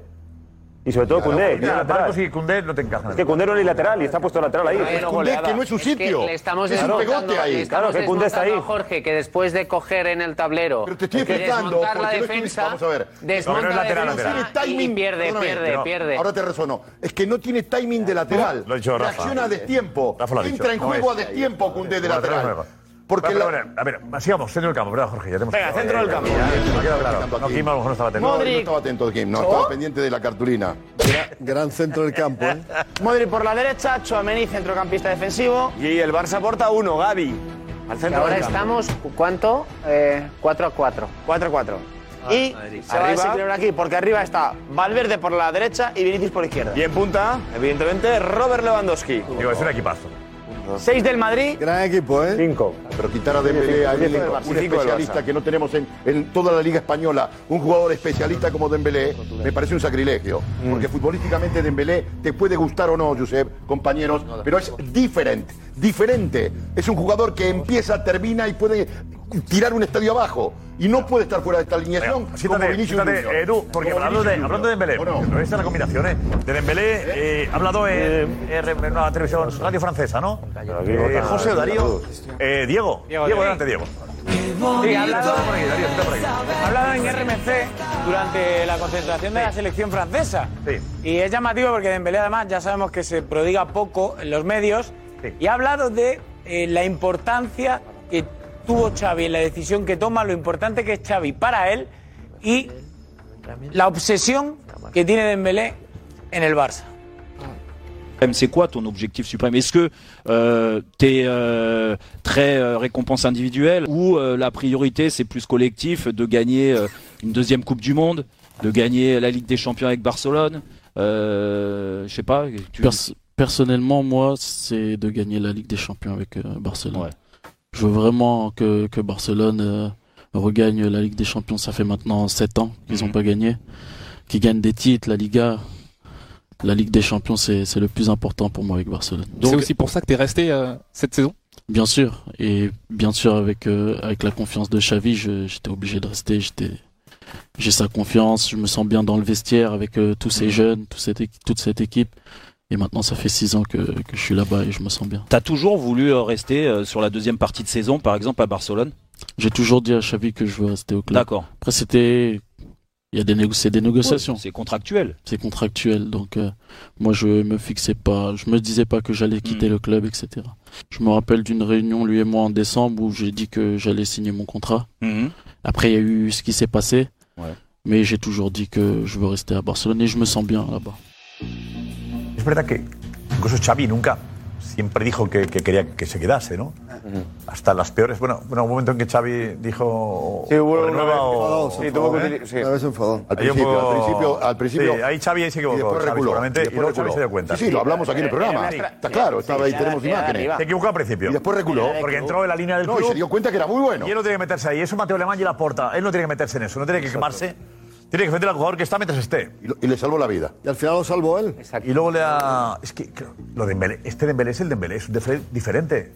[SPEAKER 6] Y sobre todo Cundé, que es lateral.
[SPEAKER 7] Marcos y Cundé no te encajan.
[SPEAKER 6] Es que Cundé no es lateral y está puesto lateral ahí.
[SPEAKER 15] Pero goleada. Es que le estamos desmontando, le estamos
[SPEAKER 6] Claro, que Cundé está ahí.
[SPEAKER 15] desmontando a Jorge, que después de coger en el tablero,
[SPEAKER 6] te estoy
[SPEAKER 15] hay que
[SPEAKER 6] explicando,
[SPEAKER 15] desmontar la
[SPEAKER 6] porque no estoy-
[SPEAKER 15] defensa,
[SPEAKER 11] vamos a ver.
[SPEAKER 15] desmonta la defensa y- y pierde,
[SPEAKER 11] Perdóname,
[SPEAKER 15] pierde,
[SPEAKER 11] pero
[SPEAKER 15] pierde.
[SPEAKER 11] Ahora te resueno. Es que no tiene timing de lateral.
[SPEAKER 7] Lo ha dicho Rafa.
[SPEAKER 11] Reacciona a destiempo.
[SPEAKER 7] Rafa lo ha dicho.
[SPEAKER 11] Entra en
[SPEAKER 7] No
[SPEAKER 11] juego
[SPEAKER 7] es. eh.
[SPEAKER 11] a destiempo Cundé de
[SPEAKER 7] Bueno, tenemos
[SPEAKER 11] lateral.
[SPEAKER 7] una cosa.
[SPEAKER 11] Porque
[SPEAKER 7] Bueno,
[SPEAKER 11] la-
[SPEAKER 7] bueno, a ver, sigamos, centro del campo, ¿verdad, Jorge? Ya tenemos
[SPEAKER 11] Venga, centro del campo.
[SPEAKER 7] Me Eh, ha quedado claro. No, Kim a lo mejor no estaba atento. ¿Oh?
[SPEAKER 11] No, no estaba atento, Kim. No, estaba pendiente de la cartulina.
[SPEAKER 20] Gran centro del campo, ¿eh?
[SPEAKER 10] Modric por la derecha, Chouameni centrocampista defensivo y el Barça porta uno, Gavi. Al
[SPEAKER 15] Y
[SPEAKER 10] centro
[SPEAKER 15] ahora
[SPEAKER 10] del campo.
[SPEAKER 15] estamos, ¿cuánto? Eh, 4 a 4.
[SPEAKER 10] 4 a 4. y se va a
[SPEAKER 15] Arriba.
[SPEAKER 10] desequilibrar aquí, porque arriba está Valverde por la derecha y Vinicius por izquierda. Y en punta, evidentemente, Robert Lewandowski.
[SPEAKER 7] Digo, es un equipazo.
[SPEAKER 10] 6 del Madrid.
[SPEAKER 20] Gran equipo, ¿eh?
[SPEAKER 6] Cinco.
[SPEAKER 11] Pero quitar a Dembélé, a Belé, un especialista que no tenemos en, en toda la liga española, un jugador especialista como Dembélé, me parece un sacrilegio.
[SPEAKER 7] Mm.
[SPEAKER 11] Porque futbolísticamente Dembélé te puede gustar o no, Josep, compañeros, pero es diferente, diferente. Es un jugador que empieza, termina y puede tirar un estadio abajo. Y no puede estar fuera de esta alineación como
[SPEAKER 7] Siéntate,
[SPEAKER 11] Vinicius
[SPEAKER 7] siéntate,
[SPEAKER 11] Junior.
[SPEAKER 7] Edu, porque
[SPEAKER 11] Como
[SPEAKER 7] hablando de,
[SPEAKER 11] Vinicius
[SPEAKER 7] hablando de
[SPEAKER 11] Junior.
[SPEAKER 7] Dembélé, pero esta es la combinación, ¿eh? De Dembélé, eh, ha hablado en, en una televisión, radio francesa, ¿no?
[SPEAKER 6] digo,
[SPEAKER 7] Eh,
[SPEAKER 6] nada,
[SPEAKER 7] José o Darío,
[SPEAKER 6] nada.
[SPEAKER 7] eh, Diego, Diego,
[SPEAKER 8] Darío.
[SPEAKER 7] adelante, Diego.
[SPEAKER 8] Sí, ha hablado, ha hablado en RMC durante la concentración de la selección francesa. Y es llamativo porque Dembélé además ya sabemos que se prodiga poco en los medios y ha hablado de eh, la importancia que tuvo Xavi en la decisión que toma, lo importante que es Xavi para él y la obsesión que tiene Dembélé en el Barça.
[SPEAKER 29] Em, C'est quoi ton objectif suprême Est-ce que euh, tu es très euh, récompense individuelle ou euh, la priorité c'est plus collectif de gagner euh, une deuxième Coupe du Monde, de gagner la Ligue des Champions avec Barcelone euh, Je sais pas. tu-
[SPEAKER 19] Pers- personnellement, moi, c'est de gagner la Ligue des Champions avec euh, Barcelone. Je veux vraiment que, que Barcelone euh, regagne la Ligue des Champions. Ça fait maintenant 7 ans qu'ils n'ont pas gagné. Qu'ils gagnent des titres, la Liga. La Ligue des Champions, c'est c'est le plus important pour moi avec Barcelone.
[SPEAKER 17] C'est aussi pour ça que tu es resté euh, cette saison
[SPEAKER 19] Bien sûr, et bien sûr avec euh, avec la confiance de Xavi, je- j'étais obligé de rester. J'étais, j'ai sa confiance. Je me sens bien dans le vestiaire avec euh, tous ces jeunes, toute cette équi- toute cette équipe. Et maintenant, ça fait six ans que que je suis là-bas et je me sens bien.
[SPEAKER 29] T'as toujours voulu euh, rester euh, sur la deuxième partie de saison, par exemple à Barcelone
[SPEAKER 19] J'ai toujours dit à Xavi que je veux rester au club.
[SPEAKER 29] D'accord.
[SPEAKER 19] Après, c'était, il y a des négo- c'est des négociations.
[SPEAKER 29] C'est contractuel.
[SPEAKER 19] C'est contractuel, donc euh, moi je me fixais pas, je me disais pas que j'allais quitter
[SPEAKER 29] Hmm.
[SPEAKER 19] le club, etc. Je me rappelle d'une réunion lui et moi en décembre où j'ai dit que j'allais signer mon contrat.
[SPEAKER 29] Mhm.
[SPEAKER 19] Après il y a eu ce qui s'est passé,
[SPEAKER 29] Ouais.
[SPEAKER 19] mais j'ai toujours dit que je veux rester à Barcelone et je me sens bien là-bas.
[SPEAKER 7] Es verdad que incluso Xavi nunca, siempre dijo que, que quería que se quedase, ¿no? Hasta las peores. Bueno, bueno, un momento en que Xavi dijo.
[SPEAKER 6] Sí, hubo
[SPEAKER 7] o
[SPEAKER 6] una
[SPEAKER 7] renueva
[SPEAKER 6] vez que-
[SPEAKER 7] o-
[SPEAKER 6] Enfadado, se Sí, tuvo enfadó, que ¿eh? util- sí. Una vez se enfadó.
[SPEAKER 11] Al
[SPEAKER 7] Ahí un
[SPEAKER 11] principio,
[SPEAKER 7] poco-
[SPEAKER 11] al principio, al principio.
[SPEAKER 7] Sí, ahí Xavi se equivocó.
[SPEAKER 11] Y después
[SPEAKER 7] Xavi,
[SPEAKER 11] reculó.
[SPEAKER 7] seguramente,
[SPEAKER 11] y
[SPEAKER 7] y
[SPEAKER 11] después
[SPEAKER 7] luego Xavi
[SPEAKER 11] reculó.
[SPEAKER 7] se dio cuenta.
[SPEAKER 11] Sí, sí, lo hablamos aquí en el programa. Está claro, estaba ahí, tenemos imágenes.
[SPEAKER 7] Se equivocó al principio.
[SPEAKER 11] Y después reculó.
[SPEAKER 7] Porque entró en la línea del
[SPEAKER 11] No, y
[SPEAKER 7] club.
[SPEAKER 11] se dio cuenta que era muy bueno.
[SPEAKER 7] Y él no tiene que meterse ahí. Eso Mateo Alemán y la porta. Él no tiene que meterse en eso. No tiene que quemarse. Tiene que defender al jugador que está mientras esté.
[SPEAKER 11] Y le salvó la vida.
[SPEAKER 7] Y al final lo salvó él. Y luego le ha. Es que creo- lo de Dembélé- este Dembélé es el Dembélé, es un Dembélé diferente.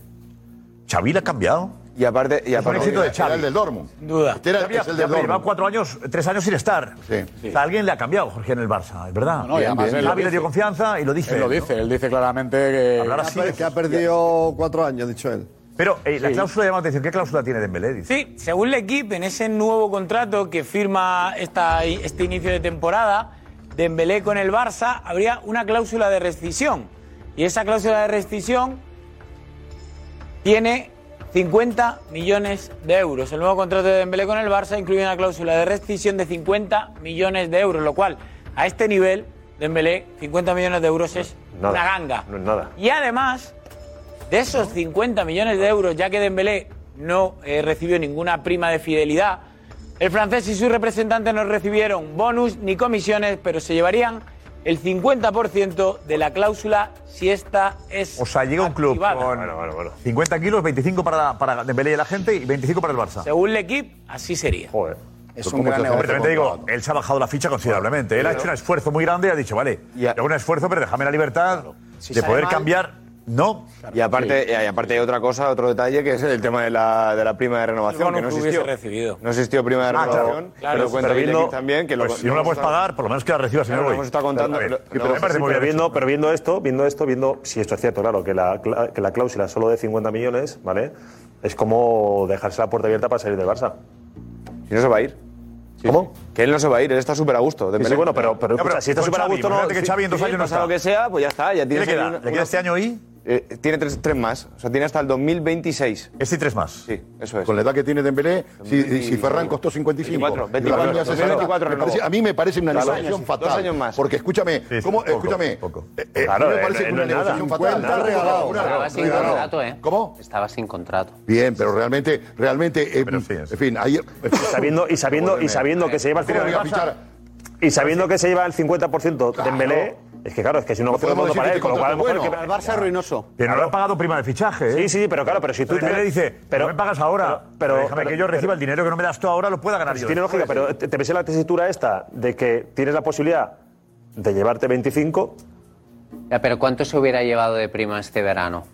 [SPEAKER 7] Xavi le ha cambiado.
[SPEAKER 2] Y aparte, y
[SPEAKER 7] Es un
[SPEAKER 2] aparte
[SPEAKER 7] éxito de Xavi.
[SPEAKER 2] Era el del
[SPEAKER 11] Dortmund.
[SPEAKER 7] Sin duda.
[SPEAKER 2] Este era-
[SPEAKER 7] Xavi
[SPEAKER 2] es el del
[SPEAKER 7] Xavi lleva
[SPEAKER 2] Dortmund.
[SPEAKER 7] cuatro años, tres años sin estar.
[SPEAKER 5] Sí.
[SPEAKER 7] O sea, alguien le ha cambiado, Jorge, en el Barça, es verdad.
[SPEAKER 5] No, y además él lo
[SPEAKER 7] Xavi le
[SPEAKER 5] dice.
[SPEAKER 7] dio confianza y lo dice.
[SPEAKER 5] Él lo
[SPEAKER 7] ¿no?
[SPEAKER 5] dice, él dice claramente que.
[SPEAKER 7] Hablar
[SPEAKER 5] Que
[SPEAKER 7] así.
[SPEAKER 5] ha per- que ha
[SPEAKER 7] perdido cuatro años, dicho él. Pero eh, la
[SPEAKER 8] Sí.
[SPEAKER 7] cláusula llama la atención. ¿Qué cláusula tiene Dembélé? Dice.
[SPEAKER 8] Sí, según el equipo, en ese nuevo contrato que firma esta, este inicio de temporada, Dembélé con el Barça, habría una cláusula de rescisión. Y esa cláusula de rescisión tiene 50 millones de euros. El nuevo contrato de Dembélé con el Barça incluye una cláusula de rescisión de 50 millones de euros, lo cual, a este nivel, Dembélé, 50 millones de euros es una ganga.
[SPEAKER 6] No es nada.
[SPEAKER 8] Y además, de esos 50 millones de euros, ya que Dembélé no eh, recibió ninguna prima de fidelidad, el francés y sus representantes no recibieron bonus ni comisiones, pero se llevarían el 50% de la cláusula si esta es
[SPEAKER 7] O sea, llega un club
[SPEAKER 8] activada.
[SPEAKER 7] con 50 kilos, 25 para, para Dembélé y la gente y 25 para el Barça.
[SPEAKER 8] Según L'Equipe, así sería.
[SPEAKER 7] Joder.
[SPEAKER 8] Es un gran negocio.
[SPEAKER 7] Hombre, también te digo, él se ha bajado la ficha considerablemente. Él ha
[SPEAKER 8] Claro.
[SPEAKER 7] hecho un esfuerzo muy grande y ha dicho, vale, hago un esfuerzo, pero déjame la libertad
[SPEAKER 2] Si
[SPEAKER 7] de
[SPEAKER 2] sale
[SPEAKER 7] poder
[SPEAKER 2] mal-
[SPEAKER 7] cambiar. No.
[SPEAKER 2] Y aparte, y aparte hay otra cosa, otro detalle, que es el tema de la, de la prima de renovación, que no existió. No existió prima de
[SPEAKER 7] Ah, claro.
[SPEAKER 2] renovación,
[SPEAKER 7] Claro,
[SPEAKER 2] pero cuenta
[SPEAKER 7] pero
[SPEAKER 2] Bill
[SPEAKER 7] viendo-
[SPEAKER 2] Gates también que lo-
[SPEAKER 7] pues si no la puedes
[SPEAKER 2] está-
[SPEAKER 7] pagar, por lo menos que la recibas, señor
[SPEAKER 2] Claro,
[SPEAKER 7] Boy.
[SPEAKER 2] nos está contando-
[SPEAKER 7] Pero, a ver,
[SPEAKER 2] lo-
[SPEAKER 7] pero me
[SPEAKER 2] lo-
[SPEAKER 7] parece
[SPEAKER 2] sí,
[SPEAKER 7] muy
[SPEAKER 2] pero
[SPEAKER 7] bien.
[SPEAKER 6] viendo, pero viendo esto, viendo esto, viendo si esto es cierto, claro, que la, cla- que la cláusula solo de 50 millones, ¿vale? Es como dejarse la puerta abierta para salir del Barça.
[SPEAKER 2] Si no se va a ir. ¿Cómo? Que él no se va a ir, él está súper a gusto.
[SPEAKER 6] Sí, sí, bueno, pero- pero, Ya, pero escucha, si está con súper a Xavi, gusto, no- imagínate que
[SPEAKER 2] si-
[SPEAKER 6] Xavi en dos
[SPEAKER 2] si
[SPEAKER 6] años no
[SPEAKER 2] pasa
[SPEAKER 6] está.
[SPEAKER 2] lo que sea, pues ya está. Ya
[SPEAKER 6] ¿Qué
[SPEAKER 2] tienes
[SPEAKER 6] le queda?
[SPEAKER 2] ahí una-
[SPEAKER 6] ¿Le queda este
[SPEAKER 7] año ahí?
[SPEAKER 2] Eh, tiene tres, tres más. O sea, tiene hasta el 2026.
[SPEAKER 7] ¿Este y tres más?
[SPEAKER 2] Sí, eso es.
[SPEAKER 11] Con la edad que tiene Dembélé, si, si Ferran costó 55,
[SPEAKER 2] 24,
[SPEAKER 11] y la Rafinha 60,
[SPEAKER 2] 24
[SPEAKER 11] me parece- a mí me parece una
[SPEAKER 2] Dos años,
[SPEAKER 11] negociación
[SPEAKER 2] dos
[SPEAKER 11] fatal.
[SPEAKER 2] años más.
[SPEAKER 11] Porque escúchame, ¿cómo, escúchame, eh, eh, a mí me parece una negociación fatal.
[SPEAKER 15] Estaba sin
[SPEAKER 11] Regalado.
[SPEAKER 15] contrato, ¿eh?
[SPEAKER 11] ¿Cómo?
[SPEAKER 15] Estaba sin contrato.
[SPEAKER 11] Bien, pero realmente, realmente, eh, en fin, ayer...
[SPEAKER 6] Sabiendo, y sabiendo, y sabiendo que se lleva el
[SPEAKER 11] Mira,
[SPEAKER 6] 50%
[SPEAKER 11] voy a fichar-
[SPEAKER 6] y sabiendo que se lleva el 50% de Dembélé, es que claro, es que si no negocio
[SPEAKER 7] podemos
[SPEAKER 6] redondo para
[SPEAKER 7] decir
[SPEAKER 6] él,
[SPEAKER 7] que
[SPEAKER 6] con lo cual a lo mejor hay
[SPEAKER 7] contrato es
[SPEAKER 6] que-
[SPEAKER 7] bueno. Al Barça es
[SPEAKER 6] ruinoso.
[SPEAKER 7] Que no le ha pagado prima de fichaje, ¿eh?
[SPEAKER 6] Sí, sí, pero claro, pero si tú te-
[SPEAKER 7] Dembélé dice,
[SPEAKER 6] pero-
[SPEAKER 7] pero me pagas ahora,
[SPEAKER 6] pero-
[SPEAKER 7] pero, déjame
[SPEAKER 6] pero-
[SPEAKER 7] que yo reciba el dinero que no me das tú ahora, lo pueda ganar
[SPEAKER 6] Sí,
[SPEAKER 7] yo.
[SPEAKER 6] tiene lógica, pero te, te pensé la tesitura esta de que tienes la posibilidad de llevarte 25
[SPEAKER 15] Ya, pero ¿cuánto se hubiera llevado de prima este verano?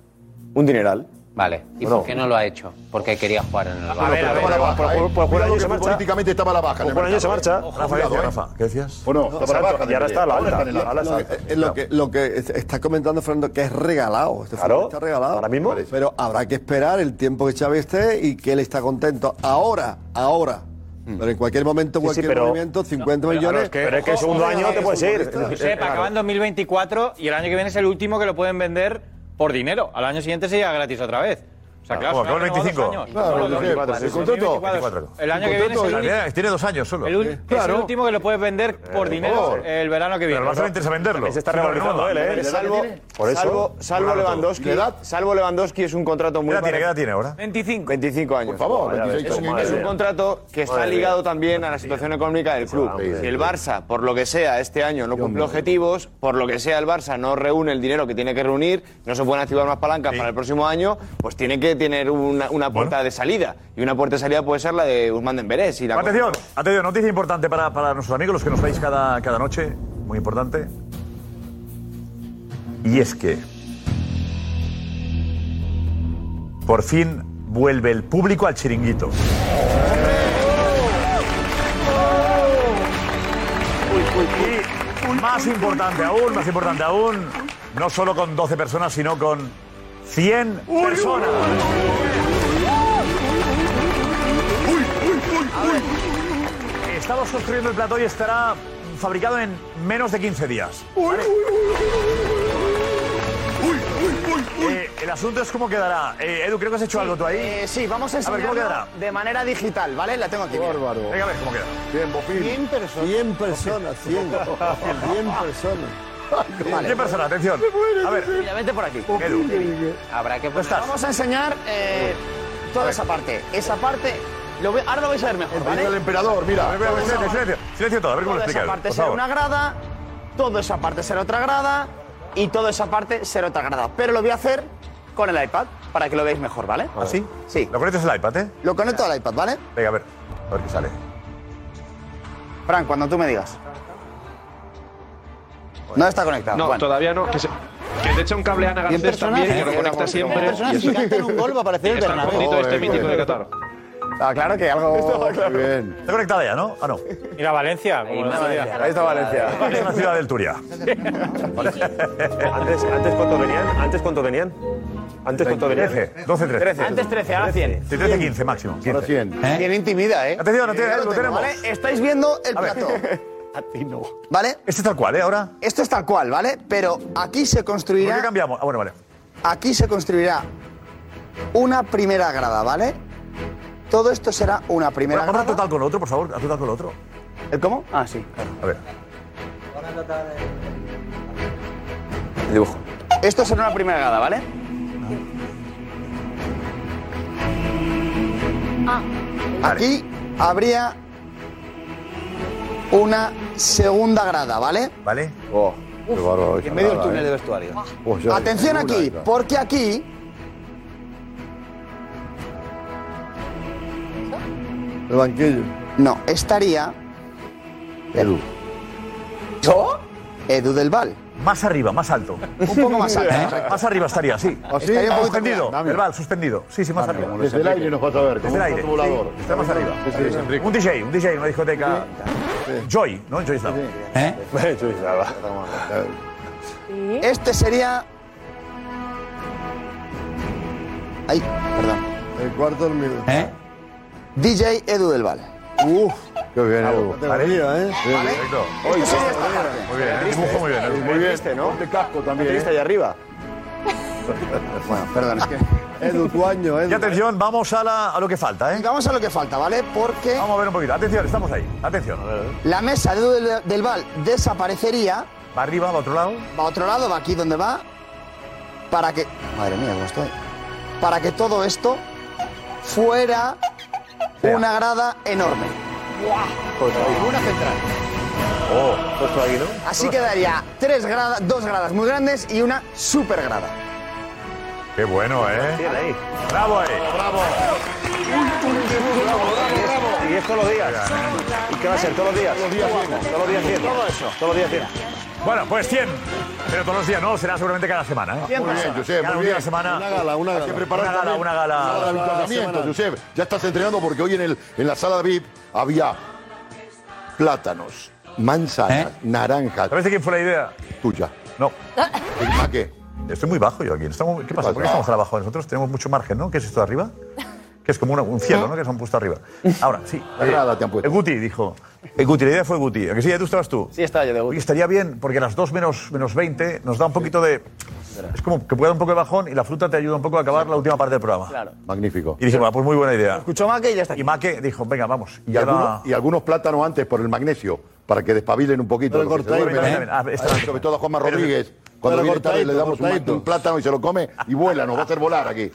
[SPEAKER 2] Un dineral.
[SPEAKER 15] Vale. ¿Y
[SPEAKER 5] Bueno.
[SPEAKER 15] por qué no lo ha hecho? Porque quería jugar en el Barça.
[SPEAKER 5] Bueno, pero estaba a la baja, ¿eh? Cuidado que políticamente estaba a la baja. en el mercado, ¿eh? Ojo,
[SPEAKER 7] Rafa,
[SPEAKER 5] cuidado,
[SPEAKER 7] decía,
[SPEAKER 5] ¿eh?
[SPEAKER 7] Rafa, ¿qué decías?
[SPEAKER 5] Bueno,
[SPEAKER 7] Exacto, y ahora está a la alta.
[SPEAKER 5] la- a la
[SPEAKER 20] Lo-
[SPEAKER 5] alta.
[SPEAKER 20] eh, Lo que, lo que es- está comentando Fernando que es regalado. Este
[SPEAKER 6] Claro,
[SPEAKER 20] futbolista está regalado. Ahora mismo. Pero habrá que esperar el tiempo que Xavi esté y que él está contento. Ahora, ahora. Pero en cualquier momento,
[SPEAKER 6] Sí, sí,
[SPEAKER 20] cualquier
[SPEAKER 6] pero-
[SPEAKER 20] movimiento, 50
[SPEAKER 6] pero
[SPEAKER 20] millones.
[SPEAKER 6] claro, es que- pero es que el segundo
[SPEAKER 20] Ojo,
[SPEAKER 6] año te
[SPEAKER 20] es
[SPEAKER 6] puedes ir.
[SPEAKER 20] futbolista.
[SPEAKER 6] Josep,
[SPEAKER 20] Claro.
[SPEAKER 18] acaba en 2024 y el año que viene es el último que lo pueden vender por dinero. Al año siguiente se llega gratis otra vez. O sea, claro, se lo
[SPEAKER 7] Bueno, acaba el
[SPEAKER 18] han renovado
[SPEAKER 7] 25.
[SPEAKER 18] dos años.
[SPEAKER 7] Claro,
[SPEAKER 18] Bueno,
[SPEAKER 7] el 24, sí, sí.
[SPEAKER 18] 2024. El año que viene es el
[SPEAKER 7] La
[SPEAKER 18] último-
[SPEAKER 7] idea es- Tiene dos años solo.
[SPEAKER 18] el ul- es el último que lo puedes vender por
[SPEAKER 7] Eh,
[SPEAKER 18] dinero
[SPEAKER 7] por favor.
[SPEAKER 18] el verano que viene.
[SPEAKER 7] Pero al Barça le interesa venderlo.
[SPEAKER 18] Se está revalorizando él, ¿eh?
[SPEAKER 2] Salvo,
[SPEAKER 7] Por eso,
[SPEAKER 2] salvo, salvo
[SPEAKER 7] claro,
[SPEAKER 2] Lewandowski.
[SPEAKER 7] ¿qué edad?
[SPEAKER 2] Salvo Lewandowski es un contrato muy.
[SPEAKER 7] edad tiene?
[SPEAKER 2] barato.
[SPEAKER 7] ¿Qué edad tiene ahora?
[SPEAKER 18] 25.
[SPEAKER 2] 25 años.
[SPEAKER 7] Por favor,
[SPEAKER 2] Vaya,
[SPEAKER 7] 26
[SPEAKER 2] es un-
[SPEAKER 7] años.
[SPEAKER 2] Es un contrato que está
[SPEAKER 7] Madre
[SPEAKER 2] ligado
[SPEAKER 7] mía.
[SPEAKER 2] también a la situación económica del club. Si el Barça, por lo que sea, este año no cumple objetivos, por lo que sea el Barça no reúne el dinero que tiene que reunir, no se pueden activar más palancas para el próximo año, pues tiene que tener una, una puerta de salida. Y una puerta de salida puede ser la de Usman Dembélé. Si la
[SPEAKER 7] Atención, atención, noticia importante para, para nuestros amigos, los que nos veis cada, cada noche, muy importante. Y es que por fin vuelve el público al chiringuito. Y más importante aún, más importante aún, no solo con 12 personas, sino con 100 personas. Estamos construyendo el plato y estará fabricado en menos de 15 días. ¿vale? Eh, el asunto es cómo quedará. Eh, Edu, creo que has hecho algo tú ahí.
[SPEAKER 10] Eh, sí, vamos a
[SPEAKER 7] A ver,
[SPEAKER 10] enseñarlo
[SPEAKER 7] ¿cómo quedará?
[SPEAKER 10] de manera digital, ¿vale? La tengo aquí. mira.
[SPEAKER 7] Venga, a ver cómo queda.
[SPEAKER 10] 100 personas.
[SPEAKER 20] 100 personas, 100. 100 personas.
[SPEAKER 10] Vale.
[SPEAKER 7] 100 personas, atención. A ver.
[SPEAKER 10] Mira, vente por aquí.
[SPEAKER 15] Habrá que
[SPEAKER 10] Vamos a enseñar eh, toda esa parte. Esa parte, lo ve- ahora lo vais a ver mejor, ¿vale?
[SPEAKER 7] El emperador, mira. Silencio, silencio, silencio todo, a ver cómo lo
[SPEAKER 10] Toda esa
[SPEAKER 7] explicas.
[SPEAKER 10] parte
[SPEAKER 7] Por
[SPEAKER 10] será
[SPEAKER 7] favor.
[SPEAKER 10] una grada, toda esa parte será otra grada y toda esa parte será otra grada. Pero lo voy a hacer con el iPad para que lo veáis mejor, ¿vale?
[SPEAKER 7] ¿Así?
[SPEAKER 10] Sí.
[SPEAKER 7] Lo conectas al iPad, ¿eh?
[SPEAKER 10] Lo conecto al iPad, ¿vale?
[SPEAKER 7] Venga, a ver. A ver qué sale.
[SPEAKER 10] Fran, cuando tú me digas. No está conectado.
[SPEAKER 25] No,
[SPEAKER 10] bueno.
[SPEAKER 25] todavía no. Que, se- que te echa un cable a Ana
[SPEAKER 10] Cien
[SPEAKER 25] Garcés
[SPEAKER 10] personas,
[SPEAKER 25] también, que lo
[SPEAKER 10] cien
[SPEAKER 25] conecta
[SPEAKER 10] personas,
[SPEAKER 25] siempre.
[SPEAKER 10] cien personas
[SPEAKER 25] Y
[SPEAKER 10] que canten un gol va a aparecer
[SPEAKER 25] [LAUGHS]
[SPEAKER 10] el
[SPEAKER 25] está el
[SPEAKER 10] Bernabéu.
[SPEAKER 25] fondito este mítico de Qatar.
[SPEAKER 10] Ah, claro que algo...
[SPEAKER 7] Está conectada ya, ¿no? Ah, no.
[SPEAKER 18] Mira, Valencia. como
[SPEAKER 7] Ahí
[SPEAKER 18] decía.
[SPEAKER 7] está Valencia. Es una ciudad del Turia.
[SPEAKER 6] antes, antes cuánto venían? Antes cuánto venían? Antes cuánto venían?
[SPEAKER 7] 13, 12, 13.
[SPEAKER 10] Antes 13, ahora 100.
[SPEAKER 7] 13, 15 máximo. 15.
[SPEAKER 10] ¿Eh? Bien intimida, ¿eh?
[SPEAKER 7] Atención,
[SPEAKER 10] Ya
[SPEAKER 7] atención,
[SPEAKER 10] lo
[SPEAKER 7] lo
[SPEAKER 10] tengo,
[SPEAKER 7] tenemos.
[SPEAKER 10] ¿vale? Estáis viendo el plato.
[SPEAKER 7] [LAUGHS]
[SPEAKER 10] A ti no. ¿Vale?
[SPEAKER 7] Este es tal cual, ¿eh? Ahora.
[SPEAKER 10] Esto es tal cual, ¿vale? Pero aquí se
[SPEAKER 7] ¿Por qué
[SPEAKER 10] construirá,
[SPEAKER 7] cambiamos? Ah, bueno, vale.
[SPEAKER 10] aquí se construirá una primera grada, ¿vale? Todo esto será una primera
[SPEAKER 7] Ahora
[SPEAKER 10] grada.
[SPEAKER 7] total con lo otro, por favor. Haz total con lo otro.
[SPEAKER 10] ¿El cómo? Ah, sí.
[SPEAKER 7] A ver.
[SPEAKER 10] dibujo. Esto será una primera grada, ¿vale? Aquí habría una segunda grada, ¿vale?
[SPEAKER 7] Vale.
[SPEAKER 6] Oh, qué bárbaro.
[SPEAKER 10] en medio del túnel
[SPEAKER 6] de
[SPEAKER 10] vestuario.
[SPEAKER 16] Pues
[SPEAKER 6] Oh, ya,
[SPEAKER 10] Atención
[SPEAKER 6] ninguna
[SPEAKER 10] aquí,
[SPEAKER 6] entra.
[SPEAKER 10] porque aquí.
[SPEAKER 20] El banquillo.
[SPEAKER 10] No, estaría. Edu. ¿Yo? Edu del Val.
[SPEAKER 7] Más arriba, más alto.
[SPEAKER 10] Un poco más
[SPEAKER 7] [LAUGHS]
[SPEAKER 10] alto. correcto.
[SPEAKER 7] ¿Eh? Más arriba estaría, sí.
[SPEAKER 10] ¿Ah, sí?
[SPEAKER 7] Estaría
[SPEAKER 10] Ah,
[SPEAKER 7] suspendido.
[SPEAKER 10] Damián.
[SPEAKER 7] El bal, suspendido. Sí, sí, más arriba.
[SPEAKER 11] Desde el aire nos vas a ver, como
[SPEAKER 7] Desde el
[SPEAKER 11] un
[SPEAKER 7] aire.
[SPEAKER 11] volador.
[SPEAKER 7] sí. Está más arriba. Un DJ, un DJ, una discoteca. Joy, ¿no? Joy Slava. ¿Eh? Joy Slava.
[SPEAKER 10] Este sería. Ay, perdón.
[SPEAKER 20] El cuarto dormido.
[SPEAKER 10] ¿Eh? DJ Edu del Val. Uf.
[SPEAKER 11] Qué bien, Edu.
[SPEAKER 20] Categoría, ¿eh?
[SPEAKER 7] Perfecto.
[SPEAKER 10] Esto sería esta parte.
[SPEAKER 7] Muy bien, el dibujo muy bien. ¿eh? Edu.
[SPEAKER 6] Muy bien. ¿no? De casco también. ¿Está ahí arriba?
[SPEAKER 10] Bueno, perdón, es que.
[SPEAKER 20] Edu, tu año, Edu.
[SPEAKER 7] Y atención, vamos a, la- a lo que falta, ¿eh?
[SPEAKER 10] Vamos a lo que falta, ¿vale? Porque
[SPEAKER 7] Vamos a ver un poquito. Atención, estamos ahí. Atención.
[SPEAKER 10] la mesa de Edu del, del Val desaparecería.
[SPEAKER 7] Va arriba, va a otro lado.
[SPEAKER 10] Va a otro lado, va aquí donde va. Para que. Madre mía, cómo estoy. Para que todo esto fuera una grada enorme. Una central.
[SPEAKER 6] Oh, puesto ahí, ¿no?
[SPEAKER 10] Así quedaría tres gradas, dos gradas muy grandes y una super grada.
[SPEAKER 7] Qué bueno, ¿eh? Bravo, eh. Bravo.
[SPEAKER 6] Y es todos los días. ¿Y qué va a ser? ¿Todos los días? Todos los días 100. Todos los días 100. Todos los días 100.
[SPEAKER 7] Bueno, pues 100. Pero todos los días no, será seguramente cada semana. ¿eh?
[SPEAKER 11] Ah, Muy bien, Josep,
[SPEAKER 7] Cada
[SPEAKER 11] muy
[SPEAKER 7] un
[SPEAKER 11] bien.
[SPEAKER 7] día a la semana.
[SPEAKER 11] Una gala, una gala.
[SPEAKER 7] Hay que preparar
[SPEAKER 11] una gala,
[SPEAKER 7] también
[SPEAKER 11] una gala.
[SPEAKER 7] una gala
[SPEAKER 11] ayuntamiento,
[SPEAKER 7] semanal.
[SPEAKER 11] Josep. Ya estás entrenando porque hoy en, el, en la sala VIP había plátanos, manzanas, naranjas.
[SPEAKER 7] ¿Eh? ¿Sabes de quién fue la idea?
[SPEAKER 11] Tuya.
[SPEAKER 7] No.
[SPEAKER 11] Ah. qué?
[SPEAKER 7] Estoy muy bajo yo aquí. Estamos- ¿Qué pasa? ¿Por qué estamos tan abajo? Nosotros tenemos mucho margen, ¿no? ¿Qué es esto de arriba? Que es como una- un cielo, ¿no? Que se han puesto arriba. Ahora, sí.
[SPEAKER 11] [LAUGHS] La grada te han
[SPEAKER 7] Eh, Guti dijo. Eh, Guti, la idea fue Guti. ¿A que sí? ¿Ya tú estabas tú?
[SPEAKER 30] Sí, estaba yo de
[SPEAKER 7] Oye, estaría bien, porque a las 2 menos, menos 20 nos da un poquito de... Es como que pueda un poco de bajón y la fruta te ayuda un poco a acabar la última parte del programa.
[SPEAKER 30] Claro.
[SPEAKER 11] Magnífico.
[SPEAKER 7] Y dije, bueno, pues muy buena idea.
[SPEAKER 30] Escuchó Maque y ya está.
[SPEAKER 7] Y Maque dijo, venga, vamos.
[SPEAKER 11] Y,
[SPEAKER 7] ya
[SPEAKER 11] algunos-
[SPEAKER 7] va-
[SPEAKER 11] y algunos plátanos antes por el magnesio, para que despabilen un poquito.
[SPEAKER 7] Lo
[SPEAKER 11] los que se
[SPEAKER 7] cortáis,
[SPEAKER 11] duermen.
[SPEAKER 7] ¿eh? Ah, está
[SPEAKER 11] Ahí,
[SPEAKER 7] bien.
[SPEAKER 11] sobre todo a Juanma
[SPEAKER 7] Pero-
[SPEAKER 11] Rodríguez.
[SPEAKER 7] pero
[SPEAKER 11] Cuando
[SPEAKER 7] lo
[SPEAKER 11] viene tarde
[SPEAKER 7] cortáis,
[SPEAKER 11] le
[SPEAKER 7] lo
[SPEAKER 11] damos un,
[SPEAKER 7] cortáis.
[SPEAKER 11] un plátano y se lo come y vuela, nos va a hacer volar aquí.
[SPEAKER 30] eh,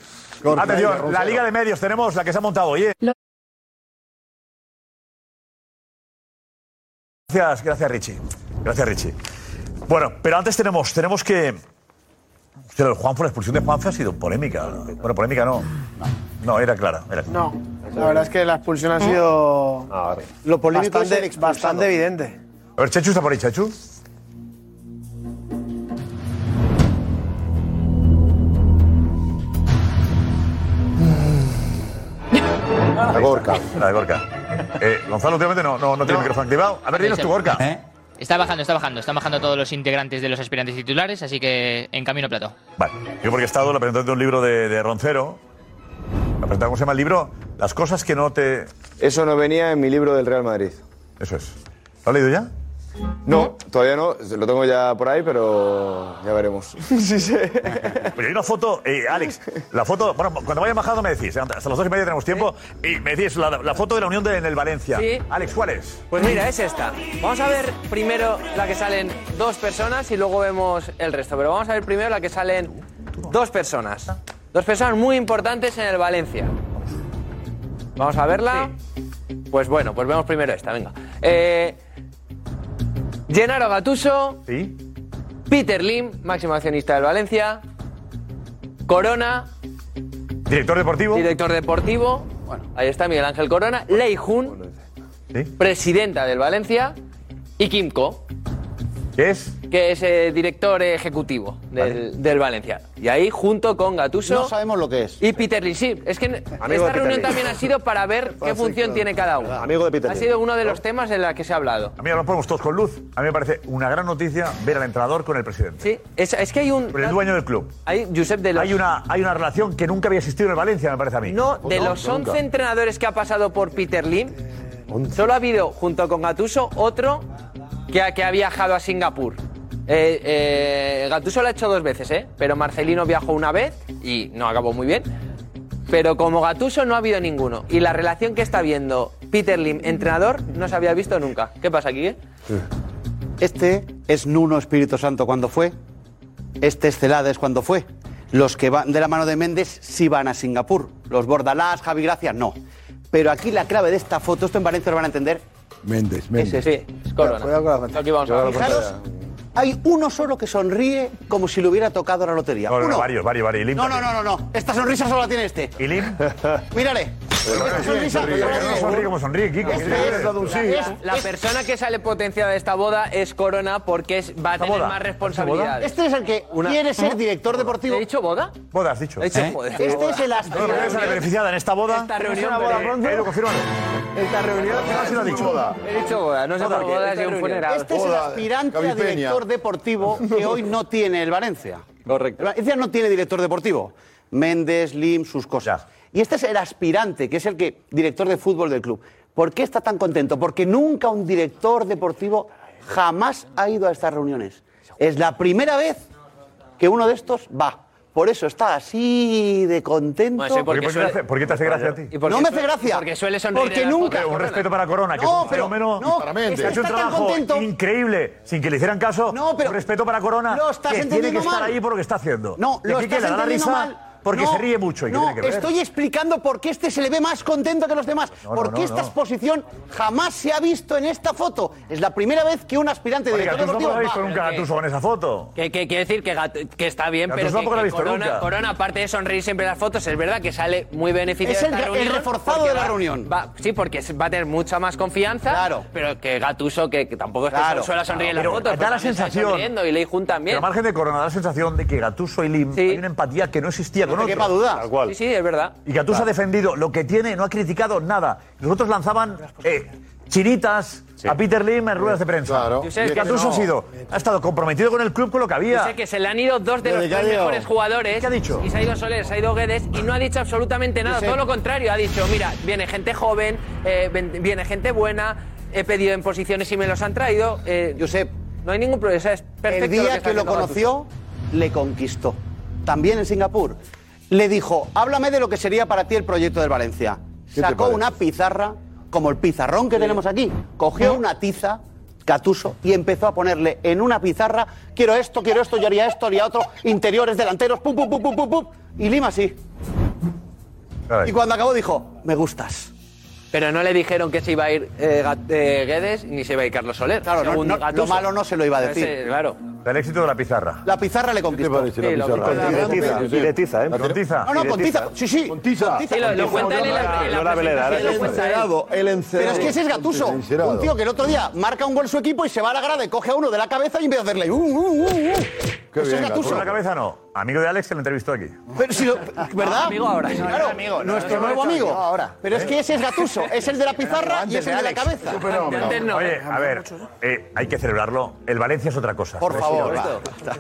[SPEAKER 7] Atención, la Liga de Medios tenemos la que se ha montado hoy. ¿eh? Gracias, gracias Richie. Gracias Richie. Bueno, pero antes tenemos, tenemos que... Hostia, lo de Juanfe, la expulsión de Juanfe ha sido polémica. Bueno, polémica no. No, era clara. Era clara.
[SPEAKER 1] No, la verdad es que la expulsión ha sido
[SPEAKER 10] Ah,
[SPEAKER 7] Lo
[SPEAKER 1] polémico es el expulsado. bastante evidente.
[SPEAKER 7] A ver, Chechu está por ahí, Chechu.
[SPEAKER 11] La Gorka.
[SPEAKER 7] La de Gorka. Eh, Gonzalo, últimamente no, no, no tiene el micrófono activado. A ver, dinos tu Gorka.
[SPEAKER 3] Está bajando, está bajando. Están bajando todos los integrantes de los aspirantes titulares, así que en camino a plato.
[SPEAKER 7] Vale, yo porque he estado en la presentación de un libro de, de Roncero. La presentación, ¿cómo se llama el libro? Las cosas que no te...
[SPEAKER 2] Eso no venía en mi libro del Real Madrid.
[SPEAKER 7] Eso es. ¿Lo has leído ya?
[SPEAKER 2] No, todavía no. Lo tengo ya por ahí, pero ya
[SPEAKER 7] [LAUGHS]
[SPEAKER 2] veremos.
[SPEAKER 7] sí, sí. Pero hay una foto, eh, Alex, la foto, bueno, cuando vaya bajado me decís, hasta las dos y media tenemos tiempo, y me decís la, la foto de la unión de, en el Valencia.
[SPEAKER 3] Sí.
[SPEAKER 7] Alex, ¿cuál es?
[SPEAKER 3] Pues mira, es esta. Vamos a ver primero la que salen dos personas y luego vemos el resto. Pero vamos a ver primero la que salen dos personas. Dos personas muy importantes en el Valencia. Vamos a verla. Pues bueno, pues vemos primero esta, venga. Eh, Gennaro Gattuso. Peter Lim, máximo accionista del Valencia. Corona.
[SPEAKER 7] Director deportivo.
[SPEAKER 3] Director deportivo. Bueno, ahí está Miguel Ángel Corona. Lei Jun. Presidenta del Valencia. Y Kimco.
[SPEAKER 7] ¿Qué es?
[SPEAKER 3] Que es eh, director ejecutivo del, del Valencia. Y ahí, junto con Gatuso.
[SPEAKER 16] No sabemos lo que es.
[SPEAKER 3] Y Peter Lim, sí. Es que
[SPEAKER 16] de
[SPEAKER 3] esta
[SPEAKER 16] Peter
[SPEAKER 3] reunión
[SPEAKER 16] Lim.
[SPEAKER 3] también ha sido para ver qué función tiene cada uno.
[SPEAKER 7] Amigo de Peter
[SPEAKER 3] Ha
[SPEAKER 7] Lim.
[SPEAKER 3] sido uno de los temas en los que se ha hablado.
[SPEAKER 7] A mí ahora lo ponemos todos con luz. A mí me parece una gran noticia ver al entrenador con el presidente.
[SPEAKER 3] Sí, es, es que hay un...
[SPEAKER 7] Con el dueño del club.
[SPEAKER 3] Hay, Josep, de los-
[SPEAKER 7] Hay una, hay una relación que nunca había existido en el Valencia, me parece a mí.
[SPEAKER 3] No, de los 11 entrenadores que ha pasado por Peter Lim, solo ha habido, junto con Gatuso, otro que ha, que ha viajado a Singapur. Eh, eh, Gattuso lo ha hecho dos veces, ¿eh? pero Marcelino viajó una vez y no acabó muy bien. Pero como Gatuso no ha habido ninguno. Y la relación que está viendo Peter Lim, entrenador, no se había visto nunca. ¿Qué pasa aquí?
[SPEAKER 16] Este es Nuno Espíritu Santo cuando fue. Este es Celades cuando fue. Los que van de la mano de Méndez sí van a Singapur. Los Bordalás, Javi Gracias, no. Pero aquí la clave de esta foto, esto en Valencia lo van a entender.
[SPEAKER 11] Méndez,
[SPEAKER 16] Méndez.
[SPEAKER 3] Ese sí, es Corona. Aquí vamos a ver.
[SPEAKER 16] Fijaros, hay uno solo que sonríe como si le hubiera tocado la lotería.
[SPEAKER 7] No, no,
[SPEAKER 16] uno.
[SPEAKER 7] varios, varios, varios. Y Lim
[SPEAKER 16] no, no,
[SPEAKER 7] también.
[SPEAKER 16] no, no, no. Esta sonrisa solo la tiene este.
[SPEAKER 7] ¿Y Lim?
[SPEAKER 16] Mírale. Esta sonrisa solo la tiene este.
[SPEAKER 7] Sonríe como sonríe, Kiko.
[SPEAKER 16] Este
[SPEAKER 7] Mira,
[SPEAKER 16] es-
[SPEAKER 7] dado un sí.
[SPEAKER 3] La persona que sale potenciada de esta boda es Corona porque es- va a tener
[SPEAKER 16] boda?
[SPEAKER 3] más responsabilidades.
[SPEAKER 16] Este es el que
[SPEAKER 3] Una-
[SPEAKER 16] quiere ser director deportivo.
[SPEAKER 3] ¿He dicho boda?
[SPEAKER 7] Boda, has dicho.
[SPEAKER 3] He dicho boda.
[SPEAKER 16] Este es el astro.
[SPEAKER 7] ¿Eh? No, pero es la beneficiada en esta boda.
[SPEAKER 3] Esta reunión,
[SPEAKER 7] Es una boda
[SPEAKER 3] pero-
[SPEAKER 7] pronto. Eh, lo confirman.
[SPEAKER 3] Esta reunión.
[SPEAKER 7] Ah, sí lo ha dicho.
[SPEAKER 3] He dicho boda, no sé
[SPEAKER 16] Joder,
[SPEAKER 3] por qué. Boda
[SPEAKER 16] esta
[SPEAKER 3] y un
[SPEAKER 16] reunión.
[SPEAKER 3] funeral.
[SPEAKER 16] Este es el aspirante a Cabipeña. director deportivo que hoy no tiene el Valencia. Correcto. El Valencia no tiene director deportivo. Méndez, Lim, sus cosas. Y este es el aspirante, que es el que director de fútbol del club. ¿Por qué está tan contento? Porque nunca un director deportivo jamás ha ido a estas reuniones. Es la primera vez que uno de estos va. Por eso está así de contento.
[SPEAKER 3] Bueno, sí, porque ¿Por qué suele- hace- por qué te hace gracia a ti? ¿Y por qué
[SPEAKER 16] No me hace
[SPEAKER 3] suele-
[SPEAKER 16] gracia.
[SPEAKER 3] porque suele sonreír
[SPEAKER 16] Porque
[SPEAKER 3] en las
[SPEAKER 16] nunca.
[SPEAKER 3] fotos de
[SPEAKER 7] Un respeto para Corona, que
[SPEAKER 16] No,
[SPEAKER 7] es un
[SPEAKER 16] pero-
[SPEAKER 7] fenómeno.
[SPEAKER 16] no, Claramente.
[SPEAKER 7] que ha hecho un
[SPEAKER 16] está tan
[SPEAKER 7] trabajo
[SPEAKER 16] contento.
[SPEAKER 7] increíble, sin que le hicieran caso. No, pero. Un respeto para Corona,
[SPEAKER 16] Lo estás
[SPEAKER 7] que tiene que
[SPEAKER 16] entendiendo
[SPEAKER 7] estar
[SPEAKER 16] mal.
[SPEAKER 7] ahí por lo que está haciendo.
[SPEAKER 16] No,
[SPEAKER 7] Y
[SPEAKER 16] lo
[SPEAKER 7] aquí que
[SPEAKER 16] estás
[SPEAKER 7] le da la
[SPEAKER 16] entendiendo
[SPEAKER 7] risa,
[SPEAKER 16] mal.
[SPEAKER 7] Porque se ríe mucho y que
[SPEAKER 16] no,
[SPEAKER 7] tiene que ver.
[SPEAKER 16] Estoy explicando por qué este se le ve más contento que los demás.
[SPEAKER 7] no,
[SPEAKER 16] porque
[SPEAKER 7] no,
[SPEAKER 16] esta
[SPEAKER 7] no.
[SPEAKER 16] exposición jamás se ha visto en esta foto. Es la primera vez que un aspirante de
[SPEAKER 7] Oye,
[SPEAKER 16] director
[SPEAKER 7] Gattuso no
[SPEAKER 16] deportivo.
[SPEAKER 7] lo ha visto
[SPEAKER 16] va-
[SPEAKER 7] nunca Gattuso con esa foto.
[SPEAKER 3] Que, que quiere decir que, Gat- que está bien,
[SPEAKER 7] Gattuso
[SPEAKER 3] pero que,
[SPEAKER 7] tampoco lo ha
[SPEAKER 3] que
[SPEAKER 7] visto nunca.
[SPEAKER 3] Corona, Corona, aparte de sonreír siempre en las fotos, es verdad que sale muy beneficiado
[SPEAKER 16] Es
[SPEAKER 3] de
[SPEAKER 16] el-
[SPEAKER 3] esta
[SPEAKER 16] el
[SPEAKER 3] reunión
[SPEAKER 16] reforzado
[SPEAKER 3] porque
[SPEAKER 16] de la
[SPEAKER 3] va-
[SPEAKER 16] reunión.
[SPEAKER 3] va- sí, porque se- va a tener mucha más confianza. Claro. Pero que Gatuso, que, que tampoco es que
[SPEAKER 7] Claro,
[SPEAKER 3] suela sonreír en las
[SPEAKER 7] claro.
[SPEAKER 3] fotos.
[SPEAKER 7] Pero
[SPEAKER 3] pero
[SPEAKER 7] da la
[SPEAKER 3] también sale
[SPEAKER 7] sensación-
[SPEAKER 3] sonriendo Y Leijun también.
[SPEAKER 7] Pero a margen de Corona, da la sensación de que Gatuso y Lim hay una empatía que no existía con
[SPEAKER 3] te
[SPEAKER 7] otro.
[SPEAKER 3] quepa duda. Tal cual.
[SPEAKER 7] Sí,
[SPEAKER 3] sí, es verdad.
[SPEAKER 7] Y Gatuso ha defendido lo que tiene, no ha criticado nada. Los otros lanzaban eh, chiritas a Peter Lim en ruedas de prensa.
[SPEAKER 3] Yo sé
[SPEAKER 7] Y
[SPEAKER 3] que
[SPEAKER 7] Gatuso
[SPEAKER 3] no.
[SPEAKER 7] ha sido, ha estado comprometido con el club con lo que había.
[SPEAKER 3] Yo sé que se le han ido dos de
[SPEAKER 7] Pero
[SPEAKER 3] los
[SPEAKER 7] de
[SPEAKER 3] tres
[SPEAKER 7] Gallo.
[SPEAKER 3] mejores jugadores.
[SPEAKER 7] ¿Qué ha dicho?
[SPEAKER 3] Y se ha ido Soler, se ha ido Guedes y no ha dicho absolutamente nada.
[SPEAKER 7] Josep.
[SPEAKER 3] Todo lo contrario, ha dicho, mira, viene gente joven, eh, ven- viene gente buena, he pedido en posiciones y me los han traído. Eh, Josep. No hay ningún problema, o sea, es perfecto
[SPEAKER 16] El día
[SPEAKER 3] está
[SPEAKER 16] que lo
[SPEAKER 3] haciendo Gattuso.
[SPEAKER 16] conoció, le conquistó. También en Singapur. Le dijo, háblame de lo que sería para ti el proyecto del Valencia.
[SPEAKER 11] te
[SPEAKER 16] Sacó
[SPEAKER 11] parece?
[SPEAKER 16] una pizarra, como el pizarrón que tenemos aquí. Cogió una tiza, Catuso, y empezó a ponerle en una pizarra, quiero esto, quiero esto, yo haría esto, haría otro, interiores, delanteros, pum, pum, pum, pum, pum, pum. Y Lima así. Y cuando acabó dijo, me gustas.
[SPEAKER 3] Pero no le dijeron que se iba a ir eh, Gat- eh, Guedes ni se iba a ir Carlos Soler.
[SPEAKER 16] Claro, no-
[SPEAKER 3] según
[SPEAKER 16] no- lo
[SPEAKER 3] Gattuso.
[SPEAKER 16] malo no se lo iba a decir.
[SPEAKER 3] Ese, claro.
[SPEAKER 7] El éxito de la pizarra.
[SPEAKER 16] La pizarra le conquistó.
[SPEAKER 11] parece la Sí, la pizarra? pizarra.
[SPEAKER 16] Y de tiza,
[SPEAKER 11] Josep.
[SPEAKER 16] y de tiza, ¿eh?
[SPEAKER 11] La tenemos.
[SPEAKER 16] No, no, con tiza. Sí, sí. Con tiza.
[SPEAKER 11] Sí, lo- lo cuenta él en la- en la No la velera, presentación, ¿eh? lo cuenta él. El encerado.
[SPEAKER 16] Pero es que ese es Gatuso.
[SPEAKER 11] El encerado.
[SPEAKER 16] Un tío que el otro día marca un gol su equipo y se va a la grada y coge a uno de la cabeza y empieza a hacerle. Uh, uh, uh, uh.
[SPEAKER 7] Qué
[SPEAKER 16] Eso es Gatuso.
[SPEAKER 7] la cabeza no. Amigo de Alex, se lo entrevistó aquí.
[SPEAKER 16] Pero si lo- ¿Verdad?
[SPEAKER 7] Amigo ahora.
[SPEAKER 16] Claro, nuestro nuevo amigo. Ahora. Pero es que ese es
[SPEAKER 7] [LAUGHS]
[SPEAKER 16] Gatuso. Es el de la pizarra y es el de la cabeza.
[SPEAKER 7] Oye, a ver, eh, hay que celebrarlo. El Valencia es otra cosa.
[SPEAKER 16] Por favor.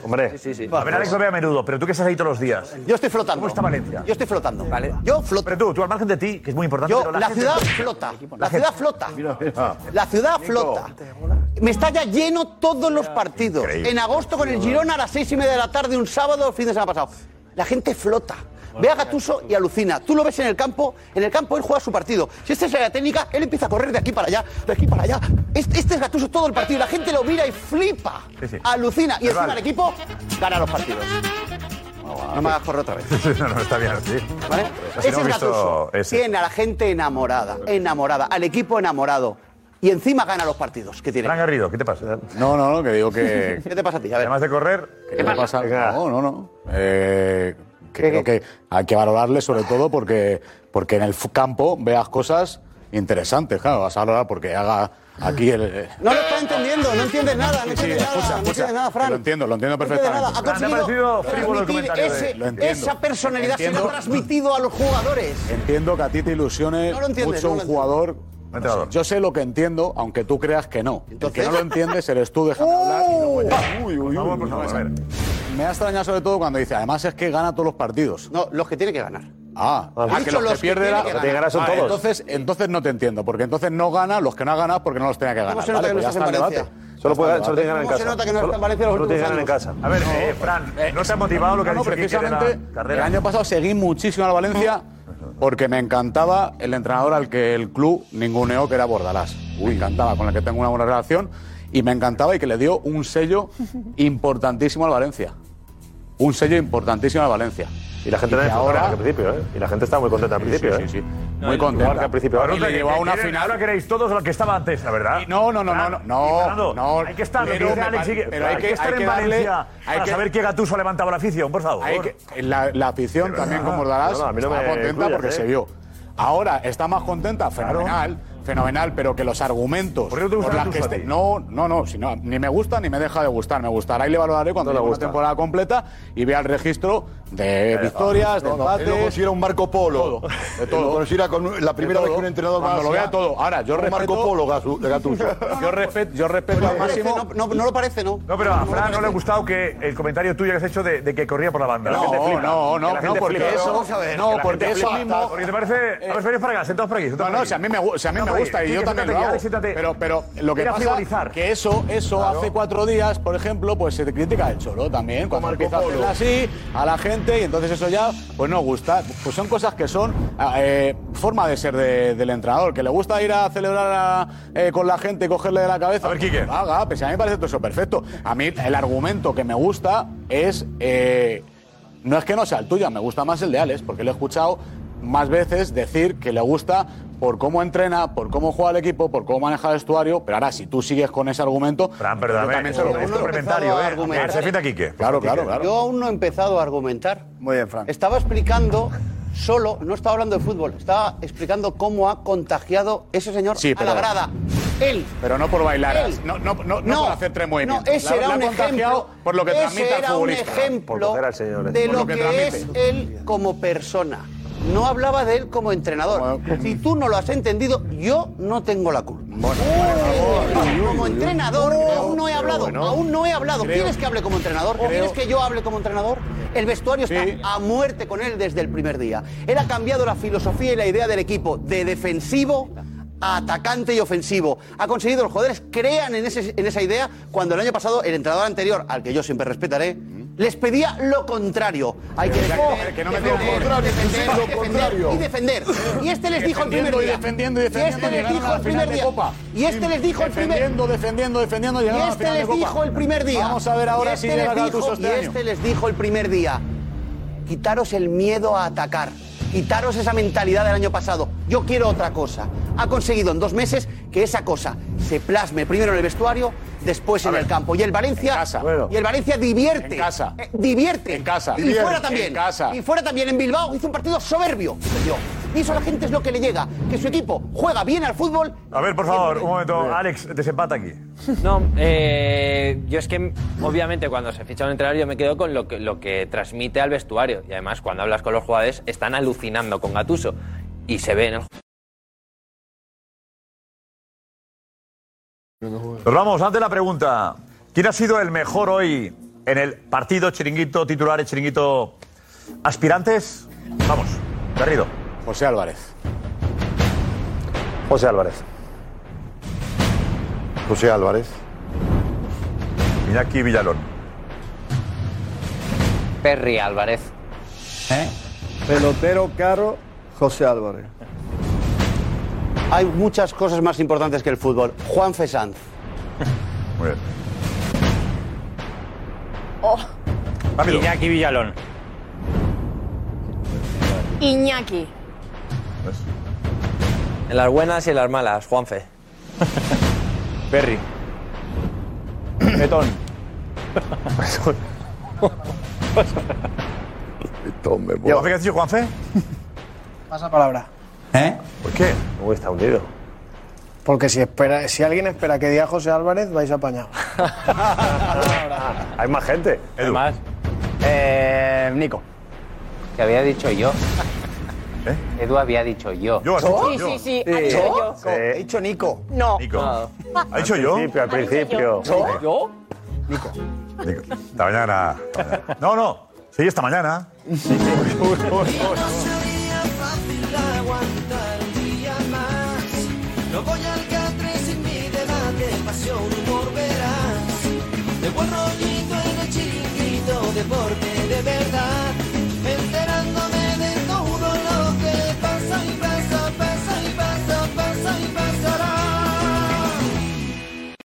[SPEAKER 7] Hombre. A ver, Alex lo ve a menudo, pero tú que estás ahí todos los días.
[SPEAKER 16] Yo estoy flotando.
[SPEAKER 7] ¿Cómo está Valencia?
[SPEAKER 16] Yo estoy flotando.
[SPEAKER 7] [LAUGHS]
[SPEAKER 16] Yo floto.
[SPEAKER 7] Pero tú, tú al margen de ti, que es muy importante.
[SPEAKER 16] Yo,
[SPEAKER 7] pero
[SPEAKER 16] la
[SPEAKER 7] gente-
[SPEAKER 16] ciudad flota. La
[SPEAKER 7] gente-
[SPEAKER 16] ciudad flota. La ciudad flota. Me está ya lleno todos los partidos.
[SPEAKER 7] Increíble.
[SPEAKER 16] En agosto con el Girona a las seis y media de la tarde, un sábado, el fin de semana pasado. La gente flota. Ve a Gatuso y alucina. Tú lo ves en el campo, en el campo él juega su partido. Si esta es la técnica, él empieza a correr de aquí para allá, de aquí para allá. Este, este es Gatuso todo el partido. La gente lo mira y flipa.
[SPEAKER 7] Sí, sí.
[SPEAKER 16] Alucina. Y
[SPEAKER 7] Pero
[SPEAKER 16] encima
[SPEAKER 7] vale.
[SPEAKER 16] el equipo gana los partidos. No me hagas correr otra vez.
[SPEAKER 7] no, no, está bien así.
[SPEAKER 16] ¿Vale?
[SPEAKER 7] Si
[SPEAKER 16] Ese
[SPEAKER 7] no
[SPEAKER 16] es Gattuso.
[SPEAKER 7] he visto ese.
[SPEAKER 16] Tiene a la gente enamorada, enamorada, al equipo enamorado. Y encima gana los partidos que tiene.
[SPEAKER 7] Fran Garrido, ¿qué te pasa?
[SPEAKER 5] No, no, no, que digo
[SPEAKER 7] [LAUGHS]
[SPEAKER 5] que.
[SPEAKER 16] ¿Qué te pasa a ti? A ver.
[SPEAKER 7] Además de correr.
[SPEAKER 5] ¿Qué pasa? No, no, no. Eh, que creo que hay que valorarle sobre todo porque, porque en el f- campo veas cosas interesantes, claro. Vas a valorar porque haga aquí el. eh,
[SPEAKER 16] No lo está entendiendo, no entiendes nada, no entiendes nada, no entiendes nada,
[SPEAKER 5] que Lo
[SPEAKER 16] Fran.
[SPEAKER 5] entiendo, lo entiendo
[SPEAKER 16] No entiendes
[SPEAKER 5] perfectamente.
[SPEAKER 16] nada. Ha conseguido transmitir ese-
[SPEAKER 5] Lo entiendo.
[SPEAKER 16] esa personalidad, se lo ha
[SPEAKER 5] Entiendo.
[SPEAKER 16] transmitido a los jugadores.
[SPEAKER 5] Entiendo que a ti te ilusione
[SPEAKER 16] No lo entiendes,
[SPEAKER 5] mucho
[SPEAKER 16] no lo
[SPEAKER 5] un
[SPEAKER 16] entiendo.
[SPEAKER 5] jugador. no sé, yo sé lo que entiendo, aunque tú creas que no. El que no lo entiendes eres tú,
[SPEAKER 16] [LAUGHS]
[SPEAKER 5] déjame hablar. y
[SPEAKER 16] ¡Oh!
[SPEAKER 5] luego ya. Uy, uy, uy, no, es- Me ha extrañado sobre todo cuando dice, además es que gana todos los partidos.
[SPEAKER 16] No, los que tiene que ganar.
[SPEAKER 5] Ah,
[SPEAKER 16] Has
[SPEAKER 5] ah, que
[SPEAKER 16] dicho
[SPEAKER 5] los,
[SPEAKER 16] los
[SPEAKER 5] que
[SPEAKER 16] que
[SPEAKER 5] pierde
[SPEAKER 16] tiene
[SPEAKER 5] la-
[SPEAKER 16] que ganar. Los que tiene que ganar son
[SPEAKER 5] Ah,
[SPEAKER 16] todos.
[SPEAKER 5] Entonces, entonces no te entiendo, porque entonces no gana los que no ha ganado porque no los tenía que ganar.
[SPEAKER 16] se nota que no
[SPEAKER 5] pues ya
[SPEAKER 16] estás en
[SPEAKER 5] está el
[SPEAKER 16] Valencia?
[SPEAKER 5] debate.
[SPEAKER 6] Solo
[SPEAKER 5] Ya
[SPEAKER 6] puede-
[SPEAKER 5] está el
[SPEAKER 6] solo tiene que
[SPEAKER 5] debate.
[SPEAKER 6] ganar en ¿Cómo se casa. nota que no está en Valencia los Solo tiene que últimos ganar en años?
[SPEAKER 7] A ver, eh, Fran, ¿no te ha motivado lo que
[SPEAKER 5] No,
[SPEAKER 7] ha
[SPEAKER 5] no,
[SPEAKER 7] dicho Quique de la
[SPEAKER 5] precisamente el
[SPEAKER 7] carrera?
[SPEAKER 5] año pasado seguí muchísimo al Valencia porque me encantaba el entrenador al que el club ninguneó, que era Bordalás. Me encantaba, con el que tengo una buena relación. Y me encantaba y que le dio un sello importantísimo al Valencia. Un sello importantísimo al Valencia.
[SPEAKER 6] Y la gente
[SPEAKER 5] Y
[SPEAKER 6] no
[SPEAKER 5] que ahora-
[SPEAKER 6] al principio, ¿eh? Y la gente está muy contenta al principio,
[SPEAKER 5] sí, sí,
[SPEAKER 6] ¿eh?
[SPEAKER 5] Muy contenta.
[SPEAKER 6] Igual que al principio.
[SPEAKER 5] Y le llevó a una final.
[SPEAKER 7] Ahora queréis todos lo que estaba antes, la verdad.
[SPEAKER 5] No, no, no, no, no, no, no.
[SPEAKER 7] Hay que estar,
[SPEAKER 5] pero
[SPEAKER 7] pero,
[SPEAKER 5] me
[SPEAKER 7] Alex,
[SPEAKER 5] pare-
[SPEAKER 7] sí que-
[SPEAKER 5] pero
[SPEAKER 7] hay que estar
[SPEAKER 5] darle-
[SPEAKER 7] en Valencia
[SPEAKER 5] hay
[SPEAKER 7] para
[SPEAKER 5] que-
[SPEAKER 7] saber que Gatuso ha levantado la afición, por favor.
[SPEAKER 5] Hay que- la, la afición también con Bordalás
[SPEAKER 7] No, no, a mí no
[SPEAKER 5] estaba
[SPEAKER 7] me
[SPEAKER 5] contenta
[SPEAKER 7] incluyas,
[SPEAKER 5] porque
[SPEAKER 7] ¿eh?
[SPEAKER 5] se vio. Ahora está más contenta, fenomenal, fenomenal, pero que los argumentos ¿Por,
[SPEAKER 7] gusta
[SPEAKER 5] las
[SPEAKER 7] Gattuso
[SPEAKER 5] que
[SPEAKER 7] a ti?
[SPEAKER 5] No, no, no, si no, ni me gusta ni me deja de gustar, me gustará y le valoraré cuando
[SPEAKER 11] No le
[SPEAKER 5] llegue una
[SPEAKER 11] gusta.
[SPEAKER 5] temporada completa y vea el registro de victorias, de
[SPEAKER 11] No, no,
[SPEAKER 5] empates.
[SPEAKER 11] Él lo considera un Marco Polo. De
[SPEAKER 5] todo.
[SPEAKER 11] Lo considera con- la primera
[SPEAKER 5] De
[SPEAKER 11] vez
[SPEAKER 5] todo.
[SPEAKER 11] que un entrenador va
[SPEAKER 5] Cuando lo
[SPEAKER 11] hacia-
[SPEAKER 5] vea todo. Ahora, yo
[SPEAKER 11] un
[SPEAKER 5] respeto-
[SPEAKER 11] Marco Polo, Gasu- de Gattuso.
[SPEAKER 5] Yo respeto, yo respeto al
[SPEAKER 16] Parece,
[SPEAKER 5] máximo.
[SPEAKER 16] no, no, no lo parece, ¿no.
[SPEAKER 7] No, pero a Fran no le ha gustado que el comentario tuyo que has hecho de, de que corría por la banda. La
[SPEAKER 5] [LAUGHS] No,
[SPEAKER 7] gente flipa.
[SPEAKER 5] no, no,
[SPEAKER 7] Que la gente
[SPEAKER 5] no, porque
[SPEAKER 7] flipa.
[SPEAKER 5] eso-
[SPEAKER 7] Vamos a ver.
[SPEAKER 5] no,
[SPEAKER 7] Que la
[SPEAKER 5] porque
[SPEAKER 7] gente
[SPEAKER 5] eso
[SPEAKER 7] flipa.
[SPEAKER 5] mismo-
[SPEAKER 7] Porque te parece. A ver, venid para acá, sentaos por aquí. sentaos
[SPEAKER 5] No,
[SPEAKER 7] por
[SPEAKER 5] no,
[SPEAKER 7] aquí.
[SPEAKER 5] si a mí me, gu- si a mí
[SPEAKER 7] No,
[SPEAKER 5] me
[SPEAKER 7] por ahí.
[SPEAKER 5] gusta y
[SPEAKER 7] Sí,
[SPEAKER 5] yo
[SPEAKER 7] que
[SPEAKER 5] también
[SPEAKER 7] siéntate
[SPEAKER 5] lo
[SPEAKER 7] ya,
[SPEAKER 5] hago.
[SPEAKER 7] siéntate.
[SPEAKER 5] Pero, pero lo que
[SPEAKER 7] Quiere
[SPEAKER 5] pasa
[SPEAKER 7] frivolizar.
[SPEAKER 5] que eso, eso
[SPEAKER 7] Claro.
[SPEAKER 5] hace cuatro días, por ejemplo, pues se te critica el cholo también, cuando empieza a hacerla así a la gente y entonces eso ya, pues no gusta. Pues son cosas que son ah, eh, forma de ser de- del entrenador, que le gusta ir a celebrar a- eh, con la gente y cogerle de la cabeza. A ver, Quique. Haga, pues a mí me parece todo eso perfecto. A mí el argumento que me gusta es... eh, No es que no sea el tuyo, me gusta más el de Alex, porque le he escuchado más veces decir que le gusta por cómo entrena, por cómo juega el equipo, por cómo maneja el vestuario. Pero ahora, si tú sigues con ese argumento.
[SPEAKER 31] perdóname, es un
[SPEAKER 5] es
[SPEAKER 31] complementario, ¿eh? Que se defienda Quique.
[SPEAKER 5] Claro, claro, claro.
[SPEAKER 16] Yo aún no he empezado a argumentar.
[SPEAKER 20] Muy bien, Fran.
[SPEAKER 16] Estaba explicando solo, no estaba hablando de fútbol, estaba explicando cómo ha contagiado ese señor
[SPEAKER 5] Sí,
[SPEAKER 16] a la
[SPEAKER 5] pero-
[SPEAKER 16] grada. Él.
[SPEAKER 5] Pero no por bailar,
[SPEAKER 16] Él.
[SPEAKER 5] no, no, no, no
[SPEAKER 16] No,
[SPEAKER 5] por hacer tres movimientos.
[SPEAKER 16] no, ese
[SPEAKER 5] La-
[SPEAKER 16] era
[SPEAKER 5] la
[SPEAKER 16] un
[SPEAKER 5] ha contagiado
[SPEAKER 16] ejemplo-
[SPEAKER 5] Por lo que
[SPEAKER 16] ese
[SPEAKER 5] transmite al
[SPEAKER 16] era un
[SPEAKER 5] futbolista.
[SPEAKER 16] ejemplo Por coger al
[SPEAKER 10] señor.
[SPEAKER 16] de
[SPEAKER 5] Por
[SPEAKER 16] lo,
[SPEAKER 5] lo
[SPEAKER 16] que,
[SPEAKER 5] que transmite.
[SPEAKER 16] es él como persona. No hablaba de él como entrenador. Si tú no lo has entendido, yo no tengo la culpa. como entrenador, aún no he hablado. Aún no he hablado. Creo- ¿Quieres que hable como entrenador? Creo- ¿Quieres que yo hable como entrenador? El vestuario está a muerte con él desde el primer día. Él ha cambiado la filosofía y la idea del equipo de defensivo a atacante y ofensivo. Ha conseguido que los jugadores crean en, ese- en esa idea cuando el año pasado el entrenador anterior, al que yo siempre respetaré, les pedía lo contrario. Hay que defender,
[SPEAKER 5] que no me
[SPEAKER 16] defender,
[SPEAKER 5] digas lo contrario,
[SPEAKER 16] defender,
[SPEAKER 5] lo
[SPEAKER 16] defender
[SPEAKER 5] contrario.
[SPEAKER 16] y defender. Y este les dijo el primer
[SPEAKER 5] Defendiendo y
[SPEAKER 16] día.
[SPEAKER 5] defendiendo y
[SPEAKER 16] Y
[SPEAKER 5] defendiendo,
[SPEAKER 16] este les
[SPEAKER 5] llegaron a
[SPEAKER 16] dijo
[SPEAKER 5] la
[SPEAKER 16] el
[SPEAKER 5] final
[SPEAKER 16] primer
[SPEAKER 5] de
[SPEAKER 16] día.
[SPEAKER 5] Copa.
[SPEAKER 16] Y este les dijo el primer
[SPEAKER 5] Defendiendo, defendiendo, defendiendo,
[SPEAKER 16] y
[SPEAKER 5] llegaron a la
[SPEAKER 16] este
[SPEAKER 5] final de
[SPEAKER 16] les
[SPEAKER 5] Copa.
[SPEAKER 16] dijo el primer día.
[SPEAKER 5] Vamos a ver ahora
[SPEAKER 16] Y este
[SPEAKER 5] si llega
[SPEAKER 16] les
[SPEAKER 5] Gattuso
[SPEAKER 16] dijo-
[SPEAKER 5] este
[SPEAKER 16] Y
[SPEAKER 5] año.
[SPEAKER 16] este les dijo el primer día. Quitaros el miedo a atacar. Quitaros esa mentalidad del año pasado. Yo quiero otra cosa. Ha conseguido en dos meses que esa cosa se plasme primero en el vestuario, después en el campo. Y el Valencia. Y el Valencia divierte. En casa. divierte. En casa. Y
[SPEAKER 5] Divierte.
[SPEAKER 16] fuera también.
[SPEAKER 5] En casa.
[SPEAKER 16] Y fuera también. En Bilbao hizo un partido soberbio. Perdió. Y eso a la gente es lo que le llega. Que su equipo juega bien al fútbol.
[SPEAKER 7] A ver, por favor, un momento. Alex, desempata aquí.
[SPEAKER 3] No, eh, yo es que obviamente cuando se ficha un entrenador yo me quedo con lo que, lo que transmite al vestuario. Y además cuando hablas con los jugadores están alucinando con Gatuso. Y se ve en el
[SPEAKER 7] Nos vamos, antes la pregunta. ¿Quién ha sido el mejor hoy en el partido chiringuito, titulares, chiringuito, aspirantes? Vamos, Garrido.
[SPEAKER 5] José Álvarez.
[SPEAKER 10] José Álvarez.
[SPEAKER 11] José Álvarez.
[SPEAKER 7] Iñaki Villalón.
[SPEAKER 15] Perry Álvarez.
[SPEAKER 20] Pelotero caro, José Álvarez.
[SPEAKER 16] Hay muchas cosas más importantes que el fútbol. Juan Fesanz.
[SPEAKER 7] Muy bien.
[SPEAKER 18] Iñaki Villalón.
[SPEAKER 9] Iñaki.
[SPEAKER 3] En las buenas y en las malas, Juanfe. [LAUGHS]
[SPEAKER 18] Perry. Betón.
[SPEAKER 11] Tome,
[SPEAKER 7] ¿Y a Juanfe qué has dicho, Juanfe?
[SPEAKER 1] Pasa palabra.
[SPEAKER 7] ¿Eh? ¿Por qué?
[SPEAKER 10] Uy, está hundido.
[SPEAKER 1] Porque si, espera, si alguien espera que diga José Álvarez, vais apañados.
[SPEAKER 6] Ah,
[SPEAKER 10] Hay más gente.
[SPEAKER 16] Además, eh, Nico.
[SPEAKER 15] Que había dicho yo. Edu había dicho yo.
[SPEAKER 7] Yo,
[SPEAKER 15] has dicho
[SPEAKER 9] Sí,
[SPEAKER 15] yo.
[SPEAKER 9] sí, sí, ha dicho yo.
[SPEAKER 16] He dicho Nico.
[SPEAKER 9] No.
[SPEAKER 7] ¿Ha dicho yo?
[SPEAKER 10] al principio.
[SPEAKER 16] ¿Yo?
[SPEAKER 3] ¿Yo?
[SPEAKER 7] Digo, Esta mañana. esta mañana. No, no. Sí, esta mañana.
[SPEAKER 6] ah.
[SPEAKER 4] aguantar un día más. No voy al catre sin mi debate, pasión, humor verás. De buen rollito en el chiringuito deportivo.